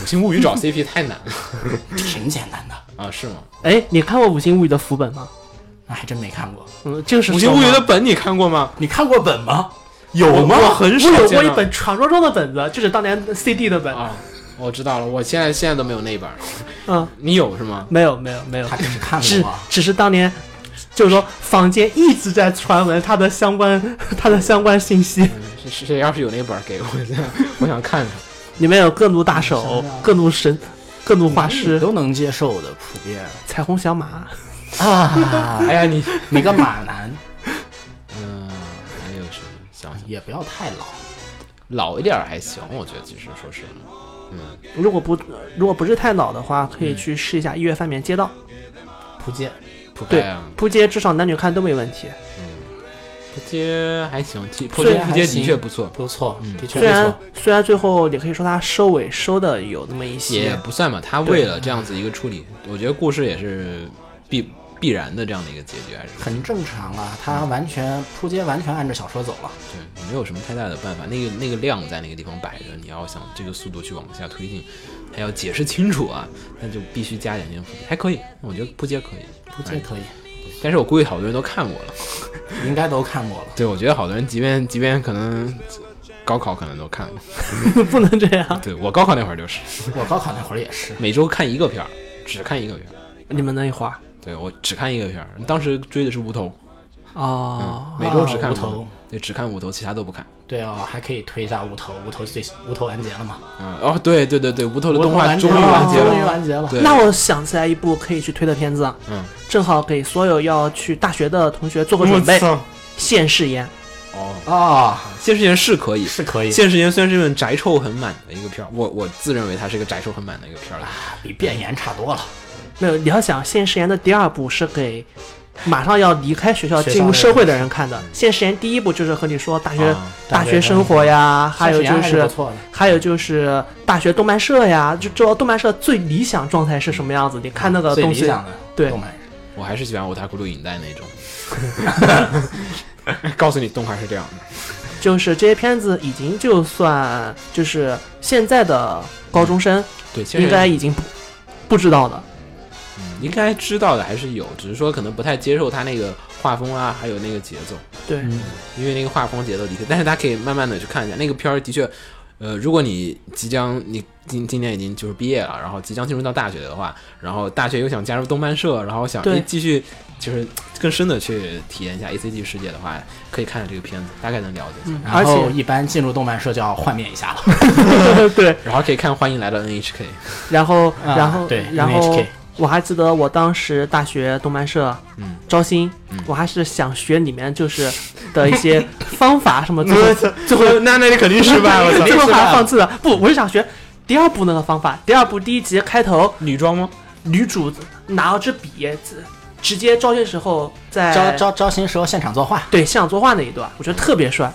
[SPEAKER 2] 五星物语》找 CP 太难了
[SPEAKER 4] 挺简单的。
[SPEAKER 2] 啊，是吗？
[SPEAKER 5] 哎，你看过《五星物语》的副本吗？
[SPEAKER 4] 那还真没看过，
[SPEAKER 5] 嗯，就是
[SPEAKER 2] 《
[SPEAKER 5] 《
[SPEAKER 2] 五星物语》的本你看过吗？
[SPEAKER 4] 你看过本吗？
[SPEAKER 2] 我
[SPEAKER 4] 有吗？
[SPEAKER 2] 我很少
[SPEAKER 5] 我有
[SPEAKER 2] 见
[SPEAKER 5] 过一
[SPEAKER 2] 到
[SPEAKER 5] 本传说中的本子，就是当年 CD 的本。
[SPEAKER 2] 啊，我知道了，我现在现在都没有那一本，
[SPEAKER 5] 嗯，
[SPEAKER 2] 你有是吗？
[SPEAKER 5] 没有没有没有
[SPEAKER 4] 他，只是看
[SPEAKER 5] 只
[SPEAKER 4] 过啊，
[SPEAKER 5] 只是当年，就是说坊间一直在传闻它的相关 它的相关信息。
[SPEAKER 2] 谁谁谁要是有那本给我 一下，我想看看。
[SPEAKER 5] 里面有各路大手、
[SPEAKER 4] 啊
[SPEAKER 5] 各路神、各路画师、
[SPEAKER 4] 都能接受的普遍
[SPEAKER 5] 彩虹小马。
[SPEAKER 4] 啊。
[SPEAKER 2] 哎呀，你
[SPEAKER 4] 你个马男
[SPEAKER 2] 嗯，还有什么？想想
[SPEAKER 4] 也不要太老，
[SPEAKER 2] 老一点儿还行，我觉得其实说是，
[SPEAKER 5] 如果不如果不是太老的话，可以去试一下《一月半眠街道
[SPEAKER 4] 扑街。
[SPEAKER 2] 不
[SPEAKER 5] 对
[SPEAKER 2] 该啊，
[SPEAKER 5] 扑街》，至少男女看都没问题。
[SPEAKER 2] 扑街还行，其破
[SPEAKER 4] 虽
[SPEAKER 2] 天
[SPEAKER 4] 然
[SPEAKER 2] 扑
[SPEAKER 4] 还
[SPEAKER 2] 街的
[SPEAKER 4] 行
[SPEAKER 2] 确不错，
[SPEAKER 4] 不错，
[SPEAKER 2] 嗯
[SPEAKER 4] 的确
[SPEAKER 3] 虽
[SPEAKER 4] 不
[SPEAKER 3] 然
[SPEAKER 4] 错。
[SPEAKER 3] 虽然最后也可以说它收尾收的有那么一
[SPEAKER 2] 也
[SPEAKER 3] 些，
[SPEAKER 2] 不算吧。他为了这样子一个处理，我觉得故事也是必必然的这样的一个结局，还是
[SPEAKER 4] 很正常啊，他完全扑街，完全按着小说走了。
[SPEAKER 2] 对，没有什么太大的办法。那个那个量在那个地方摆着，你要想这个速度去往下推进，还要解释清楚啊，那就必须加点篇伏笔，还可以，我觉得扑街可以，
[SPEAKER 4] 扑街可以，
[SPEAKER 2] 但是我估计好多人都看过了。
[SPEAKER 4] 应该都看过了。
[SPEAKER 2] 对，我觉得好多人，即便即便可能高考可能都看 过，
[SPEAKER 3] 不能这样。
[SPEAKER 2] 对我高考那会儿就是
[SPEAKER 4] 我高考那会儿也是，
[SPEAKER 2] 每周看一个片儿，只看一个片儿。
[SPEAKER 3] 你们那一会儿
[SPEAKER 2] 对我只看一个片儿，当时追的是无头，
[SPEAKER 4] 嗯
[SPEAKER 3] 哦，
[SPEAKER 2] 每周只看
[SPEAKER 4] 无
[SPEAKER 2] 无
[SPEAKER 4] 头。
[SPEAKER 2] 对，只看无头，其他都不看。
[SPEAKER 4] 对哦，还可以推一下无头，无头最无头完结了嘛？
[SPEAKER 2] 嗯，哦，对对对对，无头的
[SPEAKER 4] 无头
[SPEAKER 2] 动画
[SPEAKER 4] 完结
[SPEAKER 2] 终于
[SPEAKER 4] 了
[SPEAKER 2] 完结
[SPEAKER 4] 终于
[SPEAKER 2] 了。
[SPEAKER 4] 完结了。
[SPEAKER 2] 对，
[SPEAKER 3] 那我想起来一部可以去推的片子，啊
[SPEAKER 2] 嗯，
[SPEAKER 3] 正好给所有要去大学的同学做个准备。现世言，
[SPEAKER 2] 哦，
[SPEAKER 4] 哦，
[SPEAKER 2] 现实人是可以，
[SPEAKER 4] 是可以，
[SPEAKER 2] 现实人虽然是一本宅臭很满的一个片儿，我我自认为它是一个宅臭很满的一个片儿了。
[SPEAKER 4] 比变颜差多了。
[SPEAKER 3] 没有你要想现世言的第二部是给马上要离开学校
[SPEAKER 4] 学校
[SPEAKER 3] 进入
[SPEAKER 4] 的
[SPEAKER 3] 社会的人
[SPEAKER 4] 嗯
[SPEAKER 3] 看的，现世言第一部就是和你说大学、
[SPEAKER 2] 啊
[SPEAKER 3] 大学生活呀，还有
[SPEAKER 4] 现实
[SPEAKER 3] 就
[SPEAKER 4] 还是
[SPEAKER 3] 是
[SPEAKER 4] 不错的，
[SPEAKER 3] 还有就是大学动漫社呀，就知道动漫社最理想状态是什么样子。你看那个
[SPEAKER 4] 最
[SPEAKER 3] 呃东
[SPEAKER 4] 理
[SPEAKER 3] 西，
[SPEAKER 4] 想的
[SPEAKER 3] 对
[SPEAKER 4] 动漫人
[SPEAKER 2] 我还是喜欢《我塔库鲁影带》 那种。 告诉你，动画是这样的。
[SPEAKER 3] 就是这些片子已经就算就是现在的高中生
[SPEAKER 2] 对，现实
[SPEAKER 3] 应
[SPEAKER 2] 人
[SPEAKER 3] 该已经不不知道的。
[SPEAKER 2] 嗯应该知道的还是有，只是说可能不太接受他那个画风啊，还有那个节奏，
[SPEAKER 3] 对，
[SPEAKER 2] 因为那个画风节奏的确，但是他可以慢慢的去看一下那个片儿，的确，呃，如果你即将你今今年已经就是毕业了，然后即将进入到大学的话，然后大学又想加入动漫社，然后想
[SPEAKER 3] 对
[SPEAKER 2] 诶继续就是更深的去体验一下 ACG 世界的话，可以看看这个片子，大概能了解一下，
[SPEAKER 4] 然
[SPEAKER 3] 而且
[SPEAKER 4] 后一般进入动漫社就要幻灭一下了。
[SPEAKER 3] 对，
[SPEAKER 2] 然后可以看《欢迎来到 NHK》，
[SPEAKER 3] 然后
[SPEAKER 4] 啊
[SPEAKER 3] 然后
[SPEAKER 4] 对
[SPEAKER 3] 然后
[SPEAKER 4] NHK
[SPEAKER 3] 我还记得我当时大学动漫社
[SPEAKER 2] 嗯，
[SPEAKER 3] 招新
[SPEAKER 2] 嗯，
[SPEAKER 3] 我还是想学里面就是的一些方法什么最后
[SPEAKER 2] 最后呃那那你肯定失败了，
[SPEAKER 3] 最后还放弃了。不，我是想学第二部那个方法。第二部第一集开头，
[SPEAKER 2] 女装吗？
[SPEAKER 3] 女主拿了支笔，直直接招新时候在
[SPEAKER 4] 招招招新时候现场作画，
[SPEAKER 3] 对现场作画那一段，我觉得特别帅。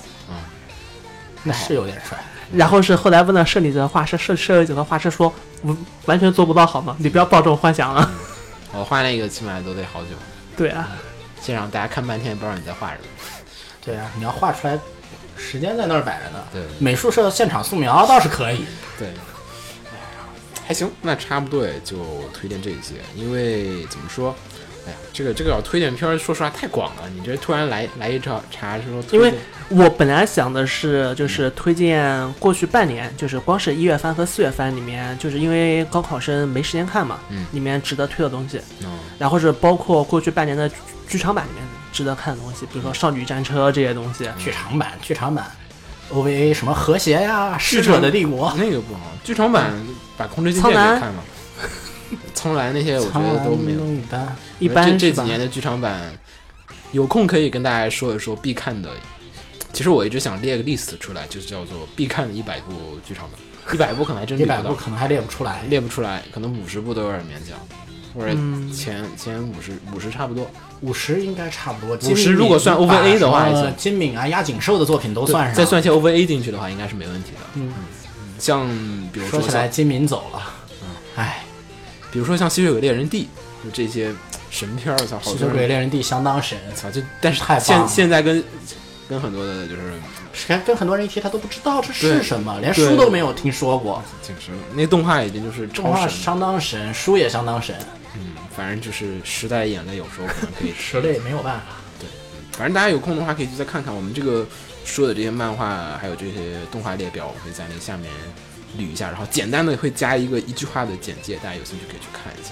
[SPEAKER 4] 那是有点帅。
[SPEAKER 3] 然后是后来问了设计的画师，设设计的画师说，我完全做不到，好吗？你
[SPEAKER 2] 嗯
[SPEAKER 3] 不要抱这种幻想了。
[SPEAKER 2] 我画那个起码都得好久，
[SPEAKER 3] 对啊，
[SPEAKER 2] 嗯现场大家看半天也不知道你在画什么。
[SPEAKER 4] 对啊，你要画出来，时间在那儿摆着呢。
[SPEAKER 2] 对
[SPEAKER 4] 美术社现场素描倒是可以。
[SPEAKER 2] 对，哎呀还行，那差不多也就推荐这些，因为怎么说，哎呀，这个这个要推荐片儿，说实话太广了，你这突然来来一茬茬说推荐，
[SPEAKER 3] 因为我本来想的是，就是推荐过去半年，就是光是一月番和四月番里面，就是因为高考生没时间看嘛，
[SPEAKER 2] 嗯
[SPEAKER 3] 里面值得推的东西，
[SPEAKER 2] 嗯
[SPEAKER 3] 然后是包括过去半年的剧剧场版里面值得看的东西，比如说《少女战车》这些东西。
[SPEAKER 2] 嗯
[SPEAKER 4] 剧场版，剧场版，OVA 什么和谐呀，逝者的帝国，嗯
[SPEAKER 2] 那个不好，剧场版把《空之境界》
[SPEAKER 3] 苍兰
[SPEAKER 2] 给看了，苍兰那些我觉
[SPEAKER 4] 苍
[SPEAKER 2] 得
[SPEAKER 4] 兰
[SPEAKER 2] 都没有，
[SPEAKER 4] 一般。
[SPEAKER 3] 一
[SPEAKER 2] 这
[SPEAKER 3] 般
[SPEAKER 2] 这
[SPEAKER 3] 是
[SPEAKER 2] 几
[SPEAKER 3] 吧？
[SPEAKER 2] 年的剧场版，有空可以跟大家说一说必看的。其实我一直想列个 list 出来，就是叫做必看的一百部剧场版，一百部可能还真
[SPEAKER 4] 一
[SPEAKER 2] 列
[SPEAKER 4] 百
[SPEAKER 2] 不
[SPEAKER 4] 部
[SPEAKER 2] 到，
[SPEAKER 4] 可能还列不出来。
[SPEAKER 2] 列不出来，可能五十部都有点勉强，或者
[SPEAKER 3] 嗯
[SPEAKER 2] 前、前五十五十差不多。
[SPEAKER 4] 五十应该差不多。
[SPEAKER 2] 50如果算 OVA 的话还行
[SPEAKER 4] 呃，金敏啊、押井守的作品都算上。
[SPEAKER 2] 再算些 OVA 进去的话，应该是没问题的。
[SPEAKER 3] 嗯
[SPEAKER 2] 嗯像比如
[SPEAKER 4] 说
[SPEAKER 2] 说
[SPEAKER 4] 起来，
[SPEAKER 2] 像
[SPEAKER 4] 金敏走了。
[SPEAKER 2] 嗯
[SPEAKER 4] 哎，
[SPEAKER 2] 比如说像《吸血鬼猎人 D》，就这些神片儿，操，好
[SPEAKER 4] 吸
[SPEAKER 2] 多
[SPEAKER 4] 血鬼
[SPEAKER 2] 人
[SPEAKER 4] 猎人 D 相当神，
[SPEAKER 2] 操，就但是
[SPEAKER 4] 太棒了
[SPEAKER 2] 现现在跟跟很多的就是
[SPEAKER 4] 跟跟很多人一提他都不知道这
[SPEAKER 2] 对
[SPEAKER 4] 是什么，连
[SPEAKER 2] 对
[SPEAKER 4] 书都没有听说过。
[SPEAKER 2] 挺神的，那动画已经就是
[SPEAKER 4] 动
[SPEAKER 2] 超
[SPEAKER 4] 画
[SPEAKER 2] 神了，
[SPEAKER 4] 相当神，书也相当神，
[SPEAKER 2] 嗯，反正就是时代眼泪有时候可能可 以
[SPEAKER 4] 实类没有办法。
[SPEAKER 2] 反正大家有空的话可以去再看看我们这个说的这些漫画，还有这些动画列表，我会在那个下面捋一下，然后简单的会加一个一句话的简介，大家有兴趣可以去看一下。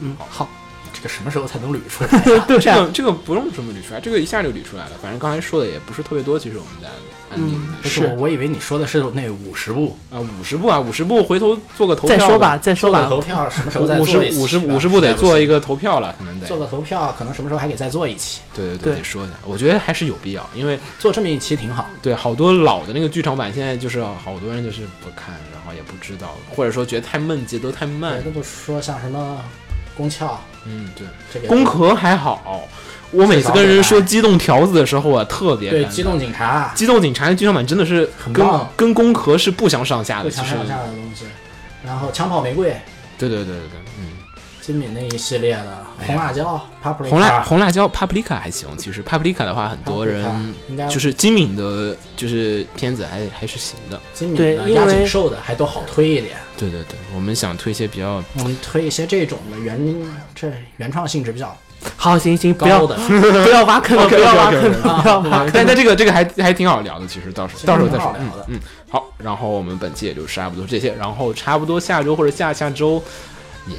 [SPEAKER 3] 嗯，好，
[SPEAKER 4] 这个什么时候才能捋出来？
[SPEAKER 3] 对
[SPEAKER 2] 这
[SPEAKER 3] 这样
[SPEAKER 2] 个这个不用什么捋出来，这个一下就捋出来了。反正刚才说的也不是特别多，其实我们在按理
[SPEAKER 3] 嗯
[SPEAKER 4] 不是，我以为你说的是那五十部。
[SPEAKER 2] 啊五十部啊五十部，回头做个投票
[SPEAKER 3] 再说吧，，再说吧。
[SPEAKER 4] 投票什么时候再
[SPEAKER 2] 五十
[SPEAKER 4] 做一期
[SPEAKER 2] 五十
[SPEAKER 4] 吧
[SPEAKER 2] 五十部得做一
[SPEAKER 4] 个，
[SPEAKER 2] 个投票了，可能得
[SPEAKER 4] 做个投票，可能什么时候还得再做一期，
[SPEAKER 2] 对对
[SPEAKER 3] 对
[SPEAKER 2] 得说一下。我觉得还是有必要，因为
[SPEAKER 4] 做这么一期挺好。
[SPEAKER 2] 对好多老的那个剧场版，现在就是啊好多人就是不看，嗯然后也不知道，或者说觉得太闷，节奏太慢
[SPEAKER 4] 别。的不说像什么宫壳、
[SPEAKER 2] 嗯，对，
[SPEAKER 4] 这个
[SPEAKER 2] 宫壳还好，我每次跟人说机动条子的时候啊，特别
[SPEAKER 4] 对
[SPEAKER 2] 尴尬
[SPEAKER 4] 机动警察
[SPEAKER 2] 机动警察剧场版真的是
[SPEAKER 4] 很
[SPEAKER 2] 跟
[SPEAKER 4] 棒
[SPEAKER 2] 跟宫壳是不相上下
[SPEAKER 4] 不
[SPEAKER 2] 的，其
[SPEAKER 4] 强
[SPEAKER 2] 实
[SPEAKER 4] 上下的东西，然后枪炮玫瑰、
[SPEAKER 2] 对对对对对，嗯，
[SPEAKER 4] 金敏那一系列的红辣椒、Paprika、
[SPEAKER 2] 哎红辣红辣椒 paprika 还行，其实 paprika 的话，很多
[SPEAKER 4] Paprika，
[SPEAKER 2] 人
[SPEAKER 4] 应该
[SPEAKER 2] 就是金敏的，就是片子还还是行的。
[SPEAKER 4] 金敏
[SPEAKER 3] 对
[SPEAKER 4] 的
[SPEAKER 3] 因
[SPEAKER 4] 压
[SPEAKER 3] 为
[SPEAKER 4] 井兽的还都好推一点。
[SPEAKER 2] 对对对，我们想推一些比较
[SPEAKER 4] 我们推一些这种的原这原创性质比较
[SPEAKER 3] 好，行行，不要
[SPEAKER 4] 高的，
[SPEAKER 3] 不要挖坑了，不要挖坑了，
[SPEAKER 4] 啊
[SPEAKER 3] 不要挖坑
[SPEAKER 2] 但
[SPEAKER 3] 了。
[SPEAKER 2] 但这个这个还还挺好聊的，其实到时候
[SPEAKER 4] 是
[SPEAKER 2] 到时候再
[SPEAKER 4] 挺
[SPEAKER 2] 说
[SPEAKER 4] 好。
[SPEAKER 2] 嗯
[SPEAKER 4] 聊的
[SPEAKER 2] 嗯，好，然后我们本期也就差不多这些，然后差不多下周或者下下周也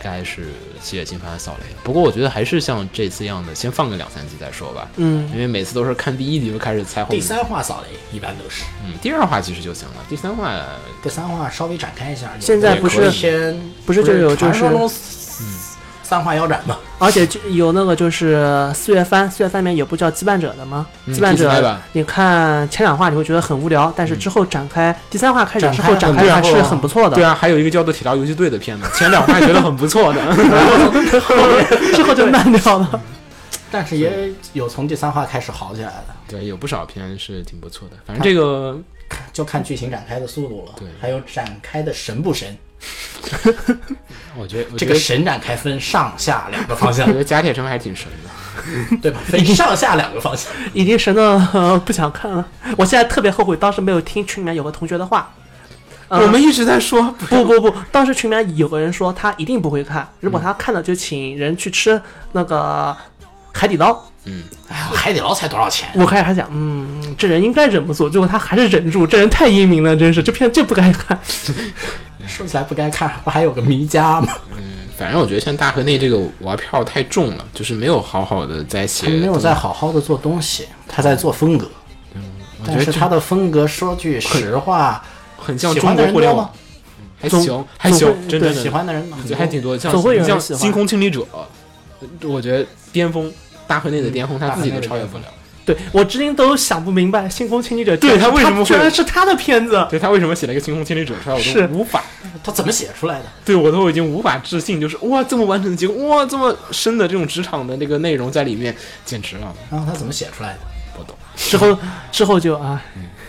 [SPEAKER 2] 该是七月新番扫雷了。不过我觉得还是像这次样的，先放个两三集再说吧。
[SPEAKER 3] 嗯，
[SPEAKER 2] 因为每次都是看第一集就开始猜后
[SPEAKER 4] 第
[SPEAKER 2] 面，
[SPEAKER 4] 三话扫雷一般都是，
[SPEAKER 2] 嗯，第二话其实就行了，第三话
[SPEAKER 4] 第三话稍微展开一下。有
[SPEAKER 3] 现在
[SPEAKER 4] 有
[SPEAKER 3] 不
[SPEAKER 2] 是
[SPEAKER 4] 一天
[SPEAKER 3] 不是就有
[SPEAKER 4] 传
[SPEAKER 3] 就是
[SPEAKER 4] 说中三话腰斩嘛？
[SPEAKER 2] 嗯
[SPEAKER 3] 而且就有那个就是四月番，四月番里面有部叫《羁绊者》的吗？
[SPEAKER 2] 嗯
[SPEAKER 3] 羁绊
[SPEAKER 2] 第四代
[SPEAKER 3] 者
[SPEAKER 2] 吧，
[SPEAKER 3] 你看前两话你会觉得很无聊，但是之后展开第三话开始之后
[SPEAKER 4] 展
[SPEAKER 3] 展
[SPEAKER 4] 开
[SPEAKER 3] 开还
[SPEAKER 4] 很
[SPEAKER 3] 是很不错的
[SPEAKER 2] 嗯对。啊，还有一个叫做《铁道游击队》的片子，前两话觉得很不错的，
[SPEAKER 3] 之后就慢掉了。
[SPEAKER 4] 但是也有从第三话开始好起来的，
[SPEAKER 2] 对，有不少片是挺不错的。反正 这个
[SPEAKER 4] 就看剧情展开的速度了。
[SPEAKER 2] 对
[SPEAKER 4] 还有展开的神不神，
[SPEAKER 2] 我觉得我
[SPEAKER 4] 这
[SPEAKER 2] 觉得
[SPEAKER 4] 个神展开分上下两个方向
[SPEAKER 2] 我觉，得贾铁城还挺神的。
[SPEAKER 4] 对吧？分上下两个方向。
[SPEAKER 3] 已经神的、呃、不想看了。我现在特别后悔当时没有听群里面有个同学 的话。呃
[SPEAKER 2] 我们一直在说，
[SPEAKER 3] 不不不，当时群里面有个人说他一定不会看，如果他看了就请人去吃那个海底捞。
[SPEAKER 2] 嗯，
[SPEAKER 4] 哎呀，海底捞才多少钱？
[SPEAKER 3] 我开始还想，嗯，这人应该忍不住，结果他还是忍住，这人太英明了，真是这片就不该看。
[SPEAKER 4] 说起来不该看，不还有个迷家吗？
[SPEAKER 2] 反正我觉得像大河内这个玩票太重了，就是没有好好的在写
[SPEAKER 4] 他，没有在好好的做东西，他在做风格。
[SPEAKER 2] 我觉
[SPEAKER 4] 但
[SPEAKER 2] 得
[SPEAKER 4] 是
[SPEAKER 2] 这
[SPEAKER 4] 他的风格，说句实话，
[SPEAKER 2] 很像
[SPEAKER 4] 喜
[SPEAKER 2] 中
[SPEAKER 4] 欢的
[SPEAKER 2] 国互
[SPEAKER 4] 人
[SPEAKER 2] 联
[SPEAKER 4] 多吗
[SPEAKER 2] 网，？还行还行
[SPEAKER 3] 总，
[SPEAKER 2] 真
[SPEAKER 4] 对，
[SPEAKER 2] 的
[SPEAKER 4] 喜欢的人
[SPEAKER 2] 还挺多，像
[SPEAKER 3] 总会有人
[SPEAKER 2] 像
[SPEAKER 3] 喜欢
[SPEAKER 2] 星空清理者，我觉得巅峰大河内的巅峰，他自
[SPEAKER 4] 嗯
[SPEAKER 2] 己都超越不了。
[SPEAKER 3] 对我至今都想不明白《星空侵略者》
[SPEAKER 2] 对他为什么会
[SPEAKER 3] 居然是他的片子？
[SPEAKER 2] 对他为什么写了一个星空清理者出来，我
[SPEAKER 3] 是
[SPEAKER 2] 都无法，
[SPEAKER 4] 他怎么写出来的？
[SPEAKER 2] 对我都已经无法置信，就是哇这么完整的结构，哇这么深的这种职场的这个内容在里面，简直了，
[SPEAKER 4] 然后他怎么写出来的？
[SPEAKER 2] 不懂。
[SPEAKER 3] 之后之后就啊，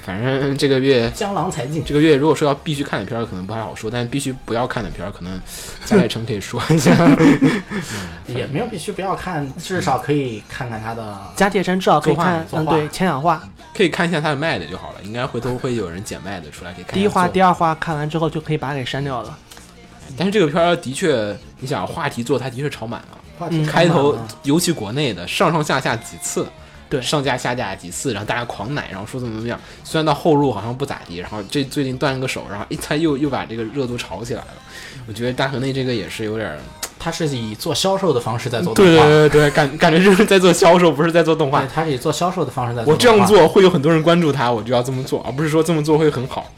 [SPEAKER 2] 反正这个月
[SPEAKER 4] 江郎才尽，
[SPEAKER 2] 这个月如果说要必须看的片儿，可能不太好说，但必须不要看的片儿，可能贾乃成可以说一 下。
[SPEAKER 4] 也没有必须不要看，至少可以看看他的。
[SPEAKER 3] 贾铁生至少可以看，
[SPEAKER 4] 作画
[SPEAKER 3] 嗯，
[SPEAKER 4] 作画
[SPEAKER 3] 对前两话，
[SPEAKER 2] 可以看一下他的卖的就好了，应该回头会有人捡卖的出来给看。
[SPEAKER 3] 第一话、第
[SPEAKER 2] 二，
[SPEAKER 3] 二话看完之后就可以把它给删掉了。
[SPEAKER 2] 但是这个片儿的确，你想话题做，它的确炒满啊了。
[SPEAKER 4] 话题
[SPEAKER 2] 开头
[SPEAKER 4] 看完了
[SPEAKER 2] 尤其国内的上上下下几次，
[SPEAKER 3] 对
[SPEAKER 2] 上架下架几次，然后大家狂奶，然后说怎么怎么样。虽然到后路好像不咋地，然后这最近断个手，然后一他又又把这个热度炒起来了。我觉得大河内这个也是有点儿，
[SPEAKER 4] 他是以做销售的方式在做动
[SPEAKER 2] 对对
[SPEAKER 4] 画，
[SPEAKER 2] 对对，感感觉就是在做销售，不是在做动画
[SPEAKER 4] 对，。他是以做销售的方式在
[SPEAKER 2] 我这样
[SPEAKER 4] 动画，
[SPEAKER 2] 做会有很多人关注他，我就要这么做，而不是说这么做会很好。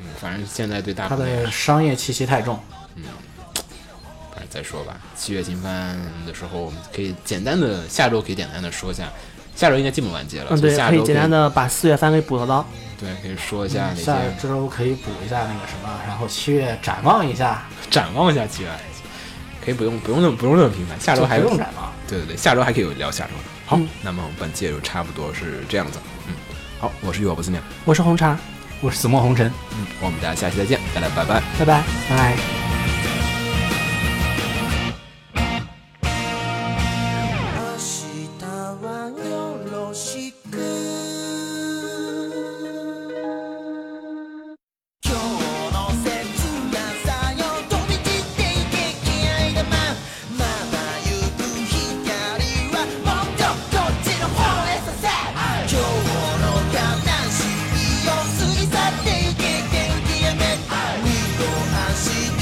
[SPEAKER 2] 嗯，反正现在对大
[SPEAKER 4] 他
[SPEAKER 2] 河内
[SPEAKER 4] 的商业气息太重。
[SPEAKER 2] 反正再说吧。七月新番的时候，我们可以简单的下周可以简单的说一下，下周应该基本完结了。
[SPEAKER 3] 嗯，
[SPEAKER 2] 所以
[SPEAKER 3] 对，
[SPEAKER 2] 下
[SPEAKER 3] 可以
[SPEAKER 2] 周
[SPEAKER 3] 简单的把四月番给补了刀。
[SPEAKER 2] 对，可以说一下哪些
[SPEAKER 4] 嗯下周可以补一下那个什么，然后七月展望一下，
[SPEAKER 2] 展望一下七月，可以不用不用那么不用那么频繁，下周
[SPEAKER 4] 就
[SPEAKER 2] 还
[SPEAKER 4] 不用展望。
[SPEAKER 2] 对对对，下周还可以有聊下周的。好，那么我们本届就差不多是这样子。嗯，好，我是玉宝不思念，
[SPEAKER 3] 我是红茶，
[SPEAKER 4] 我是紫陌红尘。
[SPEAKER 2] 嗯，我们大家下期再见，大家拜拜。
[SPEAKER 3] 拜拜。
[SPEAKER 4] 拜。
[SPEAKER 6] 明日はよろしく」「今日の切なさよ飛び散っていけ気合い玉」「まだ行く光はもっとこっちの方へさせ」「今日の悲しみを過ぎ去っていけ元気やめ」「二度足に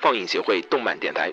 [SPEAKER 7] 放映协会动漫电台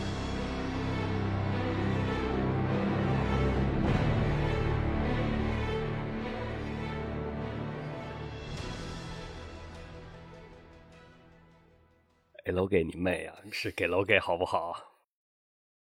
[SPEAKER 8] 给楼给你妹啊！是给楼给好不好？